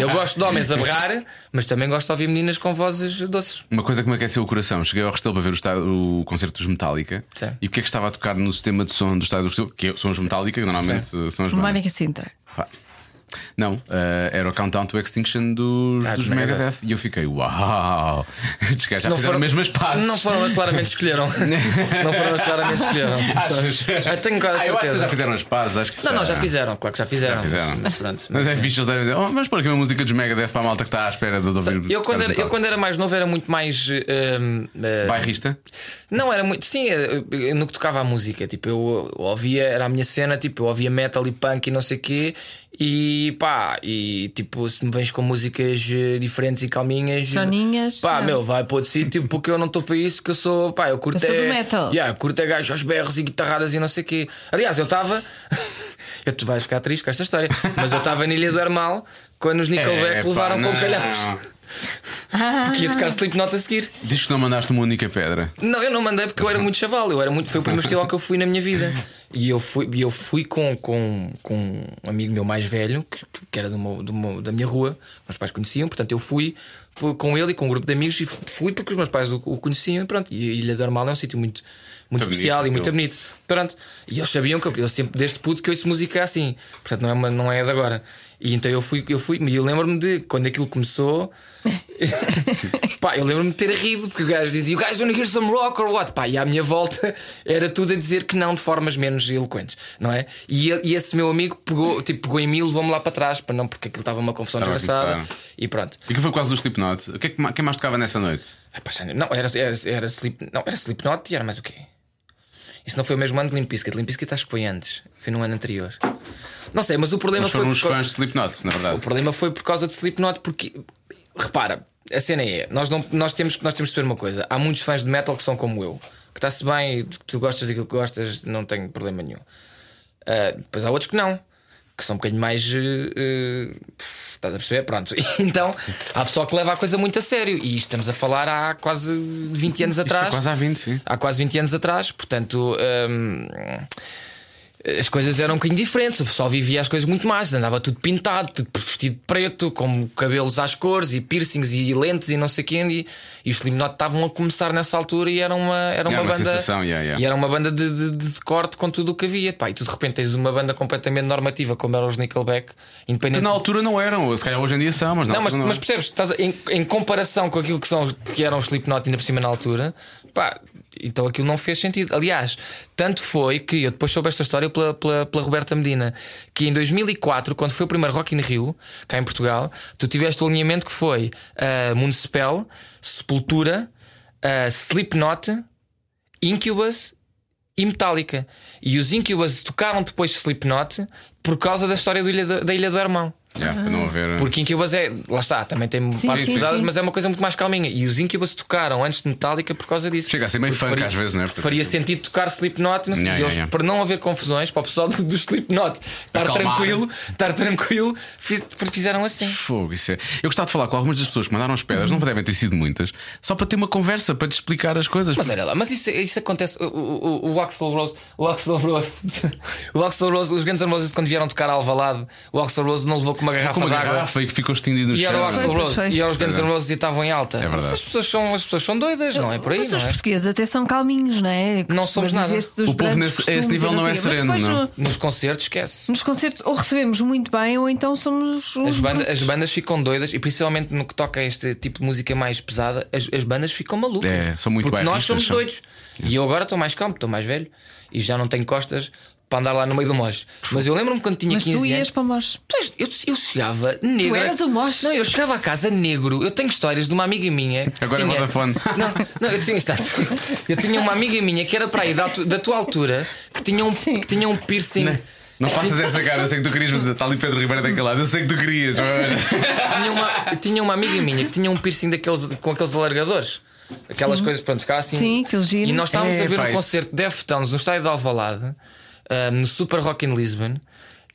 [SPEAKER 4] eu gosto de homens a berrar, mas também gosto de ouvir meninas com vozes doces.
[SPEAKER 2] Uma coisa que me aqueceu o coração, cheguei ao Restelo para ver o, esta- o concerto dos Metallica
[SPEAKER 4] Sim.
[SPEAKER 2] e o que é que estava a tocar no sistema de som do estádio do Restelo, que é, são os Metallica, que normalmente são as bandas.
[SPEAKER 3] Mónica Sintra.
[SPEAKER 2] Pá. Não, eh, era o Countdown to Extinction dos,
[SPEAKER 4] Ah,
[SPEAKER 2] dos
[SPEAKER 4] dos
[SPEAKER 2] Megadeth.
[SPEAKER 4] Megadeth.
[SPEAKER 2] E eu fiquei, uau! Estes gajos já
[SPEAKER 4] não
[SPEAKER 2] fizeram
[SPEAKER 4] foram-
[SPEAKER 2] mesmo as pazes.
[SPEAKER 4] Não foram, mas claramente escolheram. não foram, mas claramente escolheram.
[SPEAKER 2] Achas?
[SPEAKER 4] Eu tenho quase
[SPEAKER 2] Ah, eu acho que
[SPEAKER 4] certeza.
[SPEAKER 2] já fizeram as pazes, acho que
[SPEAKER 4] Não, não,
[SPEAKER 2] sim.
[SPEAKER 4] já fizeram, claro que já fizeram.
[SPEAKER 2] Já fizeram.
[SPEAKER 4] Mas, mas pronto.
[SPEAKER 2] Mas é fixe, eles devem dizer, "Oh, vamos pôr aqui uma música dos Megadeth para a malta que está à espera de ouvir.
[SPEAKER 4] Eu quando, era,
[SPEAKER 2] Metallica."
[SPEAKER 4] eu quando era mais novo era muito mais. eh, eh,
[SPEAKER 2] Bairrista?
[SPEAKER 4] Não, era muito. Sim, eh, eh, no que tocava à música. Tipo, eu ouvia, era a minha cena, tipo, eu ouvia metal e punk e não sei quê. E pá, e tipo, se me vens com músicas eh, diferentes e calminhas.
[SPEAKER 3] Soninhas,
[SPEAKER 4] Pá,
[SPEAKER 3] não.
[SPEAKER 4] meu, vai para outro sítio porque eu não estou para isso. Que eu sou, pá, eu curto.
[SPEAKER 3] Eu sou do
[SPEAKER 4] é-
[SPEAKER 3] metal.
[SPEAKER 4] Yeah, curto é gajo aos berros e guitarradas e não sei quê. Aliás, eu estava. eu tu vais ficar triste com esta história, mas eu estava na Ilha do Hermal quando os Nickelback
[SPEAKER 2] É, pá,
[SPEAKER 4] levaram com
[SPEAKER 2] não.
[SPEAKER 4] o calhaus. Porque ia tocar Slipknot a seguir.
[SPEAKER 2] Diz que não mandaste uma única pedra.
[SPEAKER 4] Não, eu não mandei porque eu era muito chaval. Eu era muito, foi o primeiro festival que eu fui na minha vida. E eu fui, e eu fui com, com, com um amigo meu mais velho, que, que era do meu- do meu- da minha rua, que meus pais conheciam. Portanto, eu fui por- com ele e com um grupo de amigos. E fui porque os meus pais o, o conheciam. E pronto, e a Ilha do Armal é um sítio muito,
[SPEAKER 2] Muito
[SPEAKER 4] muito especial
[SPEAKER 2] bonito,
[SPEAKER 4] e muito
[SPEAKER 2] aquilo.
[SPEAKER 4] bonito. Pronto, e eles sabiam que eu, eu sempre, desde puto, que eu ouço música assim. Portanto, não é, uma, não é de agora. E então eu fui, eu fui, e eu lembro-me de quando aquilo começou. Pá, eu lembro-me de ter rido porque o gajo dizia You guys wanna hear some rock or what? Pá, e à minha volta era tudo a dizer que não de formas menos eloquentes, não é? E, ele- e esse meu amigo pegou, tipo, pegou em mim e levou-me lá para trás, para não, porque aquilo estava uma confusão
[SPEAKER 2] Estava a
[SPEAKER 4] desgraçada.
[SPEAKER 2] começar.
[SPEAKER 4] E pronto.
[SPEAKER 2] E que foi quase do Slipknot. O que é que ma- quem mais tocava nessa noite?
[SPEAKER 4] Ah, pá, já nem- Não, era, era, era, sleep, não, era Slipknot e era mais o quê? Isso não foi o mesmo ano de Limp Bizkit. Limp Bizkit acho que foi antes. Foi no ano anterior. Não sei, mas o problema
[SPEAKER 2] Mas
[SPEAKER 4] foi.
[SPEAKER 2] foram uns
[SPEAKER 4] por causa-
[SPEAKER 2] fãs de Slipknot, na
[SPEAKER 4] O
[SPEAKER 2] verdade.
[SPEAKER 4] problema foi por causa de Slipknot, porque repara, a cena é, nós, não, nós, temos, nós temos de saber uma coisa: há muitos fãs de metal que são como eu, que está-se bem, que tu gostas daquilo que gostas, não tenho problema nenhum. Ah, depois há outros que não, que são um bocadinho mais. eh, eh, estás a perceber? Pronto. Então há pessoal que leva a coisa muito a sério, e isto estamos a falar há quase 20 anos
[SPEAKER 2] Isto foi
[SPEAKER 4] atrás
[SPEAKER 2] é quase há 20, sim.
[SPEAKER 4] há quase 20 anos atrás, portanto. hum, as coisas eram um bocadinho diferentes, o pessoal vivia as coisas muito mais, andava tudo pintado, tudo vestido de preto, com cabelos às cores e piercings e lentes e não sei quem. E, e os Slipknot estavam a começar nessa altura e era uma, era uma,
[SPEAKER 2] uma
[SPEAKER 4] banda.
[SPEAKER 2] sensação, yeah, yeah.
[SPEAKER 4] E era uma banda de, de- de corte com tudo o que havia. Pá, e tu de repente tens uma banda completamente normativa, como eram os Nickelback, independente
[SPEAKER 2] Na altura não eram, se calhar hoje em dia são, mas na
[SPEAKER 4] não, mas,
[SPEAKER 2] altura não. é.
[SPEAKER 4] mas percebes, estás a- em, em comparação com aquilo que, são, que eram os Slipknot ainda por cima na altura, pá, então aquilo não fez sentido. Aliás, tanto foi que eu depois soube esta história pela, pela, pela Roberta Medina, que em 2004, quando foi o primeiro Rock in Rio, cá em Portugal, tu tiveste o alinhamento que foi ah, Municipal, Sepultura, ah, Slipknot, Incubus e Metallica. E os Incubus tocaram depois Slipknot por causa da história do Ilha do- da Ilha do Hermão.
[SPEAKER 2] Yeah, para
[SPEAKER 4] Ah.
[SPEAKER 2] não haver.
[SPEAKER 4] Porque Incubus é, lá está, também tem partes
[SPEAKER 2] sim,
[SPEAKER 4] pesadas,
[SPEAKER 5] sim.
[SPEAKER 4] mas é uma coisa muito mais calminha. E os Incubus tocaram antes de Metallica por causa disso.
[SPEAKER 2] Chega a ser meio
[SPEAKER 4] Porque
[SPEAKER 2] funk às vezes, não é?
[SPEAKER 4] porque Faria sentido tocar Slipknot, não sei,
[SPEAKER 2] Yeah,
[SPEAKER 4] e
[SPEAKER 2] yeah,
[SPEAKER 4] eles,
[SPEAKER 2] yeah.
[SPEAKER 4] para não haver confusões, para o pessoal do, do Slipknot estar
[SPEAKER 2] Acalmar.
[SPEAKER 4] tranquilo, estar tranquilo, fiz- fizeram assim.
[SPEAKER 2] Fogo, isso é. Eu gostava de falar com algumas das pessoas que mandaram as pedras, não devem ter sido muitas, só para ter uma conversa, para te explicar as coisas.
[SPEAKER 4] Mas olha lá, mas isso, isso acontece. O, o, o- o Axel Rose, o Axel Rose, o Axel Rose, os grandes Roses quando vieram tocar a Alvalade, o Axel Rose não levou com uma garrafa
[SPEAKER 2] com uma
[SPEAKER 4] de água.
[SPEAKER 2] garrafa é. e que ficou estendido no
[SPEAKER 4] E era o
[SPEAKER 2] chão.
[SPEAKER 4] Axel
[SPEAKER 3] Pois
[SPEAKER 4] Rose,
[SPEAKER 3] foi.
[SPEAKER 4] e era os Guns N' Roses e estavam em alta.
[SPEAKER 2] É verdade.
[SPEAKER 4] As pessoas são, as pessoas são doidas, não é por aí,
[SPEAKER 3] Mas
[SPEAKER 4] não
[SPEAKER 3] os
[SPEAKER 4] é?
[SPEAKER 3] portugueses até são calminhos, não é?
[SPEAKER 4] Não somos
[SPEAKER 3] Costuma
[SPEAKER 4] nada.
[SPEAKER 3] dizer-se dos
[SPEAKER 2] O povo
[SPEAKER 3] grandes
[SPEAKER 2] nesse- a esse
[SPEAKER 3] costumes e
[SPEAKER 2] nível não é
[SPEAKER 3] sei o quê. Mas
[SPEAKER 2] sereno,
[SPEAKER 3] depois
[SPEAKER 2] não.
[SPEAKER 3] no-
[SPEAKER 4] Nos concertos, esquece.
[SPEAKER 3] Nos concertos ou recebemos muito bem ou então somos uns
[SPEAKER 4] As bandas, as bandas ficam doidas e principalmente no que toca a este tipo de música mais pesada, as, as bandas ficam malucas.
[SPEAKER 2] É, são muito
[SPEAKER 4] Porque
[SPEAKER 2] bairristas,
[SPEAKER 4] nós somos
[SPEAKER 2] são.
[SPEAKER 4] doidos. E eu agora estou mais calmo, estou mais velho e já não tenho costas para andar lá no meio do moche. Mas eu lembro-me quando tinha
[SPEAKER 3] Mas
[SPEAKER 4] 15
[SPEAKER 3] tu ias
[SPEAKER 4] anos.
[SPEAKER 3] para nós.
[SPEAKER 4] Tu és- eu, eu chegava negro.
[SPEAKER 3] eras o moche.
[SPEAKER 4] Não, eu chegava a casa negro. Eu tenho histórias de uma amiga minha. que
[SPEAKER 2] Agora é
[SPEAKER 4] tinha-
[SPEAKER 2] Vodafone.
[SPEAKER 4] Não, não, eu tinha exato. Eu tinha uma amiga minha que era para aí da, tu- da tua altura que tinha um, que tinha um piercing.
[SPEAKER 2] Não faças essa cara, eu sei que tu querias, mas está ali Pedro Ribeiro é daquele lado, eu sei que tu querias. mas-
[SPEAKER 4] tinha, uma, tinha uma amiga minha que tinha um piercing daqueles, com aqueles alargadores. Aquelas coisas, pronto, ficava assim.
[SPEAKER 3] Sim, aquele giro.
[SPEAKER 4] E nós estávamos
[SPEAKER 2] É,
[SPEAKER 4] a ver
[SPEAKER 2] pá,
[SPEAKER 4] um
[SPEAKER 2] isso.
[SPEAKER 4] concerto de Deftones no estádio de Alvalade, ah, no Super Rock in Lisbon.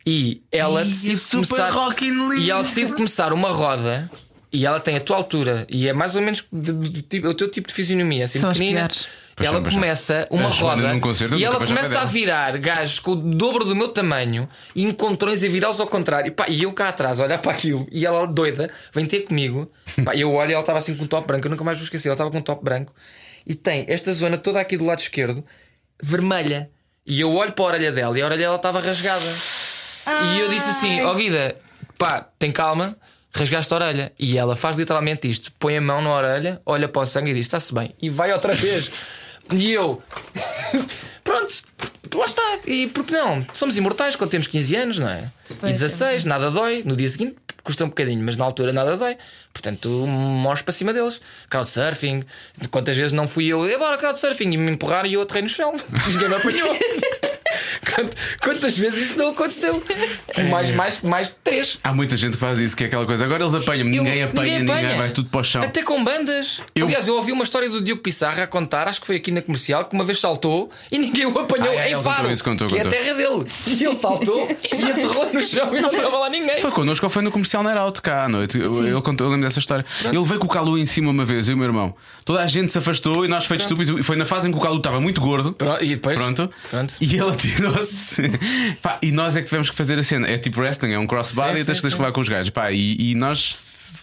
[SPEAKER 4] E ela
[SPEAKER 2] Ih,
[SPEAKER 4] decide
[SPEAKER 2] Super
[SPEAKER 4] começar.
[SPEAKER 2] Rock in Lisbon.
[SPEAKER 4] E ela decide começar uma roda. E ela tem a tua altura. E é mais ou menos do- do- do tipo- o teu tipo de fisionomia, assim,
[SPEAKER 3] São as
[SPEAKER 4] pequenina.
[SPEAKER 3] piores.
[SPEAKER 4] E
[SPEAKER 2] Pois
[SPEAKER 4] ela
[SPEAKER 2] é, pois é.
[SPEAKER 4] começa uma
[SPEAKER 2] A Joana
[SPEAKER 4] roda
[SPEAKER 2] num concerto,
[SPEAKER 4] e
[SPEAKER 2] nunca
[SPEAKER 4] ela
[SPEAKER 2] vais ao pé
[SPEAKER 4] começa a
[SPEAKER 2] dela.
[SPEAKER 4] virar gajos com o dobro do meu tamanho e encontrões a virá-los ao contrário. E, pá, e eu cá atrás, a olhar para aquilo e ela doida, vem ter comigo. Pá, eu olho e ela estava assim com um top branco, eu nunca mais vou esquecer. Ela estava com um top branco e tem esta zona toda aqui do lado esquerdo vermelha. E eu olho para a orelha dela e a orelha dela estava rasgada. E eu disse assim: Ó Guida, pá, tem calma. Rasgaste a orelha e ela faz literalmente isto: põe a mão na orelha, olha para o sangue e diz: Está-se bem, e vai outra vez. E eu, Pronto, lá está. E porque não? Somos imortais quando temos 15 anos, não é? e 16, nada dói. No dia seguinte custa um bocadinho, mas na altura nada dói. Portanto, tu mores para cima deles. Crowdsurfing. Quantas vezes não fui eu, "É, bora crowdsurfing, e me empurraram e eu aterrei no chão. Ninguém me apanhou. Quant- Quantas vezes isso não aconteceu?
[SPEAKER 2] É.
[SPEAKER 4] Mais, mais, mais de três.
[SPEAKER 2] Há muita gente que faz isso, que é aquela coisa. Agora eles apanham-me, ninguém apanha, ninguém, vai tudo para o chão.
[SPEAKER 4] Até com bandas.
[SPEAKER 2] Eu-
[SPEAKER 4] Aliás, eu ouvi uma história do Diogo Pissarra a contar, acho que foi aqui na comercial, que uma vez saltou e ninguém o apanhou
[SPEAKER 2] Ah, é,
[SPEAKER 4] em
[SPEAKER 2] ele
[SPEAKER 4] Faro,
[SPEAKER 2] contou isso, contou,
[SPEAKER 4] que é a
[SPEAKER 2] contou.
[SPEAKER 4] terra dele. E ele saltou e aterrou no chão e não estava lá ninguém.
[SPEAKER 2] Foi connosco ou foi no comercial na Arauto cá à noite? Eu, eu, conto- eu lembro dessa história. Ele veio com o Calu em cima uma vez, eu e o meu irmão. Toda a gente se afastou e nós feitos estúpidos. E foi na fase em que o Calu estava muito gordo.
[SPEAKER 4] Pronto, e depois?
[SPEAKER 2] Pronto.
[SPEAKER 4] Pronto.
[SPEAKER 2] E ele atirou-se. Pá, e nós é que tivemos que fazer a cena. É tipo wrestling, é um crossbar
[SPEAKER 4] Sim,
[SPEAKER 2] e tens
[SPEAKER 4] sim,
[SPEAKER 2] que tens que
[SPEAKER 4] sim.
[SPEAKER 2] levar com os gajos. Pá, e, e nós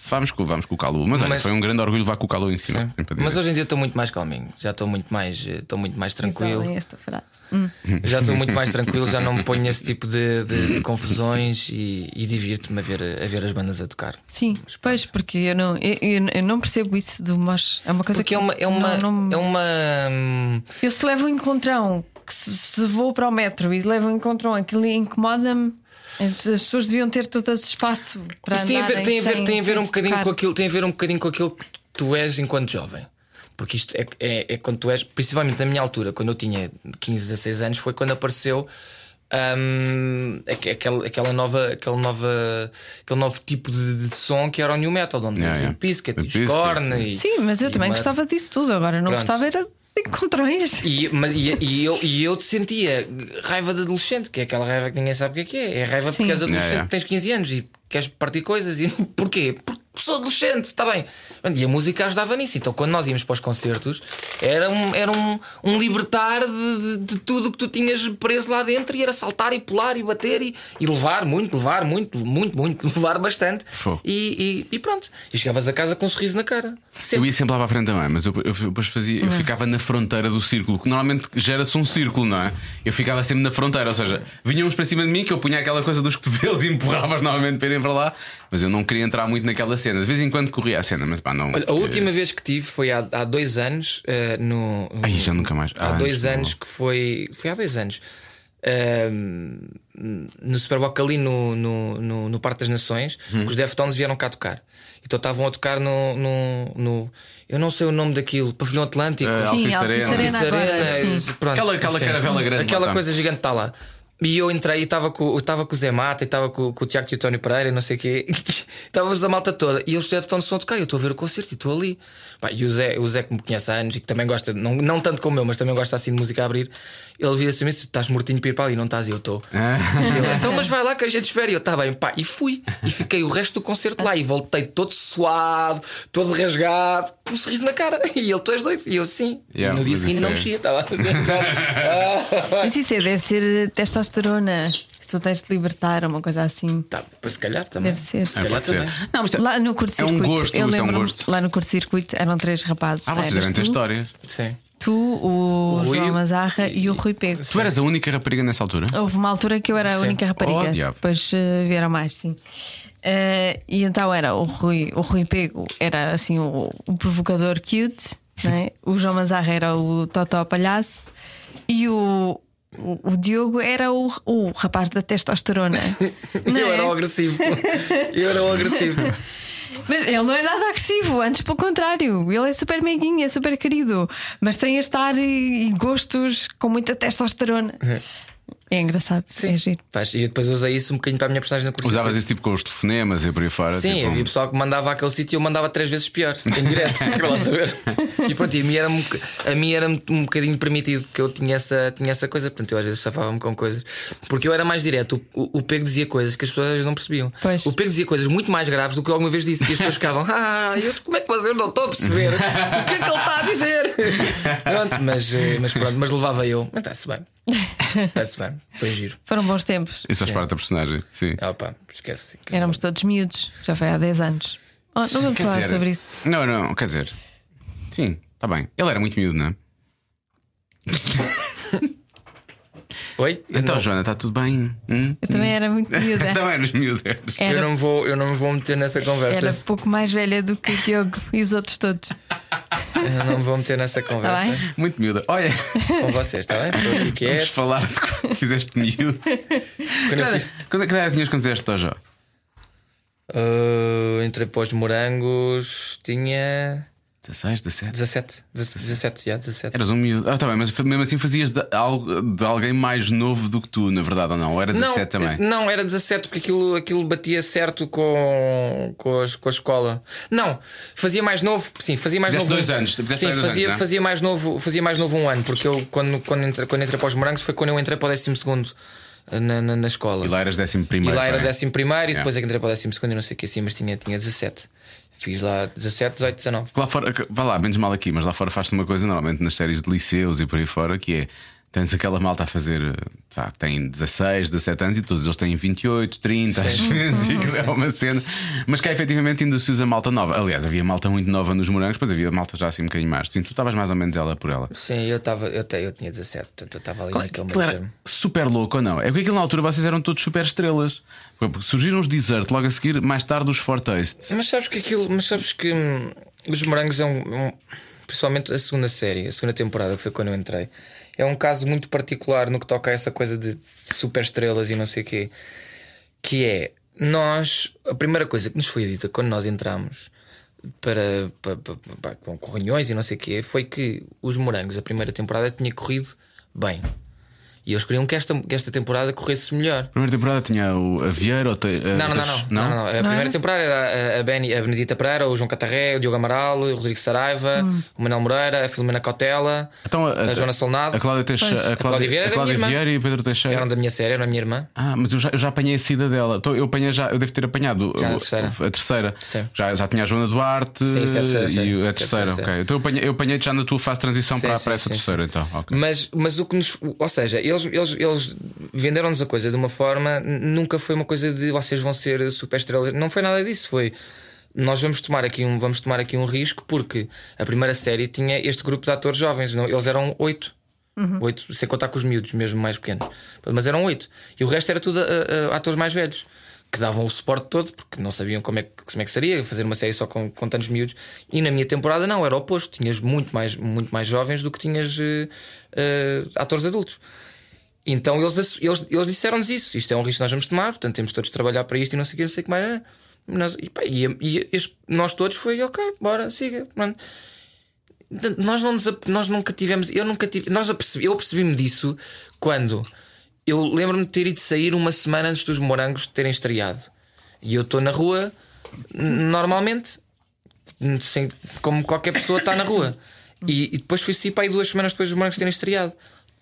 [SPEAKER 2] vamos com, vamos com o Calu. Mas, olha,
[SPEAKER 4] Mas-
[SPEAKER 2] foi um grande orgulho levar com o Calu em cima. Sempre a dizer.
[SPEAKER 4] É. Mas hoje em dia estou muito mais calminho, já estou muito mais, eh, estou muito mais tranquilo.
[SPEAKER 3] Exalem é esta frase. Hum,
[SPEAKER 4] Já estou muito mais tranquilo, já não me ponho nesse tipo de, de- de confusões e, e divirto-me a ver, a ver as bandas a tocar.
[SPEAKER 3] Sim, pois, porque eu não, eu, eu- eu não percebo isso do mosh. É uma coisa que
[SPEAKER 4] Porque é uma. É uma,
[SPEAKER 3] não- não-
[SPEAKER 4] é uma hum,
[SPEAKER 3] Eu se levo um encontrão, que se, se vou para o metro e levo um encontrão, aquilo incomoda-me. As as pessoas deviam ter todo esse espaço para
[SPEAKER 4] Isso tem a ver,
[SPEAKER 3] andarem
[SPEAKER 4] tem a ver,
[SPEAKER 3] sem-
[SPEAKER 4] tem a ver
[SPEAKER 3] sem
[SPEAKER 4] um
[SPEAKER 3] se
[SPEAKER 4] bocadinho
[SPEAKER 3] tocar.
[SPEAKER 4] com aquilo, tem a ver um bocadinho com aquilo que tu és enquanto jovem. Porque isto é, é, é quando tu és, principalmente na minha altura, quando eu tinha 15, 16 anos, foi quando apareceu hum, aque- aquela, aquela nova, aquela nova, aquele novo tipo de, de som que era o New Metal, onde
[SPEAKER 2] Yeah,
[SPEAKER 4] tinha
[SPEAKER 2] yeah.
[SPEAKER 4] o Piscat
[SPEAKER 2] Limp
[SPEAKER 4] e os
[SPEAKER 2] Bizkit,
[SPEAKER 4] Korn
[SPEAKER 2] sim.
[SPEAKER 4] e-
[SPEAKER 3] Sim, mas eu
[SPEAKER 4] e
[SPEAKER 3] também
[SPEAKER 4] uma-
[SPEAKER 3] gostava disso tudo. Agora não
[SPEAKER 4] Pronto.
[SPEAKER 3] gostava era de encontrões.
[SPEAKER 4] e, mas, e, e eu, e eu te sentia raiva de adolescente, que é aquela raiva que ninguém sabe o que é que é. É raiva
[SPEAKER 3] Sim.
[SPEAKER 4] porque és adolescente,
[SPEAKER 2] Yeah, yeah.
[SPEAKER 4] tens 15 anos e queres partir coisas. E porquê? Porque sou adolescente, está bem. E a música ajudava nisso. Então quando nós íamos para os concertos, era um, era um, um libertar de, de- de tudo que tu tinhas preso lá dentro e era saltar e pular e bater e, e levar muito, levar muito, muito, muito, levar bastante.
[SPEAKER 2] Fogo.
[SPEAKER 4] E, e- e pronto. E chegavas a casa com um sorriso na cara. Sempre.
[SPEAKER 2] Eu ia sempre lá para a frente também, mas eu, eu depois fazia,
[SPEAKER 3] Uhum.
[SPEAKER 2] eu ficava na fronteira do círculo, que normalmente gera-se um círculo, não é? Eu ficava sempre na fronteira, ou seja, vinham uns para cima de mim que eu punha aquela coisa dos cotovelos e empurravas novamente para irem para lá, mas eu não queria entrar muito naquela cena, de vez em quando corria a cena, mas pá, não.
[SPEAKER 4] Olha, a última vez que tive foi há, há dois anos eh, no.
[SPEAKER 2] Ai, já nunca mais.
[SPEAKER 4] Há
[SPEAKER 2] Ah,
[SPEAKER 4] dois
[SPEAKER 2] isto não-
[SPEAKER 4] anos que foi. Foi há dois anos. eh, no Superboc ali no, no, no, no Parque das Nações,
[SPEAKER 2] Uhum.
[SPEAKER 4] que os Deftones vieram cá tocar. Então estavam a tocar no, no, no- Eu não sei o nome daquilo, Pavilhão Atlântico.
[SPEAKER 2] Eh, Altice
[SPEAKER 3] Sim,
[SPEAKER 2] Arena.
[SPEAKER 3] Altice Arena agora,
[SPEAKER 4] Arena,
[SPEAKER 3] sim.
[SPEAKER 4] eh, pronto,
[SPEAKER 2] Aquela- aquela caravela grande,
[SPEAKER 4] Aquela
[SPEAKER 2] lá, tá.
[SPEAKER 4] coisa gigante está lá. E eu entrei e estava com, eu estava com o Zé Mata, e estava com, com o Tiago Teutónio Pereira, e não sei o quê. Estávamos a malta toda. E eles estão no som a tocar. e Eu estou a ver o concerto e estou ali. Pá, e o Zé, o Zé, que me conhece há anos e que também gosta, não, não tanto como eu, mas também gosta assim de música a abrir, ele vira-se a mim e disse: "Tu Estás mortinho para ir para ali, não estás? E eu estou.
[SPEAKER 2] Ah, É,
[SPEAKER 4] E
[SPEAKER 3] Ah.
[SPEAKER 4] ele, então, mas vai lá que a gente espera. E eu, tá bem, pá. E fui. E fiquei o resto do concerto lá. E voltei todo suado, todo rasgado, com um sorriso na cara. E ele, tu és doido? E eu, sim.
[SPEAKER 2] Yeah,
[SPEAKER 4] e no dia
[SPEAKER 2] mas
[SPEAKER 4] seguinte
[SPEAKER 2] isso
[SPEAKER 4] não
[SPEAKER 2] é-
[SPEAKER 4] mexia, tá Ah. estava a
[SPEAKER 3] Mas isso é, deve ser testosterona. Que tu tens de libertar, uma coisa assim.
[SPEAKER 4] Tá, pois se calhar também.
[SPEAKER 3] Deve ser.
[SPEAKER 4] Se calhar
[SPEAKER 2] É, pode ser.
[SPEAKER 4] também.
[SPEAKER 2] Não, mas-
[SPEAKER 3] Lá no
[SPEAKER 2] É um
[SPEAKER 3] curto-circuito,
[SPEAKER 2] gosto,
[SPEAKER 3] eu
[SPEAKER 2] isto é um
[SPEAKER 3] lembro-me,
[SPEAKER 2] gosto.
[SPEAKER 3] lá no curto-circuito eram três rapazes.
[SPEAKER 2] Ah, vocês
[SPEAKER 3] Eras
[SPEAKER 2] devem ter
[SPEAKER 3] tu,
[SPEAKER 2] histórias.
[SPEAKER 4] Sim.
[SPEAKER 3] Tu, o
[SPEAKER 4] Rui-
[SPEAKER 3] João Mazarra e, o Rui Pego.
[SPEAKER 2] Tu eras a única rapariga nessa altura?
[SPEAKER 3] Houve uma altura que eu era a
[SPEAKER 4] Sim.
[SPEAKER 3] única
[SPEAKER 2] Oh,
[SPEAKER 3] rapariga.
[SPEAKER 2] diabo.
[SPEAKER 3] Depois eh, vieram mais, sim. Eh, e então era o Rui, o Rui Pego era assim o, o provocador cute, né? o João Mazarra era o Totó Palhaço e o. O o Diogo era o, o rapaz da testosterona. Não
[SPEAKER 4] Eu
[SPEAKER 3] é?
[SPEAKER 4] era o agressivo. Eu era o agressivo.
[SPEAKER 3] Mas ele não é nada agressivo, antes pelo contrário. Ele é super meiguinho, é super querido, mas tem a estar e, e gostos com muita testosterona. É engraçado, é giro.
[SPEAKER 4] Pás, e eu depois usei isso um bocadinho para a minha personagem na curso.
[SPEAKER 2] Usavas esse tipo com os telefonemas e por aí fora.
[SPEAKER 4] Sim,
[SPEAKER 2] tipo,
[SPEAKER 4] havia pessoal que mandava aquele sítio e eu mandava três vezes pior, em direto, para lá saber. E pronto, e a mim era-me a mim era um bocadinho permitido, porque eu tinha essa, tinha essa coisa, portanto eu às vezes safava-me com coisas. Porque eu era mais direto, o, o, o Pego dizia coisas que as pessoas às vezes não percebiam.
[SPEAKER 3] Pois.
[SPEAKER 4] O Pego dizia coisas muito mais graves do que eu alguma vez disse, e as pessoas ficavam, ah, eu, como é que você eu não estou a perceber? O que é que ele está a dizer? Pronto, mas, eh, mas pronto, mas levava eu, mas está-se bem. Está-se bem, foi giro.
[SPEAKER 3] Foram bons tempos.
[SPEAKER 2] Isso faz parte da personagem. Sim.
[SPEAKER 4] Opa, esquece.
[SPEAKER 3] Éramos todos miúdos, já foi há 10 anos. Oh, não vamos
[SPEAKER 2] Quer
[SPEAKER 3] falar
[SPEAKER 2] dizer,
[SPEAKER 3] sobre isso.
[SPEAKER 2] Não, não, quer dizer. Sim, está bem. Ele era muito miúdo, não é?
[SPEAKER 4] Oi? Eu
[SPEAKER 2] Então,
[SPEAKER 4] não-
[SPEAKER 2] Joana, está tudo bem? Hum? Então
[SPEAKER 3] Eu também era muito miúda.
[SPEAKER 2] Também eras miúdo. eras.
[SPEAKER 3] Era,
[SPEAKER 4] Eu não, me vou, eu não me vou meter nessa conversa.
[SPEAKER 3] era
[SPEAKER 2] Tá
[SPEAKER 3] pouco mais velha do que o Diogo e os outros todos.
[SPEAKER 4] Eu não me vou meter nessa
[SPEAKER 3] Está
[SPEAKER 4] conversa
[SPEAKER 3] bem?
[SPEAKER 2] Muito miúda. Olha,
[SPEAKER 4] com vocês, está bem? Estou aqui
[SPEAKER 2] queres
[SPEAKER 4] quieto.
[SPEAKER 2] falar de quando fizeste miúdo?
[SPEAKER 4] Quando eu fiz-
[SPEAKER 2] Quando é que idade tinhas quando fizeste Tojo?
[SPEAKER 4] Ah, entrei para os morangos, tinha
[SPEAKER 2] 16, 17.
[SPEAKER 4] 17. 17, já, 17.
[SPEAKER 2] Eras um miúdo. Ah, tá bem, mas mesmo assim fazias de, algo- de alguém mais novo do que tu, na verdade, ou não? Ou era 17
[SPEAKER 4] não,
[SPEAKER 2] também?
[SPEAKER 4] eh, Não, era 17, porque aquilo, aquilo batia certo com, com, as- com a escola. Não, fazia mais novo, sim, fazia mais
[SPEAKER 2] Fizeste
[SPEAKER 4] novo. um-
[SPEAKER 2] dois anos, fizeste
[SPEAKER 4] sim,
[SPEAKER 2] mais dois
[SPEAKER 4] fazia,
[SPEAKER 2] anos, não é?
[SPEAKER 4] fazia, mais novo, fazia mais novo um ano, porque eu, quando, quando, entrei, quando entrei para os morangos, foi quando eu entrei para o 12 eh, na, na, na escola.
[SPEAKER 2] E lá eras 11 primeiro.
[SPEAKER 4] E lá era
[SPEAKER 2] não é?
[SPEAKER 4] décimo primeiro e
[SPEAKER 2] É.
[SPEAKER 4] depois é que entrei para o décimo segundo e não sei o que assim, mas tinha, tinha 17. Fiz lá 17, 18, 19.
[SPEAKER 2] Lá fora, vá lá, menos mal aqui, mas lá fora faz-se uma coisa normalmente nas séries de liceus e por aí fora, que é tens aquela malta a fazer, tá, que tem 16, 17 anos e todos eles têm 28, 30, às
[SPEAKER 4] Sim.
[SPEAKER 2] vezes, e aquilo é uma cena. Mas cá efetivamente ainda se usa malta nova. Aliás, havia malta muito nova nos morangos, depois havia malta já assim um bocadinho mais. Sim, tu estavas mais ou menos ela por ela.
[SPEAKER 4] Sim, eu, tava, eu, te- eu tinha 17, portanto eu estava ali naquele
[SPEAKER 2] Aquilo
[SPEAKER 4] meio
[SPEAKER 2] é era
[SPEAKER 4] termo.
[SPEAKER 2] super louco ou não? É porque aquilo na altura vocês eram todos super estrelas. Porque surgiram os Desert, logo a seguir, mais tarde os Fortaste.
[SPEAKER 4] Mas sabes que aquilo, mas sabes que hum, os morangos é um, um- Principalmente a segunda série, a segunda temporada, que foi quando eu entrei, é um caso muito particular no que toca a essa coisa de super estrelas e não sei o quê. Que é nós, a primeira coisa que nos foi dita quando nós entramos para, pa- pa- pa- pa- com, com reuniões e não sei o quê foi que os morangos, a primeira temporada, tinha corrido bem. E eles queriam que esta, que esta temporada corresse melhor.
[SPEAKER 2] Primeira temporada tinha o a Vieira, o Te- a-
[SPEAKER 4] Não, não, não,
[SPEAKER 2] Tach-
[SPEAKER 4] não. não, não, não. A primeira
[SPEAKER 3] é?
[SPEAKER 4] temporada era a, a, Beni- a Benedita Pereira, o João Catarré, o Diogo Amaral, o Rodrigo Saraiva, o Manuel Moreira, a Filomena Cautela,
[SPEAKER 2] Então,
[SPEAKER 4] a, Joana Solnado.
[SPEAKER 2] A Cláudia, Teixe-
[SPEAKER 3] Pois.
[SPEAKER 2] a Cláudia,
[SPEAKER 4] A Cláudia Vieira
[SPEAKER 2] a
[SPEAKER 4] era
[SPEAKER 2] Cláudia
[SPEAKER 4] minha irmã.
[SPEAKER 2] Vieira e o Pedro Teixeira.
[SPEAKER 4] Eram da minha série, eram da minha irmã.
[SPEAKER 2] Ah, mas eu já, eu já apanhei a sida dela. Então, eu apanhei já, eu devo ter apanhado
[SPEAKER 4] Já na
[SPEAKER 2] o-
[SPEAKER 4] terceira.
[SPEAKER 2] a terceira.
[SPEAKER 4] Sim.
[SPEAKER 2] Já, já tinha a Joana Duarte
[SPEAKER 4] Sim, isso é a terceira série.
[SPEAKER 2] e
[SPEAKER 4] Isso é
[SPEAKER 2] a
[SPEAKER 4] a
[SPEAKER 2] terceira.
[SPEAKER 4] terceira
[SPEAKER 2] ok.
[SPEAKER 4] série.
[SPEAKER 2] Então eu apanhei, eu apanhei já na tua fase de transição
[SPEAKER 4] Sim,
[SPEAKER 2] para,
[SPEAKER 4] sim,
[SPEAKER 2] para essa
[SPEAKER 4] sim,
[SPEAKER 2] terceira, então. ok.
[SPEAKER 4] Mas, mas o que nos. Ou seja, eles, eles, eles venderam-nos a coisa de uma forma. n- Nunca foi uma coisa de vocês vão ser super estrelas. Não foi nada disso. Foi. Nós vamos tomar, aqui um, vamos tomar aqui um risco porque a primeira série tinha este grupo de atores jovens. Não, eles eram oito. Oito, sem contar com os miúdos, mesmo mais pequenos. Mas eram oito. E o resto era tudo ah, ah, atores mais velhos. que davam o suporte todo, porque não sabiam como é que, como é que seria fazer uma série só com, com tantos miúdos. E na minha temporada não, era o oposto. Tinhas muito mais, muito mais jovens do que tinhas eh, eh, atores adultos. Então eles, assu- eles, eles disseram-nos isso: isto é um risco que nós vamos tomar, portanto temos todos de trabalhar para isto e não sei o que, não sei o que mais. Eh, Nós, e, pá, e, e este- nós todos foi ok, bora, siga. Pronto. Portanto, Nós, não nos ap- nós nunca tivemos. Eu nunca tive. Nós apercebi- eu apercebi-me disso quando. Eu lembro-me de ter ido sair uma semana antes dos morangos terem estreado. E eu estou na rua, n- normalmente, n- sem- como qualquer pessoa está na rua. E, e depois fui sair para aí duas semanas depois dos morangos terem estreado.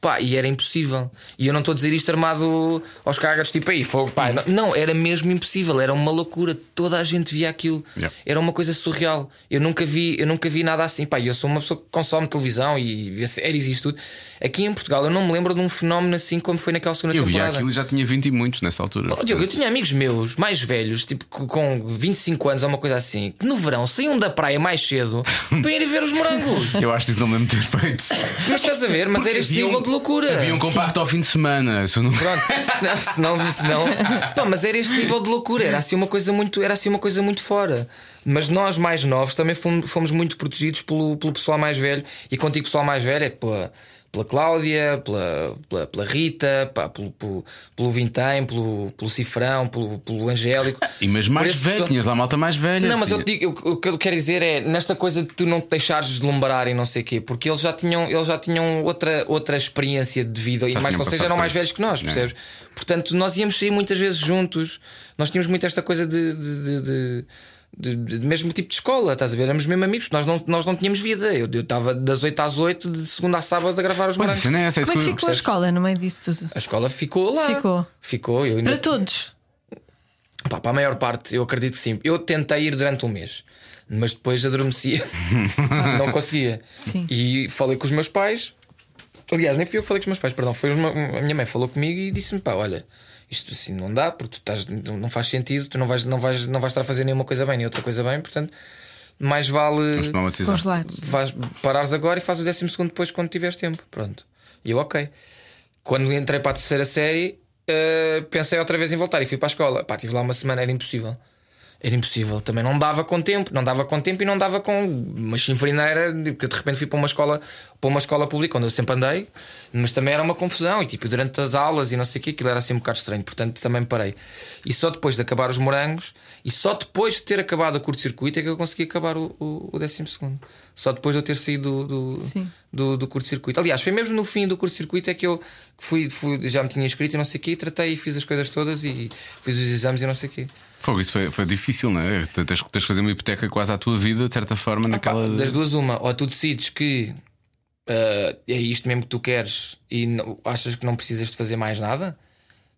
[SPEAKER 4] Pá, e era impossível. E eu não estou a dizer isto armado aos cargas, tipo aí, fogo, pá.
[SPEAKER 2] Hum.
[SPEAKER 4] Não, não, era mesmo impossível, era uma loucura. Toda a gente via aquilo.
[SPEAKER 2] Yeah.
[SPEAKER 4] Era uma coisa surreal. Eu nunca vi, eu nunca vi nada assim. Pá, eu sou uma pessoa que consome televisão e vê séries e isto tudo. Aqui em Portugal eu não me lembro de um fenómeno assim como foi naquela segunda
[SPEAKER 2] Eu via
[SPEAKER 4] temporada.
[SPEAKER 2] aquilo e já tinha 20 e muitos nessa altura.
[SPEAKER 4] Oh, Diogo, eu tinha amigos meus, mais velhos, tipo co- com 25 anos ou uma coisa assim, que no verão saíam da praia mais cedo para ir ver os morangos.
[SPEAKER 2] Eu acho que isso não me lembro de ter feito.
[SPEAKER 4] Mas estás a ver? Mas era este
[SPEAKER 2] Havia um-
[SPEAKER 4] nível de loucura.
[SPEAKER 2] Havia um compacto ao fim de semana. se eu não-
[SPEAKER 4] Pronto. Não, senão, senão. Pá, mas era este nível de loucura, era assim uma coisa muito, era assim uma coisa muito fora. Mas nós mais novos também fomos, fomos muito protegidos pelo, pelo pessoal mais velho. E contigo pessoal mais velho é pela, pela Cláudia, pela, pela, pela Rita, pá, pelo, pelo, pelo Vintém, pelo, pelo Cifrão, pelo, pelo Angélico.
[SPEAKER 2] E mas
[SPEAKER 4] Por
[SPEAKER 2] mais
[SPEAKER 4] esse
[SPEAKER 2] velho,
[SPEAKER 4] pessoal-
[SPEAKER 2] tinhas lá a malta mais velha.
[SPEAKER 4] não, mas eu
[SPEAKER 2] tinha-
[SPEAKER 4] te digo, eu- o que eu quero dizer é nesta coisa de tu não te deixares deslumbrar e não sei o quê, porque eles já tinham, eles já tinham outra, outra experiência de vida e
[SPEAKER 2] Já
[SPEAKER 4] mais
[SPEAKER 2] tinham
[SPEAKER 4] vocês
[SPEAKER 2] passado
[SPEAKER 4] eram
[SPEAKER 2] por
[SPEAKER 4] mais
[SPEAKER 2] isso.
[SPEAKER 4] velhos que nós,
[SPEAKER 2] É.
[SPEAKER 4] percebes? Portanto, nós íamos sair muitas vezes juntos, nós tínhamos muito esta coisa de. de- de- de- de- de- de mesmo tipo de escola, estás a ver? Éramos mesmo amigos, nós não, nós não tínhamos vida. Eu eu estava das 8 às 8, de segunda a sábado, a gravar os
[SPEAKER 2] Pois
[SPEAKER 4] morangos.
[SPEAKER 2] isso não é essa. é isso
[SPEAKER 3] Como é que
[SPEAKER 2] que eu-
[SPEAKER 3] ficou a escola no meio disso tudo?
[SPEAKER 4] A escola ficou lá.
[SPEAKER 3] Ficou.
[SPEAKER 4] Ficou, eu ainda
[SPEAKER 3] Para todos.
[SPEAKER 4] Pá, para a maior parte, eu acredito que sim. Eu tentei ir durante um mês, mas depois adormecia, não conseguia.
[SPEAKER 3] Sim.
[SPEAKER 4] E falei com os meus pais. Aliás, nem fui eu que falei com os meus pais, perdão. Foi os meus- a minha mãe falou comigo e disse-me: pá, olha, isto assim não dá, porque tu estás, não não faz sentido, tu não vais, não, vais, não vais estar a fazer nenhuma coisa bem, nem outra coisa bem, portanto, mais
[SPEAKER 2] Vamos
[SPEAKER 4] vale
[SPEAKER 2] tomar uma decisão.
[SPEAKER 3] Congelados.
[SPEAKER 4] vais parares agora e faz o décimo segundo depois quando tiveres tempo. Pronto. E eu, ok. Quando entrei para a terceira série, eh, pensei outra vez em voltar e fui para a escola. Pá, estive lá uma semana, era impossível. Era impossível. Também não dava com tempo, não dava com tempo e não dava com uma chinfrineira, de- porque de repente fui para uma escola, para uma escola pública onde eu sempre andei, mas também era uma confusão e tipo durante as aulas e não sei o que, aquilo era assim um bocado estranho, portanto também parei. E só depois de acabar os morangos e só depois de ter acabado a curto-circuito é que eu consegui acabar o, o, o décimo segundo. Só depois de eu ter saído do, do,
[SPEAKER 3] Sim.
[SPEAKER 4] do, do curto-circuito. Aliás, foi mesmo no fim do curto-circuito é que eu fui, fui- já me tinha inscrito e não sei o que, e tratei e fiz as coisas todas e fiz os exames e não sei o que.
[SPEAKER 2] Fogo, isso foi, foi difícil, não é? Tu Tens, tens de fazer uma hipoteca quase à tua vida, de certa forma, naquela.
[SPEAKER 4] Das duas, uma, ou tu decides que ah, é isto mesmo que tu queres e não- achas que não precisas de fazer mais nada,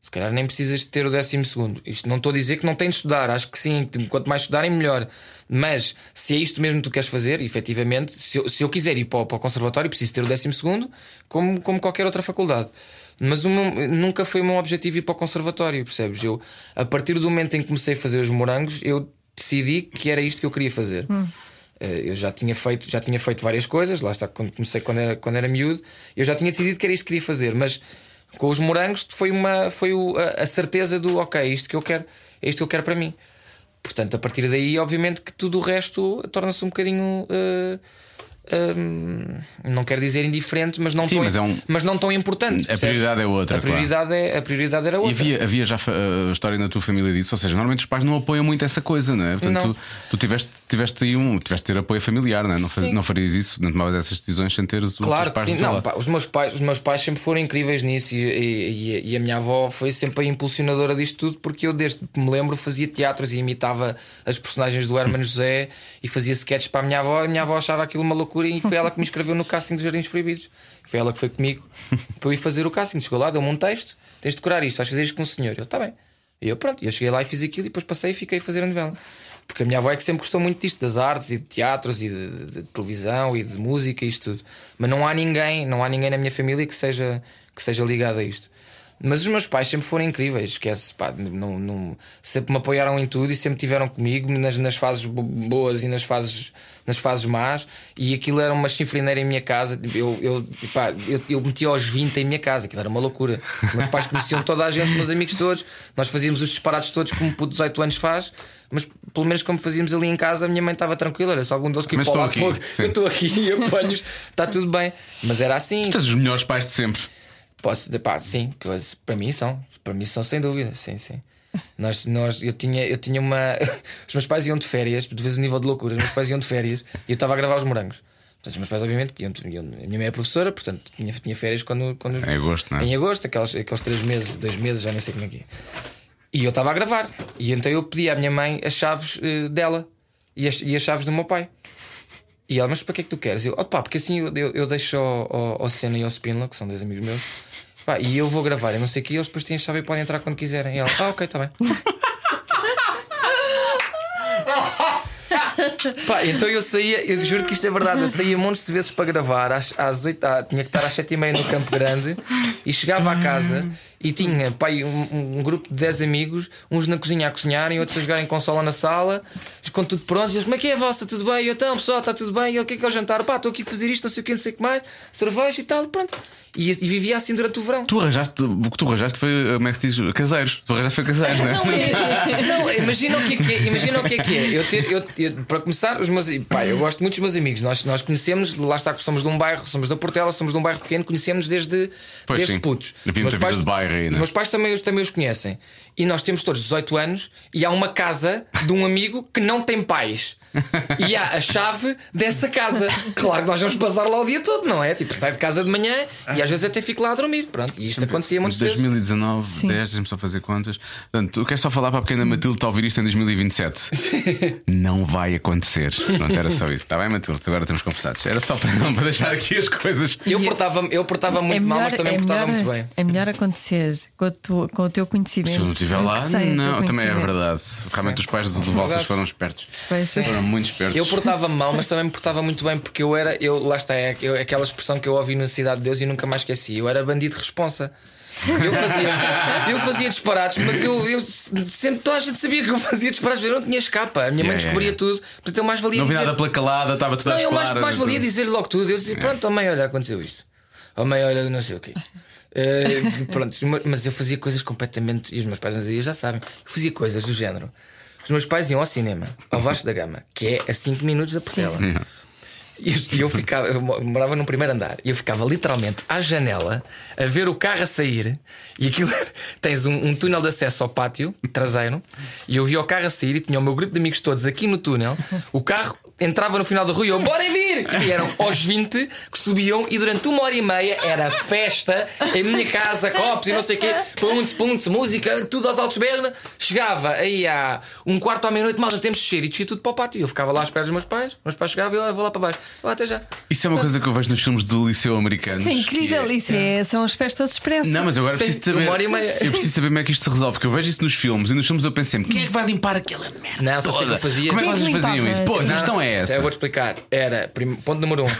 [SPEAKER 4] se calhar nem precisas de ter o décimo segundo. Isto não estou a dizer que não tens de estudar, acho que sim, que quanto mais estudarem, melhor. Mas se é isto mesmo que tu queres fazer, efetivamente, se eu, se eu quiser ir para o, para o conservatório, preciso ter o décimo segundo, como, como qualquer outra faculdade. Mas o meu- nunca foi o meu objetivo ir para o conservatório, percebes? Eu, a partir do momento em que comecei a fazer os morangos, eu decidi que era isto que eu queria fazer. Eh, Eu já tinha feito, já tinha feito várias coisas, lá está, quando comecei quando era, quando era miúdo, eu já tinha decidido que era isto que queria fazer, mas com os morangos foi, uma, foi o- a, a certeza do ok, é isto que eu quero, é isto que eu quero para mim. Portanto, a partir daí, obviamente, que tudo o resto torna-se um bocadinho. eh, hum, não quero dizer indiferente, mas não,
[SPEAKER 2] Sim,
[SPEAKER 4] tão,
[SPEAKER 2] mas é um-
[SPEAKER 4] mas não tão importante.
[SPEAKER 2] A
[SPEAKER 4] percebes?
[SPEAKER 2] prioridade é outra,
[SPEAKER 4] A prioridade, é, a prioridade era
[SPEAKER 2] E
[SPEAKER 4] outra.
[SPEAKER 2] havia, havia já fa- a história na tua família disso, ou seja, normalmente os pais não apoiam muito essa coisa, não é? Portanto,
[SPEAKER 4] Não.
[SPEAKER 2] tu, tu tiveste, tiveste aí um, tiveste de ter apoio familiar, não é? Não, faz-
[SPEAKER 4] Sim.
[SPEAKER 2] não farias isso, não tomavas essas decisões sem ter os
[SPEAKER 4] Claro
[SPEAKER 2] os teus
[SPEAKER 4] que
[SPEAKER 2] pais
[SPEAKER 4] sim.
[SPEAKER 2] do teu
[SPEAKER 4] Não,
[SPEAKER 2] lado.
[SPEAKER 4] pá, os, meus pais, os meus pais sempre foram incríveis nisso e, e- e- e a minha avó foi sempre a impulsionadora disto tudo, porque eu, desde que me lembro, fazia teatros e imitava as personagens do Herman José e fazia sketches para a minha avó. A minha avó achava aquilo uma loucura e foi ela que me escreveu no casting dos Jardins Proibidos. Foi ela que foi comigo para eu ir fazer o casting. Chegou lá, deu-me um texto: tens de decorar isto, vais fazer isto com o senhor. Eu, está bem. E eu, pronto, eu cheguei lá e fiz aquilo e depois passei e fiquei a fazer a novela. Porque a minha avó é que sempre gostou muito disto, das artes e de teatros e de, de- de televisão e de música e isto tudo. Mas não há ninguém, não há ninguém na minha família que seja, que seja ligado a isto. Mas os meus pais sempre foram incríveis, esquece, pá, não, não- sempre me apoiaram em tudo e sempre tiveram comigo nas, nas fases bo- boas e nas fases, nas fases más. E aquilo era uma chifrineira em minha casa. Eu, eu, pá, eu, eu metia aos 20 em minha casa, aquilo era uma loucura. Os meus pais conheciam toda a gente, os meus amigos todos. Nós fazíamos os disparados todos como por 18 anos faz. Mas pelo menos como fazíamos ali em casa, a minha mãe estava tranquila. Era se algum deles que ia
[SPEAKER 2] Mas
[SPEAKER 4] para o
[SPEAKER 2] estou
[SPEAKER 4] lado,
[SPEAKER 2] aqui,
[SPEAKER 4] eu
[SPEAKER 2] sim.
[SPEAKER 4] estou aqui e apanho-os, está tudo bem. Mas era assim.
[SPEAKER 2] Tens os melhores pais de sempre.
[SPEAKER 4] Posso, pá, sim, que eles- para mim são, para mim são sem dúvida, sim, sim. Nós, nós, eu tinha, eu tinha uma. Os meus pais iam de férias, de vez o nível de loucura, os meus pais iam de férias e eu estava a gravar os morangos. Portanto, os meus pais, obviamente, que iam, iam- a minha mãe é professora, portanto, tinha, tinha férias quando, quando os-
[SPEAKER 2] Em agosto, não é?
[SPEAKER 4] Em agosto, aqueles, aqueles três meses, dois meses, já nem sei como é que é. E eu estava a gravar. E então eu pedi à minha mãe as chaves eh, dela e as, e as chaves do meu pai. E ela, mas para que é que tu queres? Eu, opá, porque assim eu, eu, eu deixo ao, ao, ao Senna e ao Spinla, que são dois amigos meus, pá, e eu vou gravar e não sei o que, e eles depois têm a chave e podem entrar quando quiserem. E ela, ah, ok, está bem. Pá, então eu saía, eu juro que isto é verdade, eu saía montes de vezes para gravar, às, às 8, ah, tinha que estar às 7 e meia no Campo Grande e chegava à casa e tinha pá, aí um, um grupo de 10 amigos, uns na cozinha a cozinharem, outros a jogarem consola na sala, com tudo pronto, e eles, como é que é a vossa? Tudo bem? E Eu, então, pessoal, está tudo bem? E eu, o que é que é o jantar? Pá, estou aqui a fazer isto, não sei o que, não sei o que mais, cerveja e tal, pronto. E, e vivia assim durante o verão.
[SPEAKER 2] Tu arranjaste, o que tu arranjaste foi, como é que se diz, caseiros. Tu arranjaste foi caseiros, não é?
[SPEAKER 4] Não, imagina o que é que é. Imagina o que é, que é. Eu ter, eu, eu- para começar, os meus. Pá, eu gosto muito dos meus amigos. Nós, nós conhecemos, lá está, que somos de um bairro, somos da Portela, somos de um bairro pequeno, conhecemos desde,
[SPEAKER 2] Pois
[SPEAKER 4] desde
[SPEAKER 2] sim.
[SPEAKER 4] putos.
[SPEAKER 2] Havia muita vida de bairro aí,
[SPEAKER 4] os
[SPEAKER 2] né?
[SPEAKER 4] meus pais também, os- também os conhecem. E nós temos todos 18 anos e há uma casa de um amigo que não tem pais. E há a chave dessa casa. Claro que nós vamos passar lá o dia todo, não é? Tipo, sai de casa de manhã e às vezes até fico lá a dormir. Pronto, e isto acontecia muitas vezes.
[SPEAKER 2] 2019, 10, deixa-me só fazer contas. Portanto, tu queres só falar para a pequena Matilde está a ouvir isto em 2027? não vai acontecer. Pronto, era só isso. Está bem, Matilde? Agora estamos conversados. Era só para, não, para deixar aqui as coisas.
[SPEAKER 4] Eu portava, eu portava muito mal, mas também me portava muito bem.
[SPEAKER 3] É melhor acontecer com, a tua- com o teu conhecimento.
[SPEAKER 2] Se eu não estiver
[SPEAKER 3] do que
[SPEAKER 2] lá,
[SPEAKER 3] sem o teu
[SPEAKER 2] não, também é
[SPEAKER 3] conhecimento.
[SPEAKER 2] verdade. Realmente os pais do, do Valsas
[SPEAKER 4] É Verdade.
[SPEAKER 2] foram espertos.
[SPEAKER 3] Pois.
[SPEAKER 2] Foram muito espertos.
[SPEAKER 4] Eu portava mal, mas também me portava muito bem porque eu era, eu, lá está, é aqu- aquela expressão que eu ouvi na Cidade de Deus e nunca mais esqueci. Eu era bandido de responsa. Eu fazia, eu fazia disparados, mas eu, eu sempre toda a gente sabia que eu fazia disparados, eu não tinha escapa. A minha mãe
[SPEAKER 2] Yeah,
[SPEAKER 4] descobria
[SPEAKER 2] yeah,
[SPEAKER 4] tudo, portanto eu mais valia
[SPEAKER 2] Não vi
[SPEAKER 4] dizer.
[SPEAKER 2] nada pela calada, estava tudo
[SPEAKER 4] Não,
[SPEAKER 2] às
[SPEAKER 4] eu mais,
[SPEAKER 2] claras.
[SPEAKER 4] mais valia dizer logo tudo. Eu dizia, pronto, oh mãe, olha, aconteceu isto. Oh mãe, olha, não sei o quê. Eh, pronto, os meus- mas eu fazia coisas completamente. E os meus pais não diziam, já sabem. Eu fazia coisas do género. Os meus pais iam ao cinema, ao Vasco da Gama, que é a 5 minutos da Portela. E eu- e eu ficava, eu mo- morava num primeiro andar e eu ficava literalmente à janela a ver o carro a sair. E aquilo era- tens um, um túnel de acesso ao pátio traseiro. E eu via o carro a sair e tinha o meu grupo de amigos todos aqui no túnel. O carro entrava no final da rua e eu, bora vir! E eram aos 20 que subiam e durante uma hora e meia era festa em minha casa, copos e não sei o quê, puntos, puntos, música, tudo aos altos berna. Chegava aí a um quarto à meia-noite, mal já temos de descer e descia tudo para o pátio. Eu ficava lá à espera dos meus pais, meus pais chegavam e eu "Ah, vou lá para baixo, vou lá até já.
[SPEAKER 2] Isso é uma coisa que eu vejo nos filmes do Liceu Americano.
[SPEAKER 3] É incrível isso, é- são as festas expressas.
[SPEAKER 2] Não, mas eu agora
[SPEAKER 4] Sim,
[SPEAKER 2] preciso de saber.
[SPEAKER 4] uma hora e meia.
[SPEAKER 2] Eu preciso saber como é que isto se resolve, porque eu vejo isso nos filmes e nos filmes eu penso sempre: quem é que vai limpar aquela merda?
[SPEAKER 4] Não, sabes o que é que
[SPEAKER 2] toda?
[SPEAKER 4] eu fazia?
[SPEAKER 2] Como é que
[SPEAKER 3] Quem é que
[SPEAKER 2] vocês faziam
[SPEAKER 3] limpava
[SPEAKER 2] isso?
[SPEAKER 3] isso?
[SPEAKER 2] Pois, a
[SPEAKER 4] Não,
[SPEAKER 2] questão é essa.
[SPEAKER 4] Eu vou te explicar. Era, prim- ponto número um,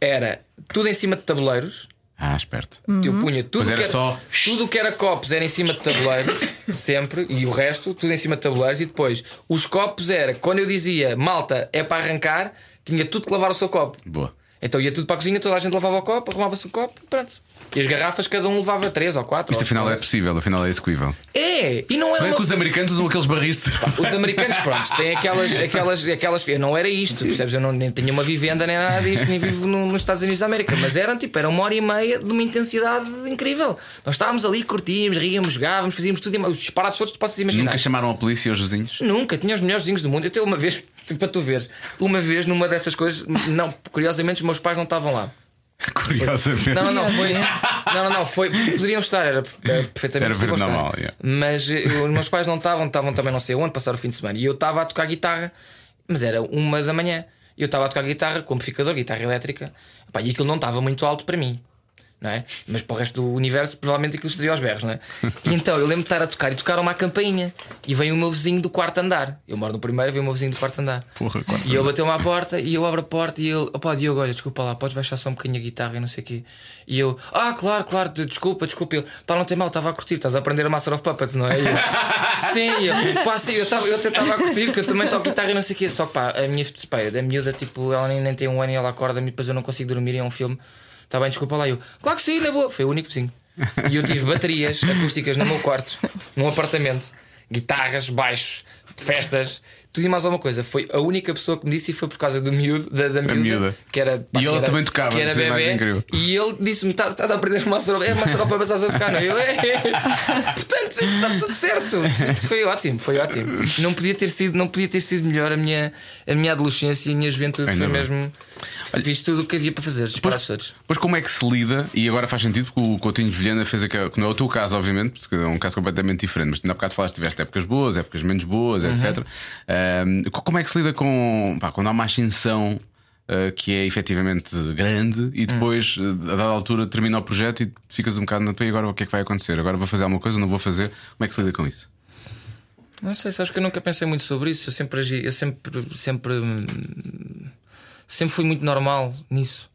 [SPEAKER 4] era tudo em cima de tabuleiros.
[SPEAKER 2] Ah, esperto.
[SPEAKER 4] Eu punha tudo
[SPEAKER 2] Pois era
[SPEAKER 4] que era,
[SPEAKER 2] só-
[SPEAKER 4] tudo que era copos era em cima de tabuleiros, sempre, e o resto, tudo em cima de tabuleiros. E depois, os copos era, quando eu dizia malta é para arrancar, tinha tudo que lavar o seu copo.
[SPEAKER 2] Boa.
[SPEAKER 4] Então ia tudo para a cozinha, toda a gente lavava o copo, arrumava-se o copo, pronto. E as garrafas, cada um levava três ou quatro.
[SPEAKER 2] Isto
[SPEAKER 4] ou-
[SPEAKER 2] afinal é possível, afinal é execuível.
[SPEAKER 4] É, e não é
[SPEAKER 2] Se bem
[SPEAKER 4] uma
[SPEAKER 2] que os americanos usam aqueles barris. de-
[SPEAKER 4] os americanos, pronto, têm aquelas, aquelas, aquelas. Eu não era isto, percebes? Eu não nem tinha uma vivenda nem nada disto, nem vivo no- nos Estados Unidos da América, mas eram tipo, era uma hora e meia de uma intensidade incrível. Nós estávamos ali, curtíamos, ríamos, jogávamos, fazíamos tudo, e- os disparados todos que tu possas imaginar.
[SPEAKER 2] Nunca chamaram a polícia e os vizinhos?
[SPEAKER 4] Nunca, tinha os melhores vizinhos do mundo. Eu tenho uma vez, para tu veres, uma vez numa dessas coisas, não, curiosamente os meus pais não estavam lá.
[SPEAKER 2] Curiosamente.
[SPEAKER 4] Não, não, não, foi. Não, não, não, foi. Poderiam estar, era, era perfeitamente
[SPEAKER 2] Era
[SPEAKER 4] possível estar.
[SPEAKER 2] normal, yeah.
[SPEAKER 4] Mas eh, os meus pais não estavam, estavam também não sei onde, passaram o fim de semana. E eu estava a tocar guitarra, mas era uma da manhã. E Eu estava a tocar guitarra com amplificador, guitarra elétrica. Pá, e aquilo não estava muito alto para mim. não é? Mas para o resto do universo, provavelmente aquilo estaria aos berros, não é? E então eu lembro de estar a tocar e tocaram uma campainha. E vem o meu vizinho do quarto andar. Eu moro no primeiro, vem o meu vizinho do quarto andar.
[SPEAKER 2] Porra, quarto
[SPEAKER 4] E ele bateu-me à porta e eu abro a porta e ele, opá, Diogo, olha, desculpa lá, podes baixar só um bocadinho a guitarra e não sei o quê. E eu, ah, claro, claro, de- desculpa, desculpa. E Ele, pá, não tem mal, estava a curtir, estás a aprender a Master of Puppets, não é? E eu, sim, e eu, pá, sim, eu, tava, eu até estava a curtir, que eu também toco guitarra e não sei o quê. Só que pá, a minha, pá, a miúda, tipo, ela nem, nem tem um ano e ela acorda-me e depois eu não consigo dormir e é um filme. Está bem, desculpa lá. E eu, claro que sim, na boa. Foi o único vizinho. E eu tive baterias acústicas no meu quarto, num apartamento, guitarras, baixos, festas, tudo e mais alguma coisa. Foi a única pessoa que me disse e foi por causa do miúdo, da, da miúda,
[SPEAKER 2] miúda.
[SPEAKER 4] que era.
[SPEAKER 2] E
[SPEAKER 4] que
[SPEAKER 2] ele
[SPEAKER 4] era-
[SPEAKER 2] também tocava,
[SPEAKER 4] que era
[SPEAKER 2] isso é mais
[SPEAKER 4] bebê.
[SPEAKER 2] incrível.
[SPEAKER 4] E ele disse-me: "Tá- estás a aprender uma sopa, é uma sopa para estás a tocar, não? Eu, é. Portanto, está tudo certo. Isso Foi ótimo, foi ótimo. Não podia ter sido, não podia ter sido melhor a minha, a minha adolescência e a minha juventude.
[SPEAKER 2] Ainda
[SPEAKER 4] foi
[SPEAKER 2] bem.
[SPEAKER 4] mesmo. Fiz tudo o que havia para fazer, disparados todos.
[SPEAKER 2] Mas como é que se lida? E agora faz sentido que o Coutinho de Vilhena fez aquela. que não é o teu caso, obviamente, porque é um caso completamente diferente, mas na bocado falaste que tiveste épocas boas, épocas menos
[SPEAKER 4] Uhum.
[SPEAKER 2] boas, etc. Ahm, co- como é que se lida com. pá, quando há uma ascensão ah, que é efetivamente grande
[SPEAKER 4] Hum.
[SPEAKER 2] e depois, ah, a dada altura, termina o projeto e ficas um bocado na tua e agora o que é que vai acontecer? Agora vou fazer alguma coisa, não vou fazer? Como é que se lida com isso?
[SPEAKER 4] Não sei, sabes que eu nunca pensei muito sobre isso. Eu sempre agi, eu sempre, sempre, hum, sempre fui muito normal nisso.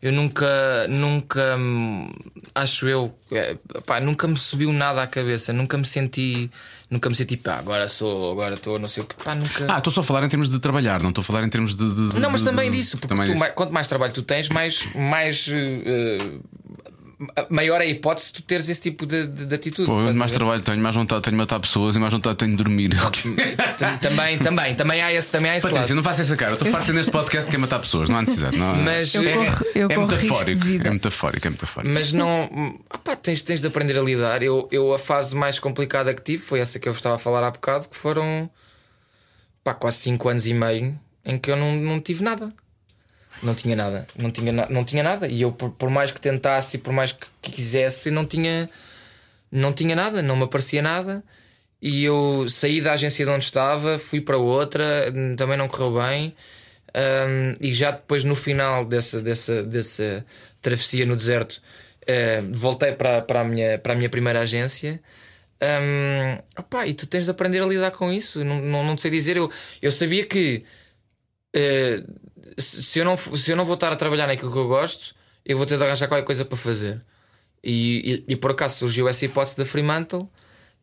[SPEAKER 4] Eu nunca, nunca, hum, acho eu, eh, pá, nunca me subiu nada à cabeça, nunca me senti, nunca me senti, pá, agora sou, agora estou, não sei o que, pá, nunca.
[SPEAKER 2] Ah, estou só a falar em termos de trabalhar, não estou a falar em termos de. de- de-
[SPEAKER 4] Não, mas
[SPEAKER 2] de-
[SPEAKER 4] também
[SPEAKER 2] de-
[SPEAKER 4] disso, porque
[SPEAKER 2] também
[SPEAKER 4] tu
[SPEAKER 2] disso.
[SPEAKER 4] mai- quanto mais trabalho tu tens, mais, mais eh, eh, maior é a hipótese de tu teres esse tipo de, de, de atitude.
[SPEAKER 2] Pô,
[SPEAKER 4] estás a
[SPEAKER 2] mais
[SPEAKER 4] ver?
[SPEAKER 2] trabalho tenho, mais vontade tenho de matar pessoas e mais vontade tenho de dormir.
[SPEAKER 4] Tam- também, também, também há esse, também há esse lado.
[SPEAKER 2] Patrícia, não faça essa cara. Eu estou farto neste podcast que é matar pessoas, não há necessidade. Não,
[SPEAKER 4] Mas
[SPEAKER 2] é,
[SPEAKER 4] Eu
[SPEAKER 3] corro- eu
[SPEAKER 2] é
[SPEAKER 3] corro
[SPEAKER 2] metafórico.
[SPEAKER 3] risco de vida.
[SPEAKER 2] É metafórico, é metafórico.
[SPEAKER 4] Mas não. Ah pá, tens, tens de aprender a lidar. Eu, eu, a fase mais complicada que tive foi essa que eu vos estava a falar há bocado, que foram pá, quase 5 anos e meio em que eu não, não tive nada. Não tinha nada. Não tinha, na- não tinha nada. E eu, por, por mais que tentasse e por mais que, que quisesse, não tinha, não tinha nada, não me aparecia nada. E eu saí da agência de onde estava, fui para outra, hum, também não correu bem. Hum, e já depois, no final dessa, dessa, dessa travessia no deserto, eh, voltei para, para, a minha, para a minha primeira agência. Hum, opá, e tu tens de aprender a lidar com isso. Não, não, não te sei dizer. Eu, eu sabia que eh, se, se eu não, f- se eu não vou estar a trabalhar naquilo que eu gosto, eu vou ter de arranjar qualquer coisa para fazer. E, e- e por acaso surgiu essa hipótese da Fremantle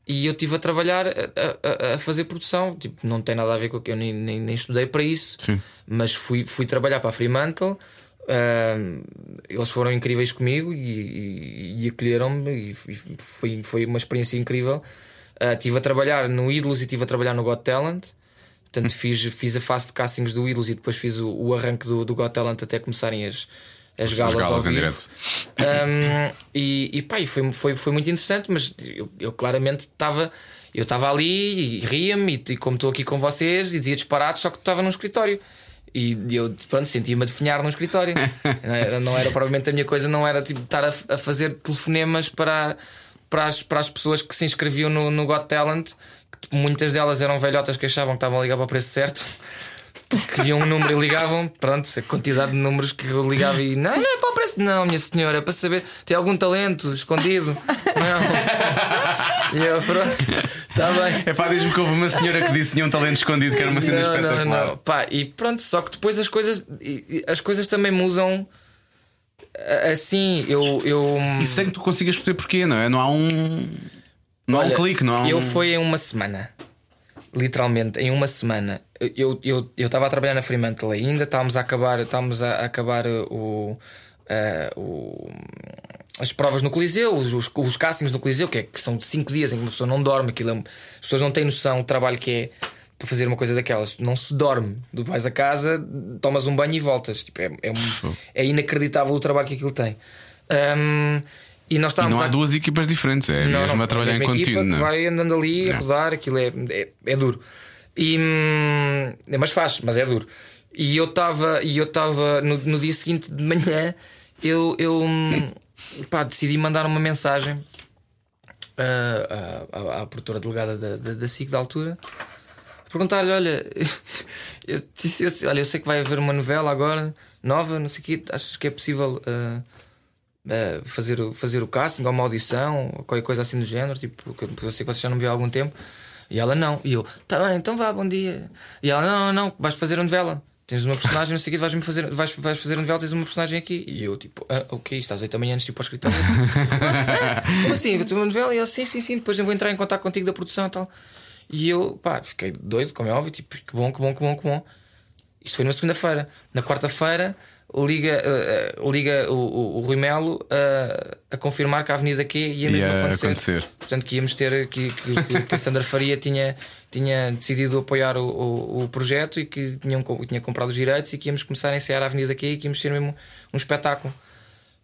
[SPEAKER 4] e eu estive a trabalhar a, a- a- a fazer produção. Tipo, não tem nada a ver com o que eu nem, nem, nem estudei para isso,
[SPEAKER 2] Sim.
[SPEAKER 4] mas fui, fui trabalhar para a Fremantle. ahm, eles foram incríveis comigo e, e- e acolheram-me, e, f- e foi, foi uma experiência incrível. Ah, estive a trabalhar no Idols e estive a trabalhar no Got Talent. Portanto,
[SPEAKER 2] Hum.
[SPEAKER 4] fiz, fiz a fase de castings do Idols e depois fiz o, o arranque do, do Got Talent até começarem as, as galas,
[SPEAKER 2] galas
[SPEAKER 4] ao
[SPEAKER 2] em
[SPEAKER 4] vivo.
[SPEAKER 2] direto.
[SPEAKER 4] Um, e, e pá, e foi, foi, foi muito interessante, mas eu, eu claramente estava. Eu estava ali e ria-me, e, e como estou aqui com vocês, e dizia disparados, só que estava num escritório. E eu, pronto, sentia-me a definhar num escritório. não, era, não era provavelmente a minha coisa, não era tipo estar a, a fazer telefonemas para, para, as, para as pessoas que se inscreviam no, no Got Talent, que tipo, muitas delas eram velhotas que achavam que estavam a ligar para o preço certo que viam um número e ligavam, pronto, a quantidade de números que eu ligava e não, não é para o preço, não, minha senhora, é para saber, tem algum talento escondido? Não. E eu, pronto, está bem.
[SPEAKER 2] É pá, diz-me que houve uma senhora que disse que tinha um talento escondido, que era uma cena
[SPEAKER 4] não, não,
[SPEAKER 2] espetacular.
[SPEAKER 4] não. Pá, e pronto, só que depois as coisas, e- e as coisas também mudam. a- Assim, eu. eu
[SPEAKER 2] E sem que tu consigas perceber porquê, não é? Não há um. Não há um
[SPEAKER 4] Olha,
[SPEAKER 2] clique, não há um.
[SPEAKER 4] Eu fui em uma semana. Literalmente, em uma semana. Eu estava eu, eu estava a trabalhar na Fremantle ainda, estávamos a acabar, estávamos a acabar uh, o, uh, o- as provas no Coliseu, os, os, os castings no Coliseu, que, é, que são de 5 dias em que uma pessoa não dorme, aquilo é um- as pessoas não têm noção do trabalho que é para fazer uma coisa daquelas. Não se dorme. Tu vais a casa, tomas um banho e voltas. Tipo, é, é, um- é inacreditável o trabalho que aquilo tem. Um, e nós
[SPEAKER 2] E
[SPEAKER 4] estávamos
[SPEAKER 2] não há
[SPEAKER 4] a-
[SPEAKER 2] duas equipas diferentes, é
[SPEAKER 4] não,
[SPEAKER 2] mesmo
[SPEAKER 4] não,
[SPEAKER 2] a trabalhar em
[SPEAKER 4] mesma equipa
[SPEAKER 2] contínuo,
[SPEAKER 4] que
[SPEAKER 2] não é?
[SPEAKER 4] Vai andando ali a
[SPEAKER 2] Não.
[SPEAKER 4] rodar, aquilo é, é, é duro. E, hum, mas faz, mas é duro. E eu estava eu estava no, no dia seguinte de manhã, eu, eu hum, pá, decidi mandar uma mensagem ah, à, à, à produtora delegada da, da, da SIC da altura perguntar-lhe: olha, eu, disse- eu disse, olha, eu sei que vai haver uma novela agora, nova, não sei o quê, achas que é possível ah, eh, fazer, o- fazer o casting ou uma audição ou qualquer coisa assim do género, tipo, que que eu sei que você já não viu há algum tempo. E ela não. E eu, tá bem, então vá, bom dia. E ela, não, não, não, vais fazer a novela. Tens uma personagem, não sei o quê, vais-me fazer, vais, vais fazer a novela, tens uma personagem aqui. E eu, tipo, ah, ok, estás oito da manhã antes de ir para o escritório. Ah, Como assim? Eu tenho uma novela? E ela, sim, sim, sim, depois eu vou entrar em contato contigo da produção e tal. E eu, pá, fiquei doido, como é óbvio, tipo, que bom, que bom, que bom, que bom. Isto foi numa segunda-feira. Na quarta-feira, liga, eh, eh, liga o, o, o Rui Melo eh, a confirmar que a Avenida Q ia mesmo
[SPEAKER 2] Ia
[SPEAKER 4] acontecer.
[SPEAKER 2] acontecer.
[SPEAKER 4] Portanto, que íamos ter que, que, que- que a Sandra Faria tinha, tinha decidido apoiar o, o, o projeto e que tinham, co- tinha comprado os direitos e que íamos começar a ensaiar a Avenida Q e que íamos ter mesmo um espetáculo.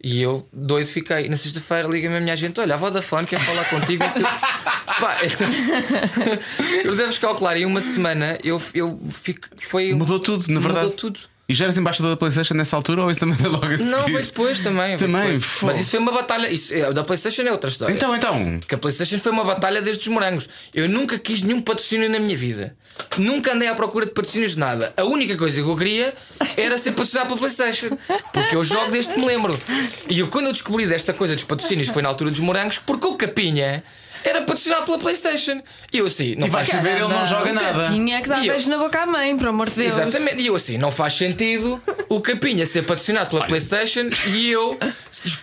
[SPEAKER 4] E eu doido fiquei. E na sexta-feira liga-me a minha gente: olha, a Vodafone quer falar contigo. E se eu... Pá, então... eu deves calcular, em uma semana eu, eu fico. Foi um
[SPEAKER 2] Mudou tudo, na verdade.
[SPEAKER 4] Mudou tudo.
[SPEAKER 2] E já eras embaixador da PlayStation nessa altura ou isso também foi logo a seguir?
[SPEAKER 4] Não, foi depois também. foi
[SPEAKER 2] Também,
[SPEAKER 4] depois.
[SPEAKER 2] fogo.
[SPEAKER 4] Mas isso foi uma batalha. Isso, é, da PlayStation é outra história.
[SPEAKER 2] Então, então.
[SPEAKER 4] Porque a PlayStation foi uma batalha desde os morangos. Eu nunca quis nenhum patrocínio na minha vida. Nunca andei à procura de patrocínios de nada. A única coisa que eu queria era ser patrocinado pela PlayStation. Porque eu jogo desde que me lembro. E eu, quando eu descobri desta coisa dos patrocínios foi na altura dos morangos, porque o Capinha era patrocinado pela PlayStation. E eu assim, não
[SPEAKER 2] E vais
[SPEAKER 4] faz
[SPEAKER 2] saber, ele não joga nada.
[SPEAKER 3] Tinha Um é que dar
[SPEAKER 4] E eu-
[SPEAKER 3] beijo na boca à mãe, pelo amor de Deus.
[SPEAKER 4] Exatamente, e eu assim, não faz sentido o Capinha ser patrocinado pela PlayStation e eu,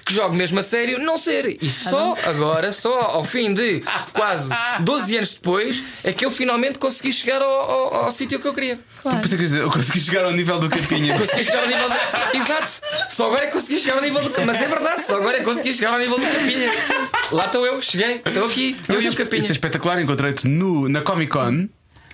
[SPEAKER 4] que jogo mesmo a sério, não ser.
[SPEAKER 3] Tá
[SPEAKER 4] E só agora, só ao fim de quase 12 anos depois, é que eu finalmente consegui chegar ao, ao- ao sítio que eu queria.
[SPEAKER 2] Tu Então, pensei que ias dizer, eu consegui chegar ao nível do Capinha.
[SPEAKER 4] Consegui chegar ao nível do. Exato, só agora é que consegui chegar ao nível do. Mas é verdade, só agora é que consegui chegar ao nível do Capinha. Lá estou eu, cheguei, estou aqui, eu e o Capinha.
[SPEAKER 2] Isso é espetacular, encontrei-te nu- na Comic Con.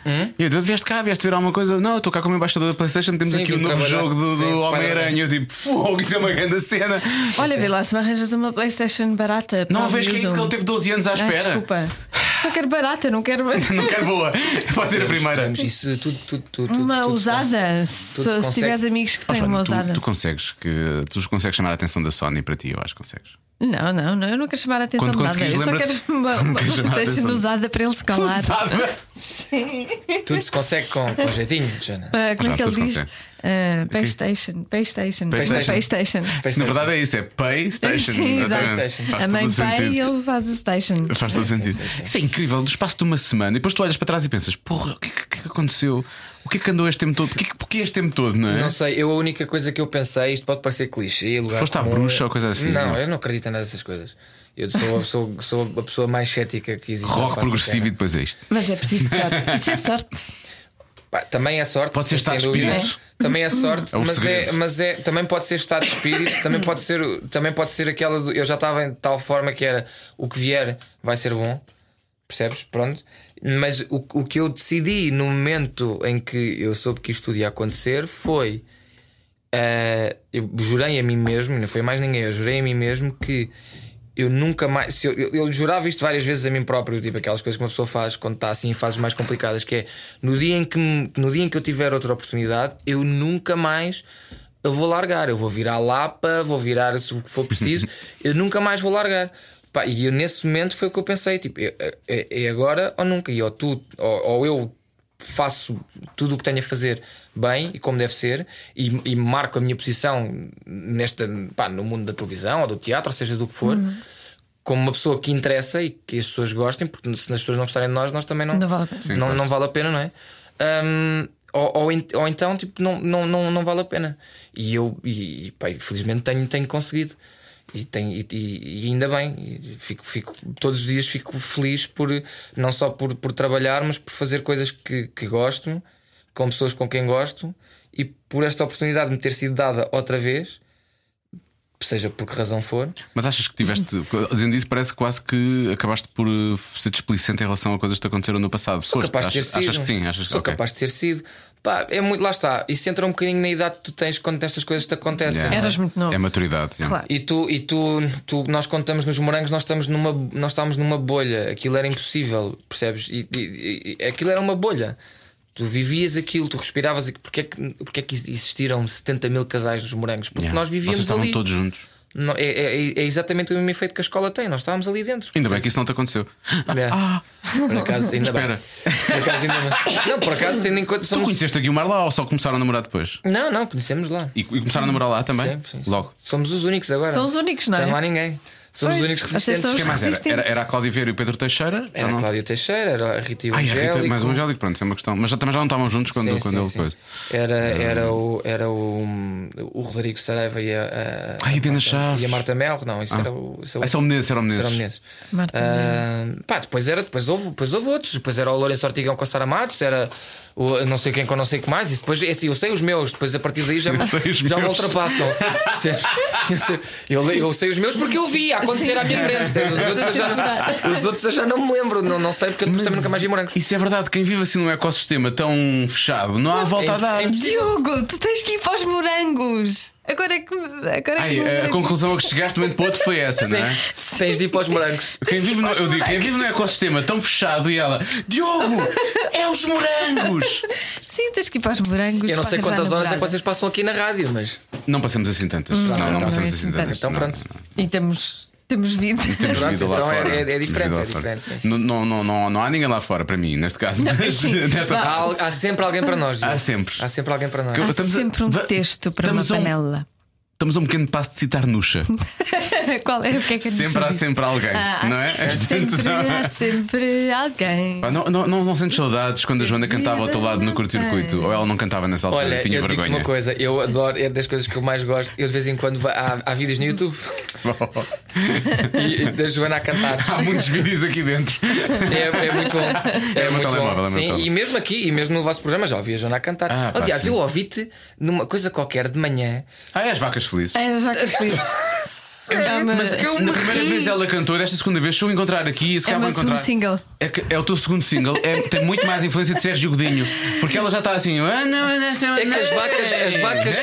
[SPEAKER 4] Hum?
[SPEAKER 2] E eu, vieste cá, vieste ver alguma coisa? Não, eu estou cá como embaixador da PlayStation. Temos
[SPEAKER 4] Sim,
[SPEAKER 2] aqui o
[SPEAKER 4] vim
[SPEAKER 2] novo
[SPEAKER 4] trabalhar.
[SPEAKER 2] jogo do, do
[SPEAKER 4] Sim, Spider-Man.
[SPEAKER 2] Homem-Aranha. Eu tipo, fogo, isso é uma grande cena.
[SPEAKER 3] Olha, vê lá, se me arranjas uma Playstation barata.
[SPEAKER 2] é- Não
[SPEAKER 3] pá,
[SPEAKER 2] vês que é isso
[SPEAKER 3] miúdo.
[SPEAKER 2] que ele teve 12 anos à
[SPEAKER 3] Ah,
[SPEAKER 2] espera.
[SPEAKER 3] desculpa. Só quero barata, não quero
[SPEAKER 2] Não quero boa. Pode ser a primeira.
[SPEAKER 4] Esperamos Isso, tudo, tudo, tudo, tudo,
[SPEAKER 3] uma
[SPEAKER 4] tudo se
[SPEAKER 3] usada. Se,
[SPEAKER 4] tudo se
[SPEAKER 3] se
[SPEAKER 4] consegue.
[SPEAKER 3] tiveres amigos que
[SPEAKER 2] Oh,
[SPEAKER 3] têm
[SPEAKER 2] Joana,
[SPEAKER 3] uma
[SPEAKER 2] tu-
[SPEAKER 3] usada.
[SPEAKER 2] tu, consegues que tu consegues chamar a atenção da Sony para ti, eu acho que consegues.
[SPEAKER 3] Não, não, não, eu não quero chamar a atenção
[SPEAKER 2] Quando
[SPEAKER 3] de nada.
[SPEAKER 2] conseguires,
[SPEAKER 3] Eu só
[SPEAKER 2] lembra-te.
[SPEAKER 3] quero uma, uma
[SPEAKER 2] Nunca chamar a
[SPEAKER 3] Playstation
[SPEAKER 2] atenção.
[SPEAKER 3] usada para ele se calar.
[SPEAKER 4] Tudo se consegue com, com jeitinho, Jana.
[SPEAKER 3] Ah, como
[SPEAKER 2] Já,
[SPEAKER 3] é que ele
[SPEAKER 2] tudo se
[SPEAKER 3] diz?
[SPEAKER 2] consegue.
[SPEAKER 3] Ah, Playstation, Playstation,
[SPEAKER 2] Playstation.
[SPEAKER 3] Playstation.
[SPEAKER 2] Na verdade é isso, é PlayStation.
[SPEAKER 3] Sim, exato.
[SPEAKER 2] Exatamente. Faz
[SPEAKER 3] A mãe
[SPEAKER 2] todo
[SPEAKER 3] pai
[SPEAKER 2] sentido.
[SPEAKER 3] e ele faz o station.
[SPEAKER 2] Faz todo sentido. Isso é incrível, do espaço de uma semana, e depois tu olhas para trás e pensas: porra, o que é que, o que é que aconteceu? O que é que andou este tempo todo? O que é que- Porquê este tempo todo, não é?
[SPEAKER 4] Não sei, eu a única coisa que eu pensei, isto pode parecer clichê, lugar
[SPEAKER 2] Foste à
[SPEAKER 4] comum.
[SPEAKER 2] bruxa ou coisa assim,
[SPEAKER 4] Não,
[SPEAKER 2] não?
[SPEAKER 4] eu não acredito em nada dessas coisas. Eu sou a pessoa, sou a pessoa mais cética que existe. não
[SPEAKER 2] Rock
[SPEAKER 4] faço
[SPEAKER 2] progressivo e
[SPEAKER 4] ideia.
[SPEAKER 2] depois é isto.
[SPEAKER 3] Mas é preciso sorte. Isso é sorte.
[SPEAKER 4] Pá, também é sorte.
[SPEAKER 2] Pode ser
[SPEAKER 4] sem
[SPEAKER 2] estado de
[SPEAKER 4] dúvida.
[SPEAKER 2] espírito.
[SPEAKER 4] Também é sorte,
[SPEAKER 2] É o
[SPEAKER 4] mas, é,
[SPEAKER 2] segredo.
[SPEAKER 4] mas é, também pode ser estado de espírito, também pode ser, também pode ser aquela. do- eu já estava em tal forma que era o que vier vai ser bom. Percebes? Pronto. Mas o, o que eu decidi no momento em que eu soube que isto ia acontecer foi. eh, eu jurei a mim mesmo, não foi mais ninguém, eu jurei a mim mesmo que eu nunca mais. se eu, eu- eu jurava isto várias vezes a mim próprio, tipo aquelas coisas que uma pessoa faz quando está assim em fases mais complicadas, que é no dia em que, me- no dia em que eu tiver outra oportunidade, eu nunca mais. Eu vou largar, eu vou virar Lapa, vou virar se o que for preciso, eu nunca mais vou largar. Pá, e eu, nesse momento foi o que eu pensei: tipo, é, é- é agora ou nunca? E ou, tu, ou, ou eu faço tudo o que tenho a fazer bem e como deve ser, e, e marco a minha posição nesta, pá, no mundo da televisão ou do teatro, ou seja do que for, como uma pessoa que interessa e que as pessoas gostem, porque se as pessoas não gostarem de nós, nós também não,
[SPEAKER 3] Não vale a pena.
[SPEAKER 2] Sim,
[SPEAKER 4] não,
[SPEAKER 2] claro.
[SPEAKER 4] não vale a pena, não é? Hum, ou, ou, en- ou então, tipo, não, não, não, não vale a pena. E eu, e, e, pá, felizmente, tenho, tenho conseguido. E, tenho, e, e- e ainda bem, E fico, fico, todos os dias fico feliz por não só por, por trabalhar, mas por fazer coisas que, que gosto, com pessoas com quem gosto, e por esta oportunidade de me ter sido dada outra vez, seja por que razão for.
[SPEAKER 2] Mas achas que tiveste, dizendo isso, parece quase que acabaste por eh, ser displicente em relação a coisas que te aconteceram no passado.
[SPEAKER 4] Sou capaz de ter
[SPEAKER 2] achas,
[SPEAKER 4] sido.
[SPEAKER 2] achas que sim, achas
[SPEAKER 4] Sou
[SPEAKER 2] ok.
[SPEAKER 4] capaz de ter sido. Pá, é muito, lá está. Isso entra um bocadinho na idade que tu tens quando estas coisas te acontecem.
[SPEAKER 2] Yeah.
[SPEAKER 4] não é?
[SPEAKER 3] Eras muito novo.
[SPEAKER 2] É maturidade. yeah.
[SPEAKER 3] Claro.
[SPEAKER 4] E tu, e tu, tu, nós contamos nos morangos, nós estamos numa, nós estávamos numa bolha. Aquilo era impossível, percebes? E, e- e- aquilo era uma bolha. Tu vivias aquilo, tu respiravas aquilo. Porque é que, porque é que existiram 70 mil casais nos morangos? Porque
[SPEAKER 2] Yeah.
[SPEAKER 4] nós
[SPEAKER 2] Vocês
[SPEAKER 4] vivíamos
[SPEAKER 2] estavam
[SPEAKER 4] ali.
[SPEAKER 2] todos juntos.
[SPEAKER 4] Não, é, é- é exatamente o mesmo efeito que a escola tem. Nós estávamos ali dentro.
[SPEAKER 2] Ainda bem que isso não te aconteceu.
[SPEAKER 4] É. por acaso, ainda bem.
[SPEAKER 2] Ah, Espera.
[SPEAKER 4] Por acaso, ainda bem. Não, por acaso, tendo em conta.
[SPEAKER 2] Tu
[SPEAKER 4] Somos...
[SPEAKER 2] conheceste a Guilmar lá ou só começaram a namorar depois?
[SPEAKER 4] Não, não, conhecemos lá.
[SPEAKER 2] E, e começaram a namorar lá também?
[SPEAKER 4] Sim, sim, sim.
[SPEAKER 2] Logo.
[SPEAKER 4] Somos os únicos agora.
[SPEAKER 3] São os únicos, não
[SPEAKER 4] Já
[SPEAKER 3] é?
[SPEAKER 4] não há ninguém. Somos
[SPEAKER 3] Pois,
[SPEAKER 4] os únicos
[SPEAKER 3] vocês são
[SPEAKER 4] resistentes.
[SPEAKER 3] os
[SPEAKER 2] Quem mais era? era?
[SPEAKER 3] resistentes.
[SPEAKER 2] Era a Cláudia Vieira e o Pedro Teixeira? Já
[SPEAKER 4] Era a Cláudia Teixeira, era a Rita
[SPEAKER 2] Ah, Ai, a Rita-
[SPEAKER 4] Evangélico.
[SPEAKER 2] mais um Angélico, pronto, isso é uma questão. Mas já, também já não estavam juntos quando,
[SPEAKER 4] Sim,
[SPEAKER 2] quando
[SPEAKER 4] sim,
[SPEAKER 2] ele
[SPEAKER 4] sim.
[SPEAKER 2] depois.
[SPEAKER 4] Era, era, o, era o, o Rodrigo Saraiva e a, a,
[SPEAKER 2] Ai, a Dina
[SPEAKER 4] Marta-
[SPEAKER 2] Chaves.
[SPEAKER 4] e a Marta Melro. Não, isso era o. Isso é o-
[SPEAKER 2] Ah, isso é o Menezes, era o
[SPEAKER 4] isso
[SPEAKER 2] Menezes.
[SPEAKER 4] era o Menezes.
[SPEAKER 3] Marta
[SPEAKER 4] Ah, pá, depois era, depois houve, depois houve outros, depois era o Lourenço Ortigão com a Sara Matos, era o não sei quem com não sei o que mais, e depois é assim, eu sei os meus, depois a partir daí já, me,
[SPEAKER 2] Eu sei os
[SPEAKER 4] já me
[SPEAKER 2] meus.
[SPEAKER 4] ultrapassam. Percebes? eu, sei, eu, le- eu sei os meus porque eu vi a acontecer à minha frente. percebes? Os outros, eu já, os outros eu já não me lembro, não, não sei, porque eu depois também nunca mais vi morangos.
[SPEAKER 2] Isso é verdade, quem vive assim num ecossistema tão fechado, não há volta a dar.
[SPEAKER 4] é impossível.
[SPEAKER 3] Diogo, tu tens que ir para os morangos. Agora é que. Agora é que me
[SPEAKER 2] Ai, a
[SPEAKER 3] lembro.
[SPEAKER 2] conclusão a que chegaste de um momento para o outro foi essa, não é?
[SPEAKER 4] Tens de ir para os morangos.
[SPEAKER 2] Quem vive, no, eu digo, quem vive num ecossistema tão fechado e ela, Diogo, é os morangos!
[SPEAKER 3] Sim, tens que ir para os morangos.
[SPEAKER 4] Eu não
[SPEAKER 3] para
[SPEAKER 4] sei
[SPEAKER 3] arranjar
[SPEAKER 4] quantas horas é que
[SPEAKER 3] namorada.
[SPEAKER 4] vocês passam aqui na rádio, mas
[SPEAKER 2] Não passamos assim tantas. não, não,
[SPEAKER 4] então,
[SPEAKER 2] passamos
[SPEAKER 3] não é
[SPEAKER 2] assim
[SPEAKER 3] assim
[SPEAKER 2] tantas.
[SPEAKER 4] tanto. Então,
[SPEAKER 2] Não,
[SPEAKER 4] pronto.
[SPEAKER 2] não, não.
[SPEAKER 3] E temos, temos vida.
[SPEAKER 2] Temos
[SPEAKER 4] Pronto,
[SPEAKER 2] vida lá
[SPEAKER 4] então é-
[SPEAKER 2] fora.
[SPEAKER 4] é- é
[SPEAKER 2] Temos
[SPEAKER 4] diferente,
[SPEAKER 2] vida lá
[SPEAKER 4] é
[SPEAKER 2] fora.
[SPEAKER 4] diferente, sim, sim,
[SPEAKER 2] Não- Não, não, não, não há ninguém lá fora, para mim, neste caso. Mas nesta
[SPEAKER 4] há, al- há sempre alguém para nós. Diogo.
[SPEAKER 2] Há sempre.
[SPEAKER 4] Há sempre alguém para nós.
[SPEAKER 2] Que eu-
[SPEAKER 3] Há
[SPEAKER 2] Estamos a-
[SPEAKER 3] sempre um
[SPEAKER 2] va-
[SPEAKER 3] texto para uma
[SPEAKER 2] estamos a um-
[SPEAKER 3] panela.
[SPEAKER 2] Estamos a um pequeno passo de citar Nuxa.
[SPEAKER 3] Qual é? O que é que a
[SPEAKER 2] Sempre
[SPEAKER 3] Nisha
[SPEAKER 2] há
[SPEAKER 3] disse?
[SPEAKER 2] sempre alguém,
[SPEAKER 3] Ah, há
[SPEAKER 2] não é?
[SPEAKER 3] sempre- Sempre, há sempre alguém.
[SPEAKER 2] Pá, não, não, não, não sentes saudades quando a Joana cantava ao teu lado no curto-circuito? Ou ela não cantava nessa altura?
[SPEAKER 4] Olha,
[SPEAKER 2] tinha
[SPEAKER 4] eu digo-te
[SPEAKER 2] vergonha.
[SPEAKER 4] uma coisa, eu adoro, é das coisas que eu mais gosto. Eu de vez em quando va- há, há vídeos no YouTube e, e da Joana a cantar.
[SPEAKER 2] Há muitos vídeos aqui dentro.
[SPEAKER 4] É, é muito bom. É,
[SPEAKER 2] meu
[SPEAKER 4] muito
[SPEAKER 2] telemóvel,
[SPEAKER 4] bom.
[SPEAKER 2] é meu
[SPEAKER 4] Sim,
[SPEAKER 2] telemóvel.
[SPEAKER 4] e mesmo aqui, e mesmo no vosso programa, já ouvi a Joana a cantar.
[SPEAKER 2] Ah, pá,
[SPEAKER 4] Aliás,
[SPEAKER 2] sim.
[SPEAKER 4] eu ouvi-te numa coisa qualquer de manhã.
[SPEAKER 2] Ah, é as vacas felizes.
[SPEAKER 3] É, já que fiz. É uma-
[SPEAKER 4] mas que eu me
[SPEAKER 2] Na primeira
[SPEAKER 4] ri.
[SPEAKER 2] vez ela cantou, desta segunda vez, se eu encontrar aqui, e se
[SPEAKER 3] é o
[SPEAKER 2] calhar vou
[SPEAKER 3] meu
[SPEAKER 2] encontrar.
[SPEAKER 3] segundo single.
[SPEAKER 2] É, que- é o teu segundo single, é- tem muito mais influência de Sérgio Godinho, porque ela já está assim. "Ah, não, não, não,
[SPEAKER 4] É que as vacas, as vacas
[SPEAKER 2] não,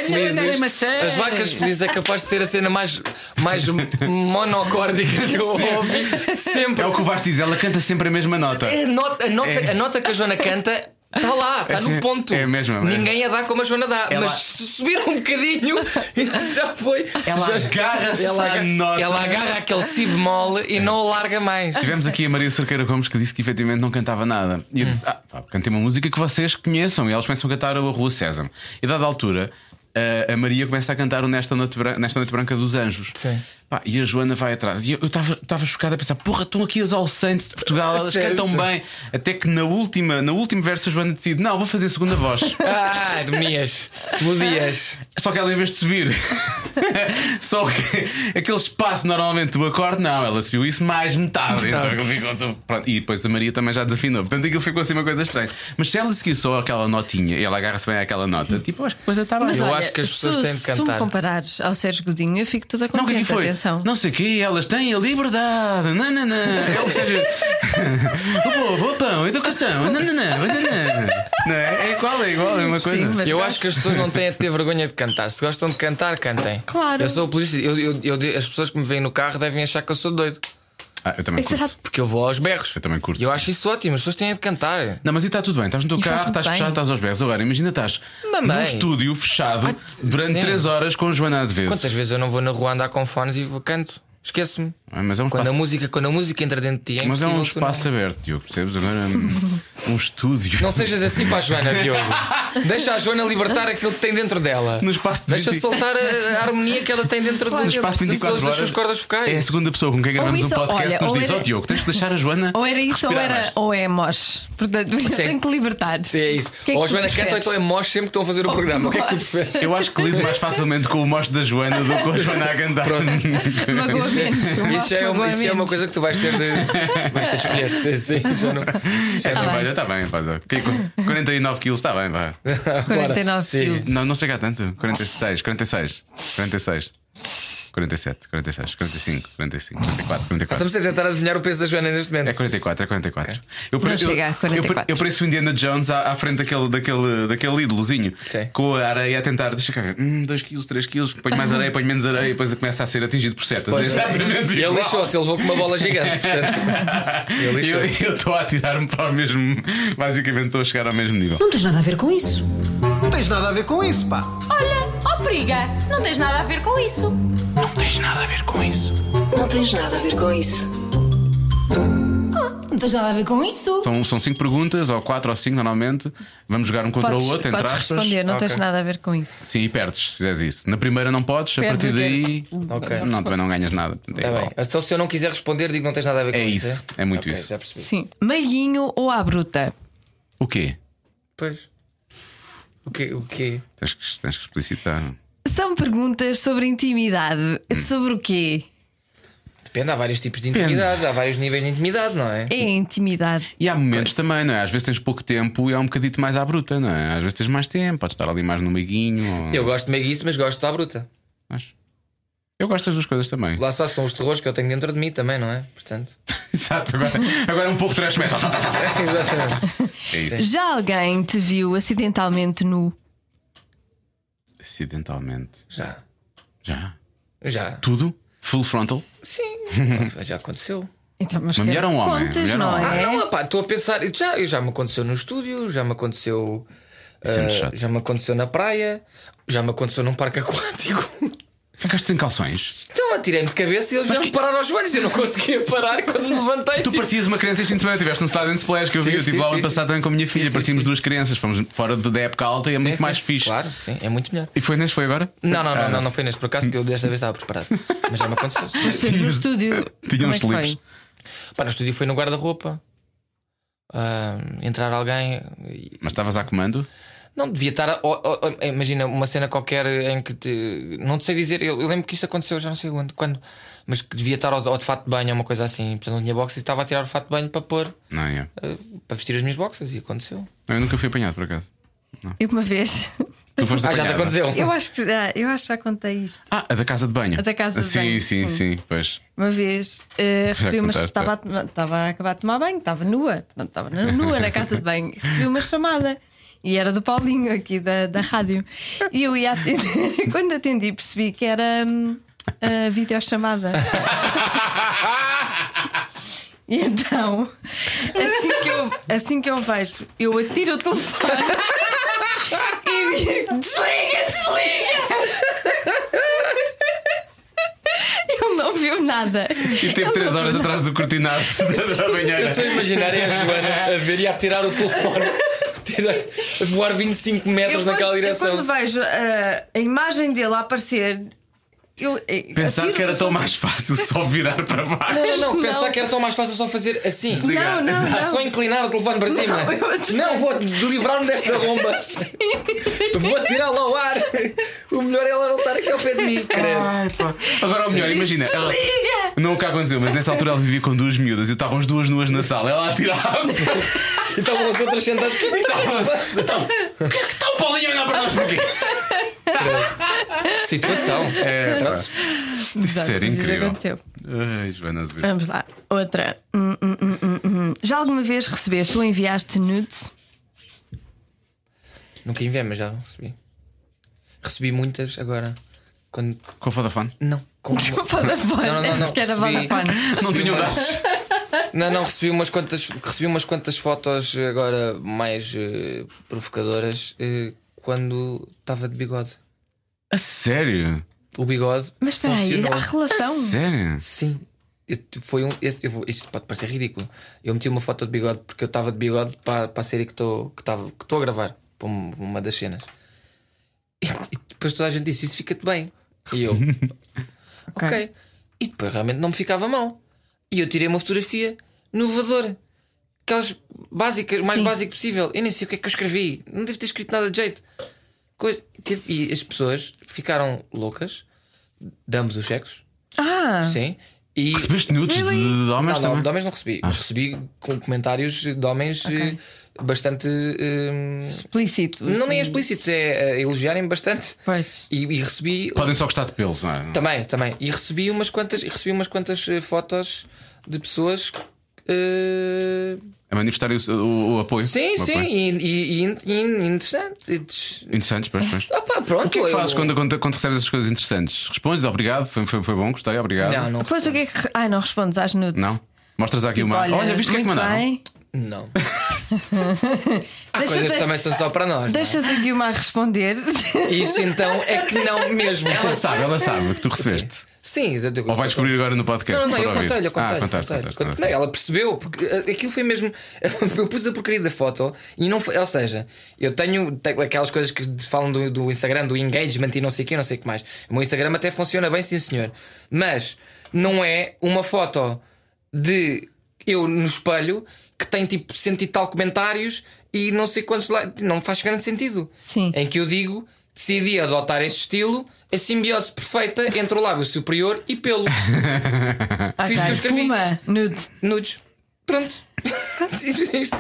[SPEAKER 2] não, não, não,
[SPEAKER 4] felizes.
[SPEAKER 2] maçã."
[SPEAKER 4] As vacas felizes é capaz de ser a cena mais, mais monocórdica que eu ouvi sempre.
[SPEAKER 2] É o que o Vasco diz, ela canta sempre a mesma nota.
[SPEAKER 4] A É nota, a nota, a nota que a Joana canta. Está lá, está
[SPEAKER 2] Assim,
[SPEAKER 4] no ponto.
[SPEAKER 2] É é mesmo, é.
[SPEAKER 4] Ninguém a dá como a Joana dá.
[SPEAKER 2] Ela-
[SPEAKER 4] Mas se subir um bocadinho, isso já foi.
[SPEAKER 2] Ela
[SPEAKER 4] já...
[SPEAKER 2] agarra-se à
[SPEAKER 4] aga-
[SPEAKER 2] nota.
[SPEAKER 4] ela agarra aquele si bemol e não o larga mais.
[SPEAKER 2] Tivemos aqui a Maria Cerqueira Gomes que disse que efetivamente não cantava nada. E
[SPEAKER 4] Hum.
[SPEAKER 2] eu disse: Ah, pá, cantei uma música que vocês conheçam. E elas começam a cantar a Rua Sésamo. E dada a altura, a, a Maria começa a cantar o Nesta Noite, Bran- Nesta Noite Branca dos Anjos.
[SPEAKER 4] Sim.
[SPEAKER 2] Pá, e a Joana vai atrás. E eu estava chocada a pensar: porra, estão aqui as All Saints de Portugal, elas
[SPEAKER 4] Sério,
[SPEAKER 2] cantam
[SPEAKER 4] sério.
[SPEAKER 2] bem. Até que na última, na última verso a Joana decide: Não, vou fazer segunda voz.
[SPEAKER 4] Ah, Hermias, Modias.
[SPEAKER 2] Só que ela em vez de subir Só que aquele espaço normalmente do acorde Não, ela subiu isso mais metade Então aquilo ficou tudo- pronto. E depois a Maria também já desafinou Portanto aquilo ficou assim uma coisa estranha Mas se ela seguiu só aquela notinha E ela agarra-se bem àquela nota Tipo, acho que depois está bem
[SPEAKER 3] Mas
[SPEAKER 4] Eu
[SPEAKER 3] olha,
[SPEAKER 4] acho que as
[SPEAKER 3] se
[SPEAKER 4] pessoas
[SPEAKER 3] tu-
[SPEAKER 4] têm de
[SPEAKER 3] Se tu
[SPEAKER 4] cantar.
[SPEAKER 3] me comparares ao Sérgio Godinho, eu fico toda
[SPEAKER 2] Não, o
[SPEAKER 3] contente.
[SPEAKER 2] que é que foi?
[SPEAKER 3] Atenção.
[SPEAKER 2] Não sei o quê, elas têm a liberdade Não, não, não É o que seja O povo, o pão, a educação Não, não, não, não, não. Não é? É igual, é igual, é uma coisa
[SPEAKER 3] Sim, mas
[SPEAKER 4] Eu
[SPEAKER 3] gosto.
[SPEAKER 4] acho que as pessoas não têm a ter vergonha de cantar. Se gostam de cantar, cantem.
[SPEAKER 3] Claro.
[SPEAKER 4] Eu sou apologista. Eu, eu- eu- as pessoas que me veem no carro devem achar que eu sou doido.
[SPEAKER 2] Ah, eu também curto.
[SPEAKER 3] Exato.
[SPEAKER 4] Porque eu vou aos berros.
[SPEAKER 2] Eu também curto.
[SPEAKER 4] E eu acho isso ótimo. As pessoas têm de cantar.
[SPEAKER 2] Não, mas e está tudo bem, estás no teu
[SPEAKER 3] E faz
[SPEAKER 2] carro,
[SPEAKER 3] muito
[SPEAKER 2] estás
[SPEAKER 3] bem.
[SPEAKER 2] fechado, estás aos berros. Agora, imagina estás
[SPEAKER 4] Mamãe.
[SPEAKER 2] num estúdio fechado durante
[SPEAKER 4] sim.
[SPEAKER 2] 3 horas com a Joana Azevedo.
[SPEAKER 4] Quantas vezes eu não vou na rua andar com fones e canto? Esqueço-me.
[SPEAKER 2] Ah, Mas é um
[SPEAKER 4] Quando a
[SPEAKER 2] espaço,
[SPEAKER 4] música, quando a música entra dentro de ti, é
[SPEAKER 2] mas é um
[SPEAKER 4] impossível tu não-
[SPEAKER 2] espaço aberto, Diogo, percebes? Agora hum, um estúdio.
[SPEAKER 4] Não sejas assim para a Joana, Diogo. Deixa a Joana libertar aquilo que tem dentro dela.
[SPEAKER 2] No espaço de
[SPEAKER 4] Deixa
[SPEAKER 2] 20
[SPEAKER 4] soltar a, a harmonia que ela tem dentro
[SPEAKER 2] No
[SPEAKER 4] do
[SPEAKER 2] um espaço de
[SPEAKER 4] das
[SPEAKER 2] 24
[SPEAKER 4] suas- das
[SPEAKER 2] horas
[SPEAKER 4] suas cordas
[SPEAKER 2] É a
[SPEAKER 4] focais.
[SPEAKER 2] segunda pessoa com quem gravamos
[SPEAKER 3] isso,
[SPEAKER 2] um podcast
[SPEAKER 3] olha,
[SPEAKER 2] que nos
[SPEAKER 3] ou
[SPEAKER 2] diz: Ó
[SPEAKER 3] era-
[SPEAKER 2] Diogo, tens que deixar a Joana.
[SPEAKER 3] Ou era isso, ou,
[SPEAKER 2] respirar
[SPEAKER 3] era,
[SPEAKER 2] mais."
[SPEAKER 3] ou é mosh. Portanto, eu
[SPEAKER 4] Sim.
[SPEAKER 3] tenho que libertar.
[SPEAKER 4] Sim, é isso.
[SPEAKER 3] Que é que
[SPEAKER 4] ou a
[SPEAKER 3] tu
[SPEAKER 4] Joana canta ou
[SPEAKER 3] preferes? Oh,
[SPEAKER 4] então é mós sempre que estão a fazer o programa. O que é que tu
[SPEAKER 3] Mosh.
[SPEAKER 4] preferes?
[SPEAKER 2] Eu acho que lido mais facilmente com o mosto da Joana do que com a Joana a cantar.
[SPEAKER 3] Magoa menos. o mosh
[SPEAKER 4] é Isso é,
[SPEAKER 3] magoa
[SPEAKER 4] uma, isso é uma
[SPEAKER 3] menos.
[SPEAKER 4] coisa que tu vais ter de, vais ter de escolher. Sim, já não. Tá
[SPEAKER 2] É trabalho,
[SPEAKER 3] bem.
[SPEAKER 2] está bem, faz. é ok, 49 quilos, está bem, vai.
[SPEAKER 3] 49
[SPEAKER 4] Sim.
[SPEAKER 3] quilos.
[SPEAKER 2] Não, não chega a tanto. 46, 46, 46, 47, 46, 45, 45, 44, 44.
[SPEAKER 4] Estamos a tentar adivinhar o peso da Joana neste
[SPEAKER 2] É
[SPEAKER 4] momento.
[SPEAKER 2] 44, é 44. Eu,
[SPEAKER 3] Não chega a 44.
[SPEAKER 2] Eu, eu pareço o Indiana Jones à, à frente daquele, daquele, daquele ídolozinho
[SPEAKER 4] Sim.
[SPEAKER 2] com a areia a tentar. Deixa cá ver. 2 quilos, 3 quilos, ponho mais areia, ponho menos areia, e depois começa a ser atingido por setas.
[SPEAKER 4] Pois,
[SPEAKER 2] É exatamente
[SPEAKER 4] ele
[SPEAKER 2] igual.
[SPEAKER 4] lixou-se, ele levou com uma bola gigante. Portanto, ele
[SPEAKER 2] Eu
[SPEAKER 4] lixou-se.
[SPEAKER 2] eu estou a atirar-me para o mesmo. Basicamente, estou a chegar ao mesmo nível.
[SPEAKER 1] Não tens nada a ver com isso.
[SPEAKER 6] Não tens nada a ver com isso, pá.
[SPEAKER 7] Olha, ó periga, não tens nada a ver com isso.
[SPEAKER 2] Não tem
[SPEAKER 6] tens nada a ver com isso.
[SPEAKER 1] Não tens nada a ver com isso.
[SPEAKER 7] Oh, Não tens nada a ver com isso.
[SPEAKER 2] São, são cinco perguntas, ou quatro ou cinco normalmente. Vamos jogar um contra
[SPEAKER 3] Podes,
[SPEAKER 2] o outro, entre
[SPEAKER 3] podes
[SPEAKER 2] aspas.
[SPEAKER 3] responder, não
[SPEAKER 4] Ok.
[SPEAKER 3] tens nada a ver com isso.
[SPEAKER 2] Sim, e perdes se fizeres isso. Na primeira não podes, a
[SPEAKER 3] Perdes
[SPEAKER 2] partir
[SPEAKER 3] o
[SPEAKER 2] daí.
[SPEAKER 3] quê?
[SPEAKER 4] Ok.
[SPEAKER 2] Não, também não ganhas nada. portanto, É,
[SPEAKER 4] Tá
[SPEAKER 2] igual.
[SPEAKER 4] bem. Então, se eu não quiser responder, digo que não tens nada a ver com
[SPEAKER 2] É
[SPEAKER 4] isso.
[SPEAKER 2] isso, é muito
[SPEAKER 4] Ok,
[SPEAKER 2] isso.
[SPEAKER 4] Já percebi.
[SPEAKER 3] Sim. Meiguinho ou à bruta?
[SPEAKER 2] O quê?
[SPEAKER 4] Pois. O quê? O quê?
[SPEAKER 2] Tens que, tens que explicitar.
[SPEAKER 3] São perguntas sobre intimidade. Sobre o quê?
[SPEAKER 4] Depende, há vários tipos de intimidade, há vários níveis de intimidade, não é?
[SPEAKER 3] É a intimidade.
[SPEAKER 2] E há momentos também, não é? Às vezes tens pouco tempo e há um bocadito mais à bruta, não é? Às vezes tens mais tempo, podes estar ali mais no meiguinho. ou-
[SPEAKER 4] Eu gosto de meiguice, mas gosto da bruta.
[SPEAKER 2] Mas- Eu gosto das duas coisas também.
[SPEAKER 4] Lá só são os terrores que eu tenho dentro de mim também, não é? Portanto.
[SPEAKER 2] Exato, agora, agora é um pouco trash metal.
[SPEAKER 4] Exatamente.
[SPEAKER 2] É isso.
[SPEAKER 3] Já alguém te viu acidentalmente nu?
[SPEAKER 2] Acidentalmente.
[SPEAKER 4] Já.
[SPEAKER 2] Já?
[SPEAKER 4] Já.
[SPEAKER 2] Tudo? Full frontal?
[SPEAKER 4] Sim. Já aconteceu.
[SPEAKER 3] Então, mas
[SPEAKER 2] Uma
[SPEAKER 3] que-
[SPEAKER 2] mulher ou um homem?
[SPEAKER 3] Contas,
[SPEAKER 2] Mulher ou
[SPEAKER 3] não
[SPEAKER 2] homem?
[SPEAKER 4] Ah,
[SPEAKER 3] é?
[SPEAKER 4] não, pá, estou a pensar. Já, já me aconteceu no estúdio, já me aconteceu.
[SPEAKER 2] Isso é muito
[SPEAKER 4] ah,
[SPEAKER 2] chato.
[SPEAKER 4] já me aconteceu na praia, já me aconteceu num parque aquático.
[SPEAKER 2] Ficaste sem calções?
[SPEAKER 4] Então atirei-me de cabeça e eles vieram parar aos joelhos. Eu não conseguia parar quando me levantei.
[SPEAKER 2] Tu
[SPEAKER 4] tipo,
[SPEAKER 2] parecias uma criança este fim de semana, tiveste um side and splash que eu vi,
[SPEAKER 4] Tive,
[SPEAKER 2] eu tive
[SPEAKER 4] tive,
[SPEAKER 2] lá o ano
[SPEAKER 4] tive.
[SPEAKER 2] passado também com a minha filha,
[SPEAKER 4] tive,
[SPEAKER 2] parecíamos
[SPEAKER 4] tive.
[SPEAKER 2] duas crianças, fomos fora da época alta e é
[SPEAKER 4] sim,
[SPEAKER 2] muito
[SPEAKER 4] sim,
[SPEAKER 2] mais
[SPEAKER 4] sim,
[SPEAKER 2] fixe.
[SPEAKER 4] Claro, sim, é muito melhor.
[SPEAKER 2] E foi neste, foi agora?
[SPEAKER 4] Não, não,
[SPEAKER 2] Ah,
[SPEAKER 4] não, não, não foi neste por acaso que eu desta vez estava preparado. Mas já me aconteceu. sim.
[SPEAKER 3] Sim, No estúdio.
[SPEAKER 2] Tinha
[SPEAKER 3] como
[SPEAKER 2] uns
[SPEAKER 3] é que foi?
[SPEAKER 2] slips.
[SPEAKER 4] Pá, no estúdio foi no guarda-roupa. Ah, entrar alguém. e-
[SPEAKER 2] Mas estavas a comando?
[SPEAKER 4] Não, devia estar. a- ó- ó- ó, imagina uma cena qualquer em que. te- não te sei dizer. Eu, eu lembro que isto aconteceu, já não sei quando. quando mas que devia estar ao, ao de fato de banho, ou uma coisa assim. Portanto, não tinha boxe e estava a tirar o fato de banho para pôr.
[SPEAKER 2] Não, é.
[SPEAKER 4] ah, para vestir as minhas boxes e aconteceu.
[SPEAKER 2] Eu nunca fui apanhado por acaso.
[SPEAKER 3] Eu uma vez.
[SPEAKER 2] Tu foste
[SPEAKER 4] Ah, já te
[SPEAKER 2] apanhada.
[SPEAKER 4] aconteceu.
[SPEAKER 3] Eu acho que já, eu acho que já contei isto.
[SPEAKER 2] Ah, a da casa de banho.
[SPEAKER 3] A da casa de
[SPEAKER 2] sim,
[SPEAKER 3] banho,
[SPEAKER 2] Sim, sim, sim. Pois.
[SPEAKER 3] Uma vez eh, recebi uma
[SPEAKER 2] contaste.
[SPEAKER 3] estava a, toma- estava a acabar de tomar banho, estava nua, Pronto, estava na- nua na casa de banho, recebi uma chamada e era do Paulinho aqui da, da rádio. E eu ia atender, quando atendi percebi que era hum, a videochamada. E então, assim que, eu, assim que eu vejo, eu atiro o telefone e digo: desliga, desliga! Ele não viu nada.
[SPEAKER 2] E teve 3 horas atrás do cortinado da
[SPEAKER 4] Eu
[SPEAKER 2] banheira.
[SPEAKER 4] estou a imaginar é a Joana a ver e a tirar o telefone, tirar, a voar 25 metros naquela
[SPEAKER 3] quando,
[SPEAKER 4] direção.
[SPEAKER 3] quando vejo eh, a imagem dele a aparecer, eu. eh,
[SPEAKER 2] Pensar
[SPEAKER 3] atiro
[SPEAKER 2] que era
[SPEAKER 3] o
[SPEAKER 2] tão mais fácil só virar para baixo.
[SPEAKER 4] Não, não, não,
[SPEAKER 3] Não.
[SPEAKER 4] pensar que era tão mais fácil só fazer assim.
[SPEAKER 3] telefone. Não, não, não.
[SPEAKER 4] Só inclinar o telefone para cima.
[SPEAKER 3] Não, eu assustei.
[SPEAKER 4] Não, vou livrar-me desta bomba. vou tirá-la ao ar. O melhor é ela não estar aqui ao pé de mim.
[SPEAKER 2] Ai, pá. Agora, ou melhor, imagina. Ela...
[SPEAKER 3] Desliga!
[SPEAKER 2] Não o que aconteceu, mas nessa altura ela vivia com duas miúdas e estavam as duas nuas na sala. Ela atirava.
[SPEAKER 4] E estavam as outras sentadas.
[SPEAKER 2] Então, o que é que está o Paulinho a olhar para nós porquê?
[SPEAKER 4] Situação.
[SPEAKER 2] É, pá.
[SPEAKER 4] Pronto.
[SPEAKER 2] Isso era
[SPEAKER 3] Mas isso
[SPEAKER 2] incrível.
[SPEAKER 3] aconteceu.
[SPEAKER 2] Ai, Joana
[SPEAKER 4] Ah.
[SPEAKER 2] Azevedo.
[SPEAKER 3] Vamos lá, outra. Hum, hum, hum, hum, hum. Já alguma vez recebeste ou enviaste nudes?
[SPEAKER 4] Nunca enviei, mas já recebi. Recebi muitas agora. Quando.
[SPEAKER 2] Com a Vodafone?
[SPEAKER 4] Não. Com...
[SPEAKER 3] Vodafone,
[SPEAKER 4] Não, não, não, não,
[SPEAKER 3] que era
[SPEAKER 4] recebi.
[SPEAKER 3] Vodafone.
[SPEAKER 2] Não tinham dados.
[SPEAKER 4] Não, não, recebi umas quantas, recebi umas quantas fotos eh, agora mais eh, provocadoras eh, quando estava de bigode.
[SPEAKER 2] A sério?
[SPEAKER 4] O bigode.
[SPEAKER 3] Mas espera aí,
[SPEAKER 4] funcionou.
[SPEAKER 3] há
[SPEAKER 4] Hum.
[SPEAKER 3] relação.
[SPEAKER 2] Sério?
[SPEAKER 4] Sim. Eu t- Foi um, este- eu vou- isto pode parecer ridículo. Eu meti uma foto de bigode porque eu estava de bigode para, para a série que estou que tava- que estou a gravar, para um- uma das cenas. E, e depois toda a gente disse: Isso fica-te bem. E eu, ok. E depois realmente não me ficava mal. E eu tirei uma fotografia no voador. Aquelas básicas, o mais básico possível. Eu nem sei o que é que eu escrevi. Não devo ter escrito nada de jeito. Coi- teve- e as pessoas ficaram loucas. Damos os cheques.
[SPEAKER 3] Ah,
[SPEAKER 4] Sim. E
[SPEAKER 2] Recebeste nudes de, de homens
[SPEAKER 4] não, não,
[SPEAKER 2] também? Ah.
[SPEAKER 4] de homens não recebi, mas recebi com comentários de homens eh, bastante. eh,
[SPEAKER 3] explícito.
[SPEAKER 4] não nem
[SPEAKER 3] assim.
[SPEAKER 4] explícitos, é eh, elogiarem bastante.
[SPEAKER 3] Pois.
[SPEAKER 4] E, e recebi.
[SPEAKER 2] Podem só gostar de pelos, não é?
[SPEAKER 4] Também, também. E recebi umas quantas, e recebi umas quantas eh, fotos de pessoas. eh,
[SPEAKER 2] A É manifestar o, o- o apoio.
[SPEAKER 4] sim,
[SPEAKER 2] O
[SPEAKER 4] sim,
[SPEAKER 2] apoio.
[SPEAKER 4] e, e, e, e interessante.
[SPEAKER 2] Interessantes, pois, pois.
[SPEAKER 4] Ah, pá, pronto,
[SPEAKER 2] O que é que
[SPEAKER 4] eu-
[SPEAKER 2] fazes quando, quando, quando recebes essas coisas interessantes? Respondes, obrigado, foi, foi, foi bom, gostei, obrigado.
[SPEAKER 4] Não, não.
[SPEAKER 3] Pois o que é que. Ai, não respondes às nudes.
[SPEAKER 2] Não? Mostras aqui
[SPEAKER 3] Tipo,
[SPEAKER 2] uma. Olha, viste o que é que
[SPEAKER 3] muito
[SPEAKER 2] mandaram?
[SPEAKER 3] bem.
[SPEAKER 4] Não. Há
[SPEAKER 3] Deixa
[SPEAKER 4] coisas
[SPEAKER 3] eu-
[SPEAKER 4] que também são só para nós. não é?
[SPEAKER 3] Deixas a Guilmar responder.
[SPEAKER 4] Isso então é que não mesmo.
[SPEAKER 2] Ela sabe, ela sabe o que tu recebeste.
[SPEAKER 4] Sim, eu digo-
[SPEAKER 2] Ou vai descobrir agora no podcast.
[SPEAKER 4] Não, não,
[SPEAKER 2] se for
[SPEAKER 4] não, eu
[SPEAKER 2] ouvir.
[SPEAKER 4] contei-lhe, eu
[SPEAKER 2] Ah,
[SPEAKER 4] contei-lhe.
[SPEAKER 2] contaste,
[SPEAKER 4] contei-lhe,
[SPEAKER 2] contaste,
[SPEAKER 4] contei-lhe. Não, ela percebeu, porque eh, aquilo foi mesmo. Eu pus a porcaria da foto e não foi. Ou seja, eu tenho, tenho aquelas coisas que falam do, do Instagram, do engagement e não sei o que, não sei o que mais. O meu Instagram até funciona bem, sim senhor. Mas não é uma foto de eu no espelho que tem tipo cento e tal comentários e não sei quantos lá. Não faz grande sentido.
[SPEAKER 3] Sim.
[SPEAKER 4] Em que eu digo. Decidi adotar este estilo, a simbiose perfeita entre o lábio superior e pelo. Fiz o que eu escrevi.
[SPEAKER 3] Puma, nude.
[SPEAKER 4] Nudes. Pronto. Isto- isto.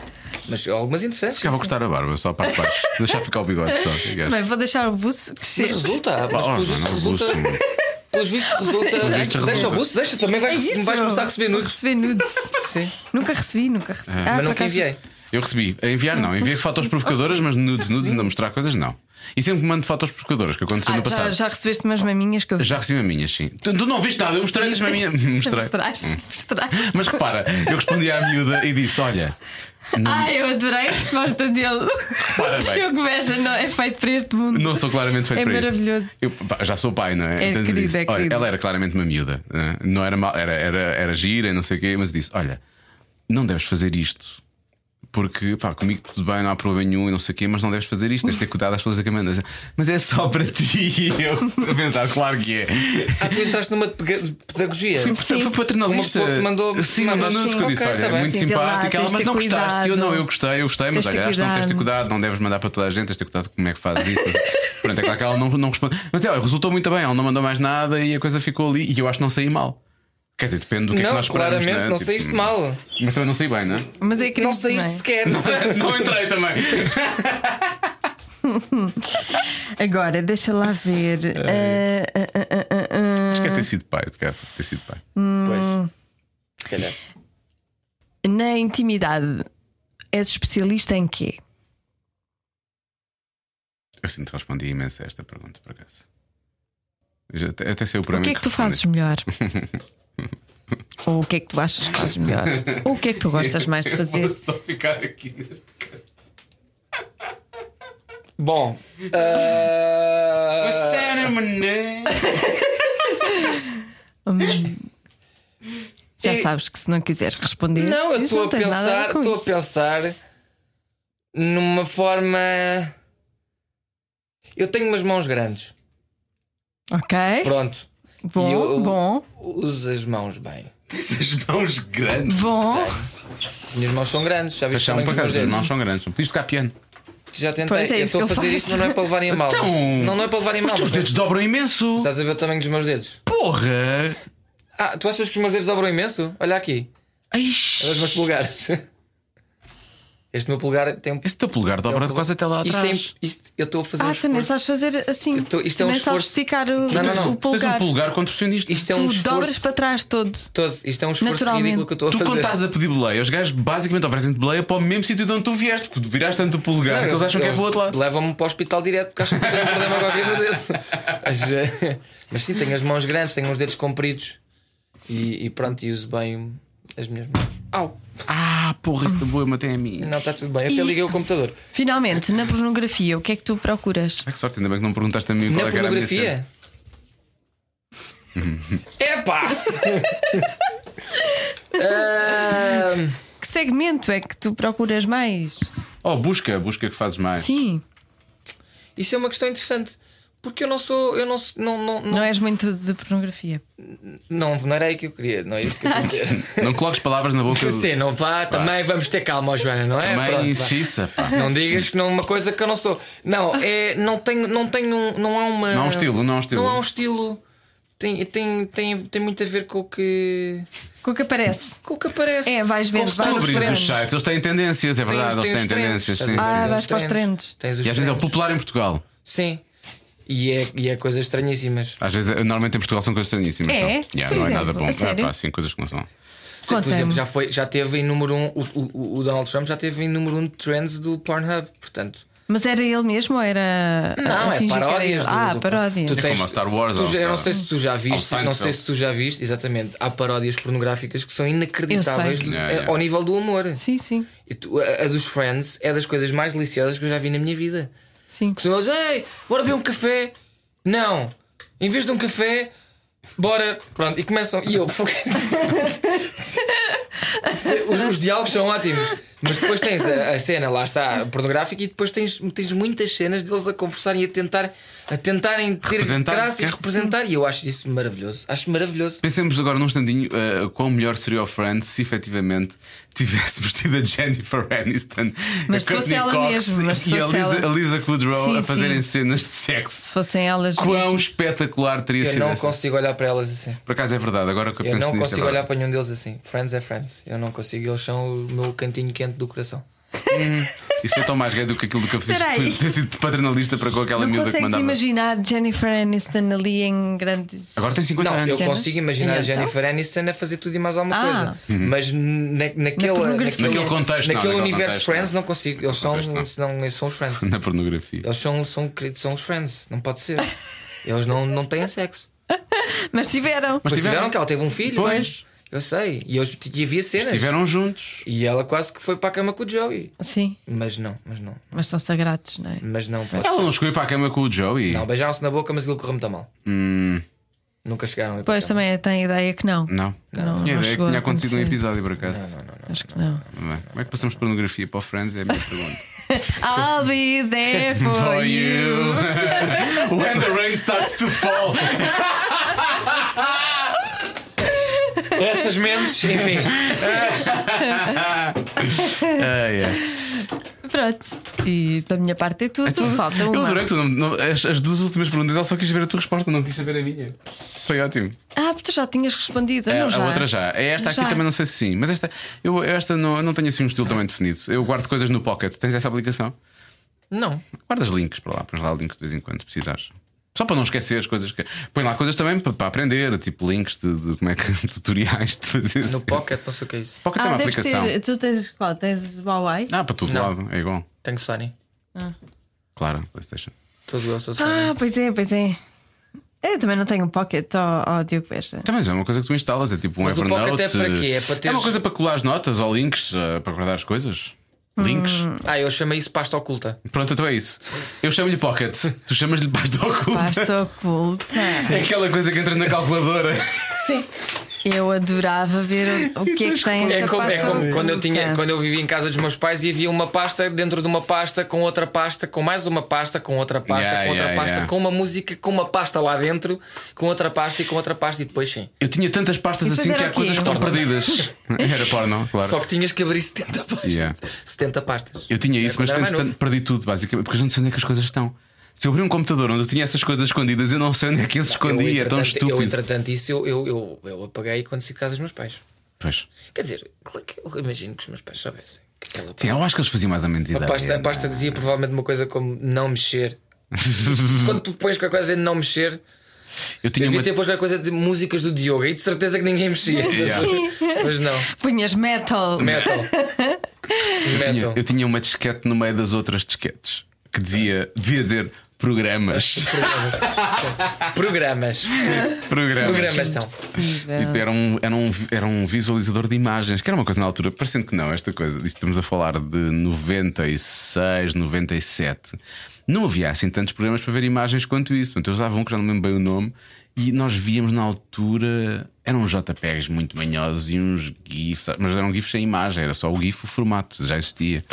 [SPEAKER 4] Mas algumas interessantes.
[SPEAKER 2] Ficava a cortar a barba, só a parte de baixo. Deixar ficar o bigode só. que gajo.
[SPEAKER 3] Bem, vou deixar o buço crescer.
[SPEAKER 4] Mas resulta. Mas
[SPEAKER 2] Oh,
[SPEAKER 4] pelos
[SPEAKER 2] não,
[SPEAKER 4] vistos
[SPEAKER 2] não,
[SPEAKER 4] resulta.
[SPEAKER 2] buço, não.
[SPEAKER 4] Pelos vistos resulta.
[SPEAKER 2] vistos
[SPEAKER 4] Deixa o
[SPEAKER 2] resulta.
[SPEAKER 4] buço, deixa também. Vais,
[SPEAKER 3] É isso.
[SPEAKER 4] vais começar a receber
[SPEAKER 3] Vou
[SPEAKER 4] nudes.
[SPEAKER 3] Receber nudes.
[SPEAKER 4] Sim. É.
[SPEAKER 3] Nunca recebi, nunca recebi. Ah,
[SPEAKER 4] Mas
[SPEAKER 3] por
[SPEAKER 4] nunca
[SPEAKER 3] acaso-
[SPEAKER 4] enviei.
[SPEAKER 2] Eu recebi. A enviar não. Enviei fotos provocadoras, mas nudes, nudes, ainda mostrar coisas, não. E sempre que mando fotos provocadoras, que aconteceu
[SPEAKER 3] Ah,
[SPEAKER 2] no
[SPEAKER 3] já,
[SPEAKER 2] passado. Já,
[SPEAKER 3] já recebeste umas maminhas que eu vi.
[SPEAKER 2] recebi maminhas, sim. Tu, tu não viste nada, eu mostrei-lhes maminha. Mostrei.
[SPEAKER 3] Mostraste,
[SPEAKER 4] Hum.
[SPEAKER 3] mostraste.
[SPEAKER 2] Mas repara, eu respondi à miúda e disse: Olha,
[SPEAKER 3] Ai, eu adorei a resposta dele.
[SPEAKER 2] Ora bem.
[SPEAKER 3] Diogo Beja não é feito para este mundo.
[SPEAKER 2] não sou claramente feito
[SPEAKER 3] É
[SPEAKER 2] para isto.
[SPEAKER 3] maravilhoso.
[SPEAKER 2] Eu, pá, já sou pai, não é?
[SPEAKER 3] É
[SPEAKER 2] eu
[SPEAKER 3] querido,
[SPEAKER 2] disse,
[SPEAKER 3] é
[SPEAKER 2] "Olha,
[SPEAKER 3] querido."
[SPEAKER 2] ela era claramente uma miúda. né? Não era mal, era, era, era gira, não sei o quê, mas eu disse: Olha, não deves fazer isto. Porque, pá, comigo tudo bem, não há problema nenhum e não sei o quê, mas não deves fazer isto, tens de ter cuidado às pessoas que mandas. Mas é só para ti. E Eu a pensar, claro que é.
[SPEAKER 4] Ah, tu entraste numa de pega- de pedagogia.
[SPEAKER 2] Fui, portanto, fui paternalista.
[SPEAKER 4] Uma pessoa que mandou-
[SPEAKER 2] Sim,
[SPEAKER 4] mandou-
[SPEAKER 2] mandou nudes que eu
[SPEAKER 4] Sim,
[SPEAKER 2] disse:
[SPEAKER 4] ok,
[SPEAKER 2] olha, é
[SPEAKER 4] tá bem,
[SPEAKER 2] muito
[SPEAKER 3] sim, vê lá,
[SPEAKER 2] simpática. Ela,
[SPEAKER 3] tens de
[SPEAKER 2] mas
[SPEAKER 3] ter
[SPEAKER 2] não gostaste. E Eu
[SPEAKER 3] cuidado.
[SPEAKER 2] não, eu gostei, eu gostei, mas
[SPEAKER 3] Tens de
[SPEAKER 2] olha,
[SPEAKER 3] ter
[SPEAKER 2] acho que não tens de ter
[SPEAKER 3] cuidado.
[SPEAKER 2] cuidado, não deves mandar para toda a gente, tens de ter cuidado com como é que fazes isso. Pronto, é claro que ela não, não responde. Mas é, olha, resultou muito bem, ela não mandou mais nada e a coisa ficou ali e eu acho que não saí mal. Quer dizer, depende do que é que
[SPEAKER 4] Não,
[SPEAKER 2] nós esperamos.
[SPEAKER 4] claramente,
[SPEAKER 2] né?
[SPEAKER 4] não
[SPEAKER 2] Tipo,
[SPEAKER 4] saíste mal.
[SPEAKER 2] Mas também não saí bem, não é?
[SPEAKER 3] Mas é querido,
[SPEAKER 4] Não saíste
[SPEAKER 3] é?
[SPEAKER 4] sequer.
[SPEAKER 2] Não entrei também.
[SPEAKER 3] Agora, deixa lá ver. Ah, ah, ah, ah, ah, ah.
[SPEAKER 2] Acho que é ter sido pai, de cara, ter sido pai.
[SPEAKER 4] Pois. Se calhar. é-
[SPEAKER 3] Na intimidade, és especialista em quê?
[SPEAKER 2] Eu sinto que respondi imenso a esta pergunta, por acaso. Eu já- Até, até sei o
[SPEAKER 3] O
[SPEAKER 2] programa
[SPEAKER 3] que é que tu fazes melhor? Ou o que é que tu achas que fazes melhor? Ou o que é que tu gostas mais de fazer?
[SPEAKER 2] só ficar aqui neste canto.
[SPEAKER 4] Bom. ah,
[SPEAKER 3] né? Já
[SPEAKER 4] Hum. e-
[SPEAKER 3] sabes que se não quiseres responder,
[SPEAKER 4] É- Não, eu
[SPEAKER 3] isso
[SPEAKER 4] estou a
[SPEAKER 3] tem nada ver
[SPEAKER 4] pensar,
[SPEAKER 3] com
[SPEAKER 4] estou a
[SPEAKER 3] isso.
[SPEAKER 4] pensar numa forma. Eu tenho umas mãos grandes.
[SPEAKER 3] Ok,
[SPEAKER 4] Pronto.
[SPEAKER 3] bom,
[SPEAKER 4] E eu-
[SPEAKER 3] bom,
[SPEAKER 4] Uso as mãos bem.
[SPEAKER 2] Essas mãos grandes.
[SPEAKER 3] bom.
[SPEAKER 4] As minhas mãos são grandes, já viste
[SPEAKER 2] Paixão,
[SPEAKER 4] também
[SPEAKER 2] por
[SPEAKER 4] os meus
[SPEAKER 2] acaso,
[SPEAKER 4] dedos.
[SPEAKER 2] não são grandes. Pediste tocar piano.
[SPEAKER 4] Já tentei,
[SPEAKER 3] Pois é,
[SPEAKER 4] eu
[SPEAKER 3] isso
[SPEAKER 4] estou
[SPEAKER 3] que
[SPEAKER 4] a
[SPEAKER 3] eu
[SPEAKER 4] fazer
[SPEAKER 3] faço.
[SPEAKER 4] isso, mas não é para levarem a mal.
[SPEAKER 2] Então,
[SPEAKER 4] não, não é para levarem a mal.
[SPEAKER 2] Os teus
[SPEAKER 4] mas-
[SPEAKER 2] dedos dobram imenso.
[SPEAKER 4] Estás a ver o tamanho dos meus dedos?
[SPEAKER 2] Porra!
[SPEAKER 4] Ah, tu achas que os meus dedos dobram imenso? Olha aqui,
[SPEAKER 2] Ai,
[SPEAKER 4] olha os meus polegares. Este meu polegar tem um.
[SPEAKER 2] Esse teu polegar dobra quase até lá
[SPEAKER 4] Isto,
[SPEAKER 2] atrás.
[SPEAKER 4] tem, isto eu estou a fazer um
[SPEAKER 3] Ah, tu nem
[SPEAKER 4] esforço.
[SPEAKER 3] sabes fazer assim.
[SPEAKER 4] Eu tô- isto é
[SPEAKER 3] Tu
[SPEAKER 4] um
[SPEAKER 3] nem sabes
[SPEAKER 4] esforço.
[SPEAKER 3] esticar o,
[SPEAKER 4] Não, não,
[SPEAKER 3] o
[SPEAKER 4] não. Tens um
[SPEAKER 2] Tens um
[SPEAKER 3] polegar.
[SPEAKER 2] polegar contorcionista.
[SPEAKER 4] Isto é um
[SPEAKER 3] Tu dobras
[SPEAKER 4] esforço
[SPEAKER 3] para trás todo.
[SPEAKER 4] todo. Isto é um esforço
[SPEAKER 3] Naturalmente.
[SPEAKER 4] ridículo que eu estou a
[SPEAKER 2] Tu
[SPEAKER 4] fazer.
[SPEAKER 2] quando estás a pedir boleia, os gajos basicamente oferecem-te boleia para o mesmo sítio de onde tu vieste, porque tu viraste tanto o polegar que eles acham que é para o outro lado.
[SPEAKER 4] Levam-me para o hospital direto porque acham que eu tenho um problema qualquer no dedo. Mas, eh, Mas sim, tenho as mãos grandes, tenho os dedos compridos e, e pronto, e uso bem as minhas mãos. Au!
[SPEAKER 2] Ah, porra, esta boema tem a mim.
[SPEAKER 4] Não, está tudo bem. Eu até
[SPEAKER 3] E-
[SPEAKER 4] liguei o computador.
[SPEAKER 3] Finalmente, na pornografia, o que é que tu procuras?
[SPEAKER 2] Ai, que sorte, ainda bem que não perguntaste a mim
[SPEAKER 4] Na
[SPEAKER 2] qual é que era a minha cena.
[SPEAKER 4] pornografia. Epá! Ahm,
[SPEAKER 3] Que segmento é que tu procuras mais?
[SPEAKER 2] Oh, busca, busca que fazes
[SPEAKER 4] É.
[SPEAKER 2] mais.
[SPEAKER 3] Sim,
[SPEAKER 4] isso é uma questão interessante. Porque eu não sou. Eu não, sou- não, não,
[SPEAKER 3] não
[SPEAKER 4] não,
[SPEAKER 3] és muito de pornografia.
[SPEAKER 4] não, não era aí que eu queria. Não é isso que eu queria dizer.
[SPEAKER 2] Não coloques palavras na boca
[SPEAKER 4] Que
[SPEAKER 2] do.
[SPEAKER 4] cena, vá, também vamos ter calma, ó Joana, não é?
[SPEAKER 2] Mãe,
[SPEAKER 4] Pronto, vá.
[SPEAKER 2] xiça, pá.
[SPEAKER 4] Não digas que não é uma coisa que eu não sou. Não, é, não tenho, não tenho, um- não há uma.
[SPEAKER 2] Não há um estilo, não há um estilo.
[SPEAKER 4] Não há um estilo. Tem, tem, tem, tem muito a ver com o que.
[SPEAKER 3] Com o que aparece?
[SPEAKER 4] com o que aparece.
[SPEAKER 3] É, vais vendo,
[SPEAKER 4] Com os
[SPEAKER 3] vais
[SPEAKER 2] Tu
[SPEAKER 4] teus
[SPEAKER 3] nos
[SPEAKER 2] abris
[SPEAKER 4] trends.
[SPEAKER 2] os sites, eles têm tendências, é
[SPEAKER 4] Tem os-
[SPEAKER 2] verdade,
[SPEAKER 4] tem
[SPEAKER 2] eles
[SPEAKER 4] os
[SPEAKER 2] têm
[SPEAKER 4] trends, tá
[SPEAKER 2] tendências.
[SPEAKER 4] estás
[SPEAKER 2] Sim,
[SPEAKER 4] a ver?
[SPEAKER 3] Ah,
[SPEAKER 2] sim.
[SPEAKER 4] Tens
[SPEAKER 3] vais
[SPEAKER 4] os
[SPEAKER 3] para os trends.
[SPEAKER 4] Tens os
[SPEAKER 2] E às vezes é o
[SPEAKER 4] trends.
[SPEAKER 2] popular em Portugal.
[SPEAKER 4] Sim. E é, e é coisas estranhíssimas.
[SPEAKER 2] Às vezes, eh, normalmente em Portugal são coisas estranhíssimas.
[SPEAKER 3] É?
[SPEAKER 2] não? Yeah,
[SPEAKER 3] Sim,
[SPEAKER 2] não é
[SPEAKER 3] sim.
[SPEAKER 2] nada bom.
[SPEAKER 3] A
[SPEAKER 2] Ah,
[SPEAKER 3] sério?
[SPEAKER 2] pá, sim, coisas que não são.
[SPEAKER 4] Por
[SPEAKER 3] Conta-me.
[SPEAKER 4] exemplo, já, foi, já teve em número um, o, o- o Donald Trump já teve em número um de trends do Pornhub, portanto.
[SPEAKER 3] Mas era ele mesmo ou era.
[SPEAKER 4] Não,
[SPEAKER 3] a
[SPEAKER 4] é
[SPEAKER 3] fingir que era
[SPEAKER 4] paródias
[SPEAKER 3] ele?
[SPEAKER 4] do-
[SPEAKER 3] Ah,
[SPEAKER 4] do-
[SPEAKER 3] paródia.
[SPEAKER 4] Tu
[SPEAKER 2] É
[SPEAKER 4] tens-
[SPEAKER 2] como a Star Wars.
[SPEAKER 4] Tu
[SPEAKER 2] ou
[SPEAKER 4] já- eu não
[SPEAKER 2] Star-
[SPEAKER 4] sei se tu já viste,
[SPEAKER 2] ao
[SPEAKER 4] não sei
[SPEAKER 2] Seinfeld.
[SPEAKER 4] se tu já viste, exatamente. Há paródias pornográficas que são inacreditáveis
[SPEAKER 2] sei.
[SPEAKER 3] Eu
[SPEAKER 4] do-
[SPEAKER 2] Yeah, yeah.
[SPEAKER 4] ao nível do humor.
[SPEAKER 3] Sim, sim,
[SPEAKER 4] E tu- a, a dos Friends é das coisas mais deliciosas que eu já vi na minha vida.
[SPEAKER 3] sim.
[SPEAKER 4] Que são eles, ei, bora beber um café. Não, em vez de um café, bora. Pronto, e começam. E eu, fogo. os, os diálogos são ótimos. Mas depois tens a, a cena, lá está, pornográfica, e depois tens, tens muitas cenas deles a conversarem e a, tentar, a tentarem ter
[SPEAKER 2] Representar,
[SPEAKER 4] graça e
[SPEAKER 2] quer-
[SPEAKER 4] representar. E eu acho isso maravilhoso. Acho maravilhoso.
[SPEAKER 2] Pensemos agora num instantinho uh, quão melhor seria o Friends se efetivamente tivéssemos tido a Jennifer Aniston,
[SPEAKER 3] Mas
[SPEAKER 2] a
[SPEAKER 3] se fosse
[SPEAKER 2] Courtney
[SPEAKER 3] ela
[SPEAKER 2] Cox
[SPEAKER 3] mesmo, mas se
[SPEAKER 2] e a
[SPEAKER 3] fosse
[SPEAKER 2] Lisa,
[SPEAKER 3] ela.
[SPEAKER 2] a Lisa Kudrow
[SPEAKER 3] Sim,
[SPEAKER 2] a fazerem
[SPEAKER 3] sim.
[SPEAKER 2] cenas de sexo.
[SPEAKER 3] Se fossem elas.
[SPEAKER 2] Quão
[SPEAKER 3] mesmo.
[SPEAKER 2] espetacular teria
[SPEAKER 4] Eu
[SPEAKER 2] sido
[SPEAKER 4] não
[SPEAKER 2] essa-
[SPEAKER 4] consigo olhar para elas assim.
[SPEAKER 2] Por acaso é verdade, agora que eu,
[SPEAKER 4] Eu
[SPEAKER 2] penso
[SPEAKER 4] não
[SPEAKER 2] nisso é
[SPEAKER 4] consigo
[SPEAKER 2] agora.
[SPEAKER 4] olhar para nenhum deles assim. Friends é Friends. Eu não consigo. Eles são o meu cantinho quente do coração.
[SPEAKER 2] Isso é tão mais gay do que aquilo do que eu fiz
[SPEAKER 3] Espera aí.
[SPEAKER 2] de ter sido paternalista para com aquela
[SPEAKER 3] Não
[SPEAKER 2] miúda que
[SPEAKER 3] consegues
[SPEAKER 2] mandava.
[SPEAKER 3] imaginar Jennifer Aniston ali em grandes.
[SPEAKER 2] Agora tem 50
[SPEAKER 4] Não,
[SPEAKER 2] anos.
[SPEAKER 4] eu
[SPEAKER 3] Cenas?
[SPEAKER 4] consigo imaginar a
[SPEAKER 3] Então?
[SPEAKER 4] Jennifer Aniston a fazer tudo e mais alguma
[SPEAKER 3] Ah.
[SPEAKER 4] coisa.
[SPEAKER 2] Uhum.
[SPEAKER 4] Mas na, naquela,
[SPEAKER 3] pornografia.
[SPEAKER 4] naquele,
[SPEAKER 2] um Naquele contexto, não,
[SPEAKER 4] naquele
[SPEAKER 2] naquele
[SPEAKER 4] universo
[SPEAKER 2] contexto,
[SPEAKER 4] Friends,
[SPEAKER 2] não.
[SPEAKER 4] não consigo. Eles são,
[SPEAKER 2] Naquele
[SPEAKER 4] não.
[SPEAKER 2] contexto,
[SPEAKER 4] eles são os Friends.
[SPEAKER 2] Na pornografia.
[SPEAKER 4] Eles são, são, queridos, são os Friends. Não pode ser. Eles não, não têm sexo.
[SPEAKER 3] Mas tiveram.
[SPEAKER 2] Mas
[SPEAKER 4] Mas tiveram,
[SPEAKER 2] tiveram.
[SPEAKER 4] que ela teve um filho.
[SPEAKER 2] Pois.
[SPEAKER 4] Eu sei. E, eles, e havia
[SPEAKER 3] É
[SPEAKER 4] cenas.
[SPEAKER 2] Estiveram juntos.
[SPEAKER 4] E ela quase que foi para a cama com o Joey.
[SPEAKER 3] Sim,
[SPEAKER 4] Mas não, mas não.
[SPEAKER 3] mas são sagrados, não é?
[SPEAKER 4] Mas não pode
[SPEAKER 2] Ela
[SPEAKER 4] ser.
[SPEAKER 2] não chegou a ir para a cama com o Joey.
[SPEAKER 4] Não, beijaram-se na boca, mas aquilo correu muito a mal.
[SPEAKER 2] Hum,
[SPEAKER 4] Nunca chegaram a ir para a
[SPEAKER 3] Pois
[SPEAKER 4] cama.
[SPEAKER 3] também tem a ideia que não.
[SPEAKER 2] não.
[SPEAKER 3] Não,
[SPEAKER 2] Tinha
[SPEAKER 3] não
[SPEAKER 2] ideia que
[SPEAKER 3] chegou a
[SPEAKER 2] tinha acontecido um
[SPEAKER 3] acontecer.
[SPEAKER 2] episódio, por acaso.
[SPEAKER 3] Acho que não.
[SPEAKER 2] Bem, Como é que passamos de pornografia para o Friends? É a minha pergunta.
[SPEAKER 3] I'll be there for you.
[SPEAKER 2] When the rain starts to fall.
[SPEAKER 4] Essas mentes, enfim.
[SPEAKER 2] É,
[SPEAKER 3] Pronto. E da minha parte é tudo. Falta
[SPEAKER 2] Eu
[SPEAKER 3] uma.
[SPEAKER 2] adorei que tu. não- não- as, as duas últimas perguntas, ela só quis ver a tua resposta, não quis saber a minha. Foi ótimo.
[SPEAKER 3] Ah, porque tu já tinhas respondido.
[SPEAKER 2] É,
[SPEAKER 3] eu não
[SPEAKER 2] a
[SPEAKER 3] já.
[SPEAKER 2] outra já. É Esta aqui
[SPEAKER 3] Já.
[SPEAKER 2] também não sei se sim. Mas esta, eu, eu esta não, não tenho assim um estilo também definido. Eu guardo coisas no pocket. Tens essa aplicação?
[SPEAKER 4] Não.
[SPEAKER 2] Guardas links para lá, pões lá o link de vez em quando, se precisares. Só para não esquecer as coisas que. Põe lá coisas também para, para aprender, tipo links de, de como é que tutoriais de fazer
[SPEAKER 4] No
[SPEAKER 2] isso.
[SPEAKER 4] pocket, não sei o que é isso.
[SPEAKER 2] Pocket é
[SPEAKER 3] Ah,
[SPEAKER 2] uma
[SPEAKER 3] deves
[SPEAKER 2] aplicação.
[SPEAKER 3] ter. Tu tens qual? Tens Huawei?
[SPEAKER 2] Ah, para todo
[SPEAKER 4] eh, Não.
[SPEAKER 2] lado, é igual.
[SPEAKER 4] Tenho Sony.
[SPEAKER 2] Claro, PlayStation.
[SPEAKER 4] Todo eu sou Sony.
[SPEAKER 3] Ah, pois é, pois é. Eu também não tenho pocket, ó oh, Diogo Beja.
[SPEAKER 2] Também é uma coisa que tu instalas, é tipo um
[SPEAKER 4] Mas o
[SPEAKER 2] Evernote.
[SPEAKER 4] Pocket é para quê? É para teres-
[SPEAKER 2] uma coisa para colar as notas ou links, eh, para guardar as coisas. Links.
[SPEAKER 4] Ah. eu chamei isso pasta oculta.
[SPEAKER 2] Pronto, então é isso. Eu chamo-lhe Pocket, tu chamas-lhe pasta oculta.
[SPEAKER 3] Pasta oculta.
[SPEAKER 2] É aquela coisa que entras na calculadora.
[SPEAKER 3] Eu adorava ver o, o que é que tem essa
[SPEAKER 4] É como,
[SPEAKER 3] pasta
[SPEAKER 4] é como
[SPEAKER 3] oculta.
[SPEAKER 4] quando, eu tinha, quando eu vivia em casa dos meus pais e havia uma pasta dentro de uma pasta, com outra pasta, com mais uma pasta, com outra pasta,
[SPEAKER 2] Yeah,
[SPEAKER 4] com outra
[SPEAKER 2] yeah,
[SPEAKER 4] pasta,
[SPEAKER 2] yeah.
[SPEAKER 4] com uma música, com uma pasta lá dentro, com outra pasta e com outra pasta, e depois sim.
[SPEAKER 2] Eu tinha tantas pastas
[SPEAKER 3] E depois
[SPEAKER 2] assim
[SPEAKER 3] era
[SPEAKER 2] que há
[SPEAKER 3] o quê?
[SPEAKER 2] coisas que estão perdidas. Era porno, claro.
[SPEAKER 4] Só que tinhas que abrir 70 pastas.
[SPEAKER 2] Yeah.
[SPEAKER 4] 70 pastas.
[SPEAKER 2] Eu tinha
[SPEAKER 4] Era
[SPEAKER 2] isso, mas
[SPEAKER 4] quando era mais
[SPEAKER 2] entretanto,
[SPEAKER 4] novo.
[SPEAKER 2] perdi tudo, basicamente, porque eu não sei onde é que as coisas estão. Se eu abrir um computador onde eu tinha essas coisas escondidas, eu não sei onde é que as
[SPEAKER 4] Eu,
[SPEAKER 2] escondi, é tão
[SPEAKER 4] entretanto- Eu,
[SPEAKER 2] estúpido.
[SPEAKER 4] entretanto, isso eu, eu, eu, eu apaguei quando saí de casa dos meus pais.
[SPEAKER 2] Pois.
[SPEAKER 4] Quer dizer, claro que eu imagino que os meus pais soubessem que aquela
[SPEAKER 2] Sim, é um eu acho que eles faziam mais ou menos
[SPEAKER 4] A
[SPEAKER 2] ideia.
[SPEAKER 4] pasta, a pasta dizia provavelmente uma coisa como não mexer. Quando tu pões qualquer coisa de não mexer,
[SPEAKER 2] Eu
[SPEAKER 4] eu
[SPEAKER 2] tinha
[SPEAKER 4] devia
[SPEAKER 2] uma.
[SPEAKER 4] ter pôs qualquer coisa de músicas do Diogo. Aí de certeza que ninguém mexia.
[SPEAKER 3] assim.
[SPEAKER 4] Mas não.
[SPEAKER 3] Punhas metal.
[SPEAKER 4] Metal.
[SPEAKER 2] tinha-
[SPEAKER 4] Metal.
[SPEAKER 2] eu tinha uma disquete no meio das outras disquetes que dizia, devia dizer programas.
[SPEAKER 4] Programas.
[SPEAKER 2] programas.
[SPEAKER 3] é
[SPEAKER 4] Programação.
[SPEAKER 2] E era um, era, um, era um visualizador de imagens, que era uma coisa na altura, parecendo que não, esta coisa. Isto estamos a falar de 96, 97. Não havia assim tantos programas para ver imagens quanto isso. Portanto, eu usava um que já não me lembro bem o nome. E nós víamos na altura. Eram uns JPEGs muito manhosos e uns GIFs, mas eram GIFs sem imagem, era só o GIF, o formato, já existia.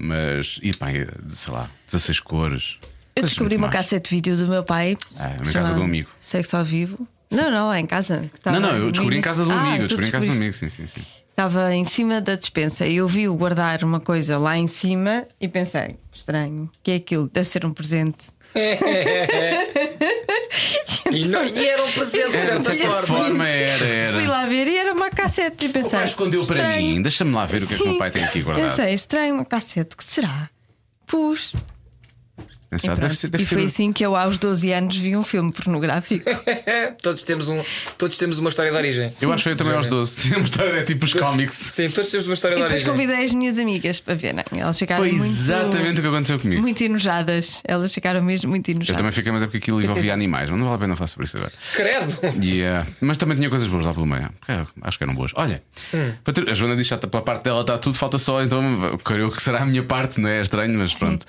[SPEAKER 2] Mas, e pá, sei lá, 16 cores.
[SPEAKER 3] Eu descobri uma cassete de vídeo do meu pai.
[SPEAKER 2] Ah, em casa
[SPEAKER 3] chamada
[SPEAKER 2] de um amigo.
[SPEAKER 3] Sexo ao vivo. Não, não, é em casa. que estava
[SPEAKER 2] Não, não, eu
[SPEAKER 3] no
[SPEAKER 2] descobri em
[SPEAKER 3] início.
[SPEAKER 2] casa de um
[SPEAKER 3] Ah,
[SPEAKER 2] amigo, eu
[SPEAKER 3] tu
[SPEAKER 2] descobri em casa de um
[SPEAKER 3] descobriste.
[SPEAKER 2] amigo, sim, sim, sim.
[SPEAKER 3] Estava em cima da despensa e eu vi-o guardar uma coisa lá em cima e pensei: estranho, o que é aquilo? Deve ser um presente.
[SPEAKER 4] E, não, e era um presente, de certa
[SPEAKER 3] Olha,
[SPEAKER 2] Que
[SPEAKER 3] sim.
[SPEAKER 4] forma.
[SPEAKER 2] forma era, era.
[SPEAKER 3] Fui lá ver e era uma cassete e
[SPEAKER 2] O
[SPEAKER 3] pensei.
[SPEAKER 2] pai escondeu para
[SPEAKER 3] estranho.
[SPEAKER 2] mim. Deixa-me lá ver o que é que o
[SPEAKER 3] Sim.
[SPEAKER 2] meu pai tem aqui guardado.
[SPEAKER 3] Pensei, estranho, uma cassete, o que será? Pus. E
[SPEAKER 2] Engraçado. Deve
[SPEAKER 3] pronto.
[SPEAKER 2] ser- deve
[SPEAKER 3] E
[SPEAKER 2] ser- um- É
[SPEAKER 3] foi assim que eu, aos 12 anos, vi um filme pornográfico.
[SPEAKER 4] todos, temos um, todos temos uma história de origem.
[SPEAKER 2] Eu acho que foi também aos 12. A história é tipo os cómics.
[SPEAKER 4] Sim, todos temos uma
[SPEAKER 3] e
[SPEAKER 4] história de
[SPEAKER 3] depois
[SPEAKER 4] origem.
[SPEAKER 3] convidei as minhas amigas para verem. Elas ficaram
[SPEAKER 2] Foi
[SPEAKER 3] muito,
[SPEAKER 2] exatamente o que aconteceu comigo.
[SPEAKER 3] muito enojadas. Elas ficaram mesmo muito
[SPEAKER 2] Eu
[SPEAKER 3] enojadas.
[SPEAKER 2] também fiquei, mas é porque aquilo envolvia animais. Não vale a pena falar sobre isso agora.
[SPEAKER 4] Credo!
[SPEAKER 2] E, eh, mas também tinha coisas boas lá pelo meio. É, Acho que eram boas. Olha,
[SPEAKER 3] Hum.
[SPEAKER 2] para ter- a Joana diz que já tá- pela parte dela está tudo, falta só, então creio que será a minha parte, não é? É estranho, mas pronto.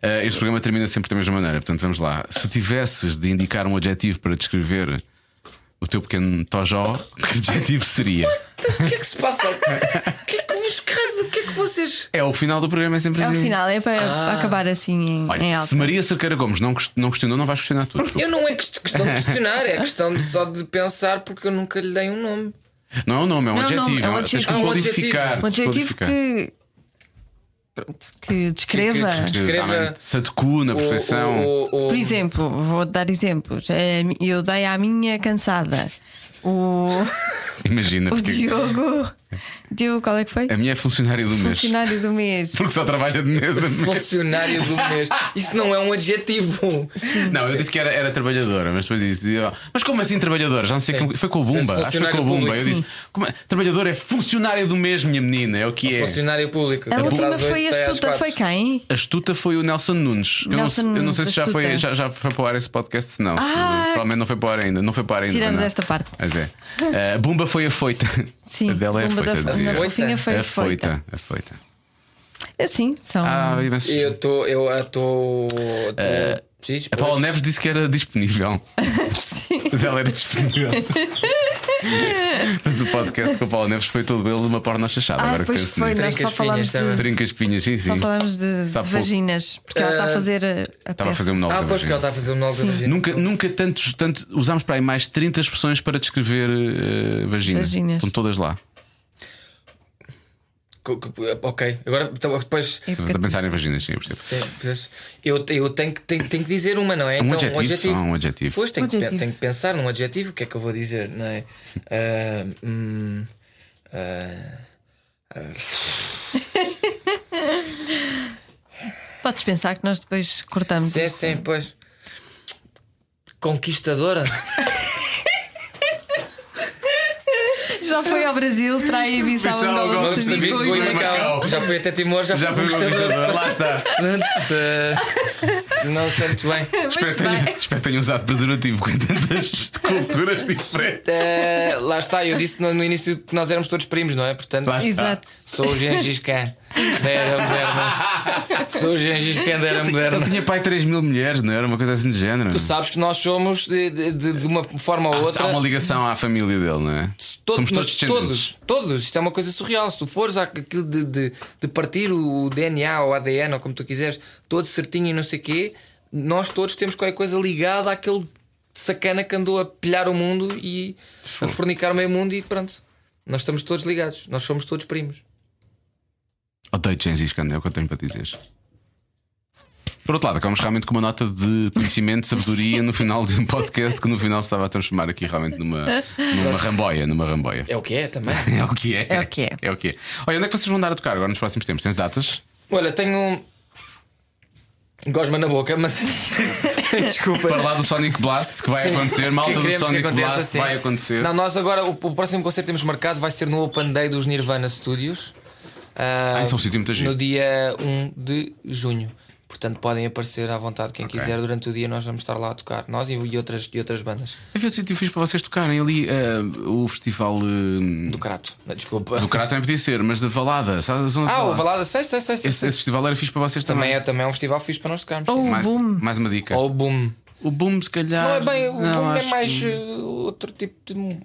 [SPEAKER 2] Eh, este programa termina sempre da mesma maneira, portanto vamos lá. Se tivesses de indicar um adjetivo para descrever o teu pequeno Tojó, que adjetivo seria?
[SPEAKER 4] Então, o que é que se passa? O que é que, mas, credo, o que é que vocês.
[SPEAKER 2] É o final do programa, é sempre
[SPEAKER 3] É o
[SPEAKER 2] assim.
[SPEAKER 3] final, é para, para acabar assim em, em
[SPEAKER 2] Olha,
[SPEAKER 3] alta.
[SPEAKER 2] se Maria Cerqueira Gomes não, ques- não questionou, não vais questionar tudo.
[SPEAKER 4] Eu não é quest- questão de questionar, é questão de- só de pensar porque eu nunca lhe dei um nome.
[SPEAKER 2] Não é um nome, é um
[SPEAKER 3] Não, não,
[SPEAKER 2] adjetivo.
[SPEAKER 3] é um
[SPEAKER 2] Tens que
[SPEAKER 3] adjetivo.
[SPEAKER 2] qualificar.
[SPEAKER 3] Um adjetivo que. Pronto, que descreva.
[SPEAKER 4] Que- que descreva- Escreva-
[SPEAKER 2] Se adequa na
[SPEAKER 4] O-
[SPEAKER 2] perfeição.
[SPEAKER 4] o- o- o-
[SPEAKER 3] Por exemplo, vou dar exemplos. Eh, Eu dei à minha cansada. O,
[SPEAKER 2] Imagina,
[SPEAKER 3] o
[SPEAKER 2] porque
[SPEAKER 3] Diogo. Diogo, qual é que foi?
[SPEAKER 2] a minha é funcionária do mês.
[SPEAKER 3] Funcionário do mês.
[SPEAKER 2] Porque só trabalha de mês a mês.
[SPEAKER 4] Funcionário do mês. Isso não é um adjetivo.
[SPEAKER 2] Não, eu disse que era, era trabalhadora, mas depois disse. ó, Mas como assim trabalhadora? Já não sei
[SPEAKER 4] Sim.
[SPEAKER 2] como. Foi com o
[SPEAKER 4] Se é
[SPEAKER 2] Bumba. Acho que foi com o
[SPEAKER 4] funcionário
[SPEAKER 2] Bumba. Eu
[SPEAKER 4] público,
[SPEAKER 2] disse: como é? trabalhadora é funcionária do mês, minha menina. É o que é.
[SPEAKER 4] Funcionário público.
[SPEAKER 3] A
[SPEAKER 4] Entra
[SPEAKER 3] última
[SPEAKER 4] às oito,
[SPEAKER 3] foi
[SPEAKER 4] sai às
[SPEAKER 3] astuta,
[SPEAKER 4] quatro.
[SPEAKER 3] foi quem?
[SPEAKER 2] Astuta foi o Nelson Nunes. Eu, não, sei-
[SPEAKER 3] Nelson
[SPEAKER 2] eu não sei
[SPEAKER 3] Nunes,
[SPEAKER 2] se já foi,
[SPEAKER 3] Astuta.
[SPEAKER 2] já, já foi para o ar esse podcast, se não. se-
[SPEAKER 3] Ah!
[SPEAKER 2] provavelmente não foi para o ar ainda. Não foi para o ar ainda.
[SPEAKER 3] Tiramos
[SPEAKER 2] não.
[SPEAKER 3] esta parte.
[SPEAKER 2] Mas é. Ah, Bumba foi a foita.
[SPEAKER 3] Sim,
[SPEAKER 2] A dela é a
[SPEAKER 3] Bomba
[SPEAKER 2] foita.
[SPEAKER 3] da,
[SPEAKER 2] dizia.
[SPEAKER 3] da Fofinha foi
[SPEAKER 2] a
[SPEAKER 3] a foita.
[SPEAKER 2] foita. A foita.
[SPEAKER 3] Assim, são.
[SPEAKER 2] Ah, imenso.
[SPEAKER 4] Eu estou. Eu estou.
[SPEAKER 2] A Paula Eh, é Neves disse que era disponível. A dela era disponível. Mas o podcast com a Paula Neves foi todo ele uma porno chachada.
[SPEAKER 3] Ah,
[SPEAKER 2] Agora que
[SPEAKER 3] pois
[SPEAKER 2] penso
[SPEAKER 3] foi,
[SPEAKER 2] nisso.
[SPEAKER 3] nós só
[SPEAKER 4] Trincas
[SPEAKER 3] falámos de,
[SPEAKER 4] finas, sabe?
[SPEAKER 2] Trinca espinhas, sim, sim.
[SPEAKER 3] só falámos de,
[SPEAKER 2] Só
[SPEAKER 3] de
[SPEAKER 2] pouco.
[SPEAKER 3] vaginas, porque ela está a fazer a, a
[SPEAKER 2] Estava a
[SPEAKER 3] peça.
[SPEAKER 2] fazer um
[SPEAKER 4] Ah,
[SPEAKER 2] monólogo. da
[SPEAKER 4] pois que
[SPEAKER 2] vagina.
[SPEAKER 4] ela está a fazer um novo da vagina.
[SPEAKER 2] Nunca, nunca tantos, tanto, usámos para aí mais 30 expressões para descrever eh, vagina.
[SPEAKER 3] Vaginas.
[SPEAKER 2] Estão todas lá.
[SPEAKER 4] Co- co- Ok, agora então, depois.
[SPEAKER 3] É
[SPEAKER 2] Estamos
[SPEAKER 3] porque-
[SPEAKER 2] a pensar em vaginas, sim, eu percebo.
[SPEAKER 4] Sim, pois, eu, eu tenho, que, tenho, tenho que dizer uma, não é?
[SPEAKER 2] Um adjetivo, só um adjetivo.
[SPEAKER 4] Pois tenho, que pe-
[SPEAKER 3] Adjetivo.
[SPEAKER 4] tenho que pensar num adjetivo, o que é que eu vou dizer, não é? Ah, hum, ah,
[SPEAKER 3] Podes pensar que nós depois cortamos.
[SPEAKER 4] sim, sim, pois. Conquistadora?
[SPEAKER 3] Já foi ao Brasil para a Ibiza,
[SPEAKER 2] Bissau,
[SPEAKER 3] Angola,
[SPEAKER 2] agora Moçambique,
[SPEAKER 3] Moçambique, Goiânia.
[SPEAKER 2] Goiânia. Macau.
[SPEAKER 4] Já fui até Timor, já,
[SPEAKER 2] Já foi
[SPEAKER 4] fui
[SPEAKER 2] uma conquistadora,
[SPEAKER 4] conquistadora.
[SPEAKER 2] lá está.
[SPEAKER 4] Portanto, ah, não sei muito bem.
[SPEAKER 2] Espero que, tenha, espero que tenha usado preservativo com tantas culturas diferentes.
[SPEAKER 4] Ah, lá está, eu disse no, no início que nós éramos todos primos, não é? Portanto,
[SPEAKER 2] Lá está.
[SPEAKER 3] Exato.
[SPEAKER 4] sou o Gengis Khan da era moderna. Sou o Gengis Khan da era moderna.
[SPEAKER 2] Ele tinha pai 3 mil mulheres, não era? Uma coisa assim de género.
[SPEAKER 4] Tu sabes que nós somos de, de- de- de uma forma ou outra.
[SPEAKER 2] Ah, Há uma ligação à família dele, não é?
[SPEAKER 4] to-
[SPEAKER 2] Somos todos
[SPEAKER 4] mas
[SPEAKER 2] descendentes.
[SPEAKER 4] todos, todos. Isto é uma coisa surreal. Se tu fores àquilo de, de, de partir o DNA ou ADN ou como tu quiseres, todo certinho e não sei o quê, nós todos temos qualquer coisa ligada àquele sacana que andou a pilhar o mundo e a fornicar o meio mundo e pronto. Nós estamos todos ligados. Nós somos todos primos.
[SPEAKER 2] Odeio Gengis Khan, é o que eu tenho para dizer. Por outro lado, acabamos realmente com uma nota de conhecimento, sabedoria no final de um podcast que no final se estava a transformar aqui realmente numa, numa ramboia, numa ramboia.
[SPEAKER 4] É o que é também.
[SPEAKER 2] É o que é.
[SPEAKER 3] É o que é.
[SPEAKER 2] É o que é. Olha, onde é que vocês vão dar a tocar agora nos próximos tempos? Tens datas?
[SPEAKER 4] Olha, tenho um. Gosma na boca, mas. Desculpa.
[SPEAKER 2] Para lá do Sonic Blast, que vai
[SPEAKER 4] Sim.
[SPEAKER 2] acontecer, malta
[SPEAKER 4] Que
[SPEAKER 2] do
[SPEAKER 4] queremos que
[SPEAKER 2] Sonic
[SPEAKER 4] aconteça,
[SPEAKER 2] Blast
[SPEAKER 4] sim.
[SPEAKER 2] vai acontecer.
[SPEAKER 4] Não, nós agora, o, o próximo concerto que temos marcado vai ser no Open Day dos Nirvana Studios. ah,
[SPEAKER 2] Ah, isso é um sítio muito giro.
[SPEAKER 4] No dia 1 de junho. Portanto, podem aparecer à vontade quem
[SPEAKER 2] Ok.
[SPEAKER 4] quiser durante o dia. Nós vamos estar lá a tocar, nós e, e outras, e outras bandas.
[SPEAKER 2] Havia outro sítio fixe para vocês tocarem ali eh, o festival eh,
[SPEAKER 4] Do Crato, Não, desculpa.
[SPEAKER 2] do Crato também podia ser, mas da Valada, sabe? A zona da
[SPEAKER 4] ah, o
[SPEAKER 2] Valada.
[SPEAKER 4] Valada, sei, sei, sei. sei,
[SPEAKER 2] Esse,
[SPEAKER 4] sei.
[SPEAKER 2] esse festival era fixe para vocês também. É.
[SPEAKER 4] também, é, um também é um festival fixe para nós tocarmos.
[SPEAKER 3] Ou
[SPEAKER 4] sim.
[SPEAKER 3] o
[SPEAKER 2] mais,
[SPEAKER 3] boom.
[SPEAKER 2] mais uma dica.
[SPEAKER 4] Ou o Boom.
[SPEAKER 2] O boom, se calhar.
[SPEAKER 4] Não é bem, o
[SPEAKER 2] Ah, não,
[SPEAKER 4] Boom é
[SPEAKER 2] acho
[SPEAKER 4] mais
[SPEAKER 2] que-
[SPEAKER 4] eh, outro tipo de.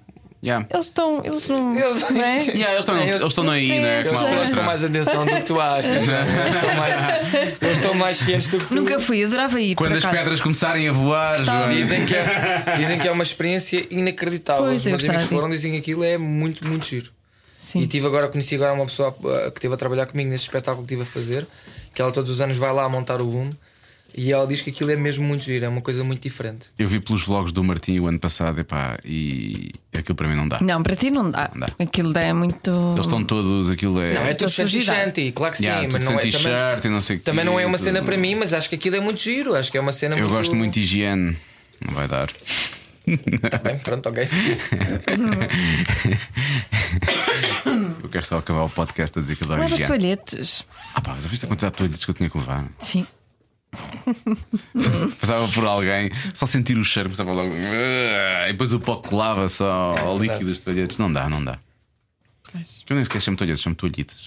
[SPEAKER 2] Yeah.
[SPEAKER 3] Eles estão. Eles não.
[SPEAKER 4] Eles-
[SPEAKER 3] não é?
[SPEAKER 2] Yeah, eles estão,
[SPEAKER 4] Não,
[SPEAKER 2] eles estão aí, não é?
[SPEAKER 3] eles
[SPEAKER 2] Como
[SPEAKER 4] Eles
[SPEAKER 2] a
[SPEAKER 4] prestam
[SPEAKER 2] outra.
[SPEAKER 4] mais atenção do que tu achas. não é? Eles estão mais- Eles estão mais cientes do que tu.
[SPEAKER 3] Nunca fui, adorava ir.
[SPEAKER 2] Quando
[SPEAKER 3] por
[SPEAKER 2] as
[SPEAKER 3] acaso.
[SPEAKER 2] pedras começarem a voar, Joana.
[SPEAKER 4] Dizem que, é, dizem que é uma experiência inacreditável.
[SPEAKER 3] Pois,
[SPEAKER 4] Os
[SPEAKER 3] eu
[SPEAKER 4] meus amigos
[SPEAKER 3] gostava de ir.
[SPEAKER 4] foram, dizem que aquilo é muito, muito giro.
[SPEAKER 3] Sim.
[SPEAKER 4] E tive agora, conheci agora uma eh, pessoa ah, que esteve a trabalhar comigo nesse espetáculo que estive a fazer, que ela todos os anos vai lá a montar o boom. E ela diz que aquilo é mesmo muito giro, é uma coisa muito diferente.
[SPEAKER 2] Eu vi pelos vlogs do Martim o ano passado epá, e aquilo para mim não dá.
[SPEAKER 8] Não, para ti não dá.
[SPEAKER 2] Não dá.
[SPEAKER 8] Aquilo é muito.
[SPEAKER 2] Eles estão todos, aquilo é.
[SPEAKER 4] Não, é
[SPEAKER 8] estou
[SPEAKER 4] tudo sem
[SPEAKER 8] surgida.
[SPEAKER 4] t-shirt, claro que
[SPEAKER 2] Yeah,
[SPEAKER 4] sim,
[SPEAKER 2] tudo
[SPEAKER 4] mas não é
[SPEAKER 2] sem t-shirt e
[SPEAKER 4] também,
[SPEAKER 2] não sei o quê,
[SPEAKER 4] também não é uma
[SPEAKER 2] tudo.
[SPEAKER 4] cena para mim, mas acho que aquilo é muito giro, acho que é uma cena
[SPEAKER 2] Eu
[SPEAKER 4] muito
[SPEAKER 2] gosto muito de higiene. Não vai dar.
[SPEAKER 4] Tá bem, pronto, ok.
[SPEAKER 2] Eu quero só acabar o podcast a dizer que adoro
[SPEAKER 8] Levas
[SPEAKER 2] higiene.
[SPEAKER 8] toalhetes.
[SPEAKER 2] Ah, pá, já viste a quantidade de toalhetes que eu tinha que levar?
[SPEAKER 8] Sim.
[SPEAKER 2] Passava por alguém, só sentir o cheiro, passava logo. "Ugh", E depois o pó colava só ao líquido dos toalhetes. Não dá, não dá. Eu nem sequer chamo toalhetes, chamo toalhitas.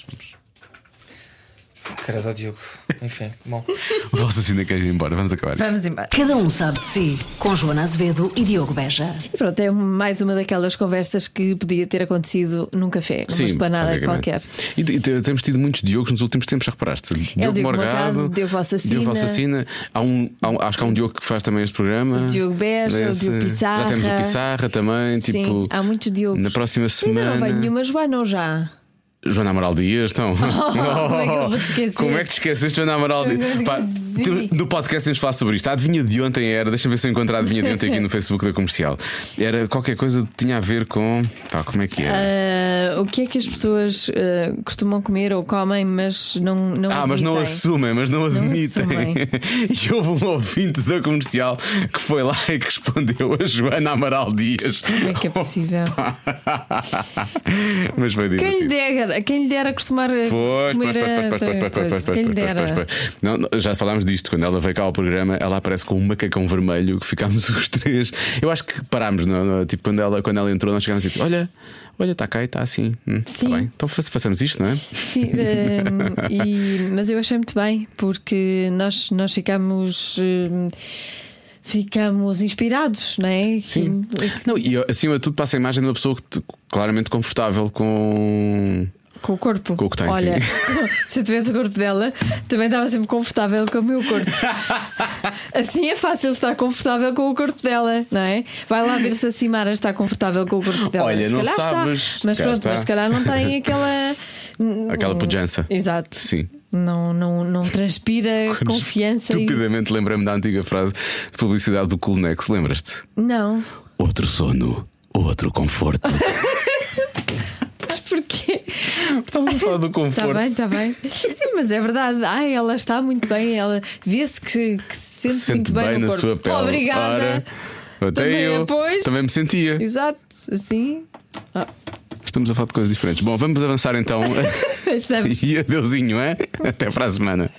[SPEAKER 4] Cara do Diogo. Enfim, bom.
[SPEAKER 2] O vosso ainda quer assim ir embora, vamos acabar.
[SPEAKER 8] Vamos embora.
[SPEAKER 1] Cada um sabe de si, com Joana Azevedo e Diogo Beja.
[SPEAKER 3] E pronto, é mais uma daquelas conversas que podia ter acontecido num café, numa esplanada
[SPEAKER 2] basicamente.
[SPEAKER 3] qualquer.
[SPEAKER 2] E, e te- temos tido muitos Diogos nos últimos tempos, já reparaste?
[SPEAKER 3] Diogo Morgado, um Diogo Valsacina.
[SPEAKER 2] Diogo Valsacina. Há um, há um- acho que há um Diogo que faz também este programa.
[SPEAKER 3] O Diogo Beja, o Diogo Pissarra.
[SPEAKER 2] Já temos o Pissarra também.
[SPEAKER 3] Sim,
[SPEAKER 2] tipo,
[SPEAKER 3] há muitos Diogos.
[SPEAKER 2] Na próxima
[SPEAKER 3] Ainda não
[SPEAKER 2] semana.
[SPEAKER 3] vem nenhuma Joana ou já?
[SPEAKER 2] Joana Amaral Dias, então.
[SPEAKER 3] como é que eu vou te esquecer?
[SPEAKER 2] Como é que te esqueceste, Joana Amaral Dias?
[SPEAKER 3] Eu
[SPEAKER 2] Pá,
[SPEAKER 3] esqueci.
[SPEAKER 2] tu- no podcast temos de falar sobre isto. A adivinha de ontem era, deixa eu ver se eu encontro a adivinha de ontem aqui no Facebook da comercial. Era qualquer coisa que tinha a ver com. Pá, como é que era?
[SPEAKER 3] Ah, o que é que as pessoas ah, costumam comer ou comem, mas não. não
[SPEAKER 2] Ah, mas não
[SPEAKER 3] admitem?
[SPEAKER 2] assumem, mas não admitem.
[SPEAKER 3] assumem.
[SPEAKER 2] e houve um ouvinte da comercial que foi lá e que respondeu a Joana Amaral Dias.
[SPEAKER 3] Como é que é possível?
[SPEAKER 2] mas foi
[SPEAKER 3] Quem
[SPEAKER 2] divertido.
[SPEAKER 3] lhe dera, quem lhe dera acostumar a
[SPEAKER 2] Pois, pois,
[SPEAKER 3] comer a
[SPEAKER 2] pois, pois, pois,
[SPEAKER 3] outra
[SPEAKER 2] pois, pois, pois,
[SPEAKER 3] coisa. Quem lhe
[SPEAKER 2] pois, pois,
[SPEAKER 3] dera.
[SPEAKER 2] pois, pois. Não, não, Já falámos disto, quando ela veio cá ao programa, ela aparece com um macacão vermelho que ficámos os três. Eu acho que parámos, não, não, tipo, quando ela, quando ela entrou, nós chegámos e tipo, olha, olha, está cá e está assim. Hum, tá
[SPEAKER 3] Sim.
[SPEAKER 2] bem. Então fa- façamos isto, não é?
[SPEAKER 3] Sim, hum, e- mas eu achei muito bem, porque nós, nós ficamos. hum, Ficamos inspirados, não é?
[SPEAKER 2] Sim.
[SPEAKER 3] E-
[SPEAKER 2] Não, e acima de tudo passa a imagem de uma pessoa que te- claramente confortável com.
[SPEAKER 3] Com o corpo.
[SPEAKER 2] Com o que tem,
[SPEAKER 3] Olha, se eu tivesse o corpo dela, também estava sempre confortável com o meu corpo. Assim é fácil estar confortável com o corpo dela, não é? Vai lá ver se a Simara está confortável com o corpo dela.
[SPEAKER 2] Olha,
[SPEAKER 3] se
[SPEAKER 2] não
[SPEAKER 3] calhar
[SPEAKER 2] sabes,
[SPEAKER 3] está.
[SPEAKER 2] se
[SPEAKER 3] Mas
[SPEAKER 2] calhar
[SPEAKER 3] pronto,
[SPEAKER 2] está.
[SPEAKER 3] mas se calhar não tem aquela.
[SPEAKER 2] Aquela pujança.
[SPEAKER 3] Exato.
[SPEAKER 2] Sim.
[SPEAKER 3] Não, não, não transpira confiança. e-
[SPEAKER 2] Estupidamente lembrei-me da antiga frase de publicidade do Coolnex, lembras-te?
[SPEAKER 3] Não.
[SPEAKER 2] Outro sono, outro conforto.
[SPEAKER 3] Mas porquê?
[SPEAKER 2] Estamos a falar do
[SPEAKER 3] Está
[SPEAKER 2] conforto.
[SPEAKER 3] bem, está bem. Mas é verdade. Ai, ela está muito bem. Ela vê-se que, que se sente,
[SPEAKER 2] Sente
[SPEAKER 3] muito bem,
[SPEAKER 2] bem,
[SPEAKER 3] no
[SPEAKER 2] na
[SPEAKER 3] corpo.
[SPEAKER 2] sua pele.
[SPEAKER 3] Obrigada.
[SPEAKER 2] Ora, até
[SPEAKER 3] Também, é,
[SPEAKER 2] eu
[SPEAKER 3] pois.
[SPEAKER 2] também me sentia.
[SPEAKER 3] Exato, assim.
[SPEAKER 2] Estamos a falar de coisas diferentes. Bom, vamos avançar então.
[SPEAKER 3] Estamos.
[SPEAKER 2] e adeusinho, é? Até para a semana.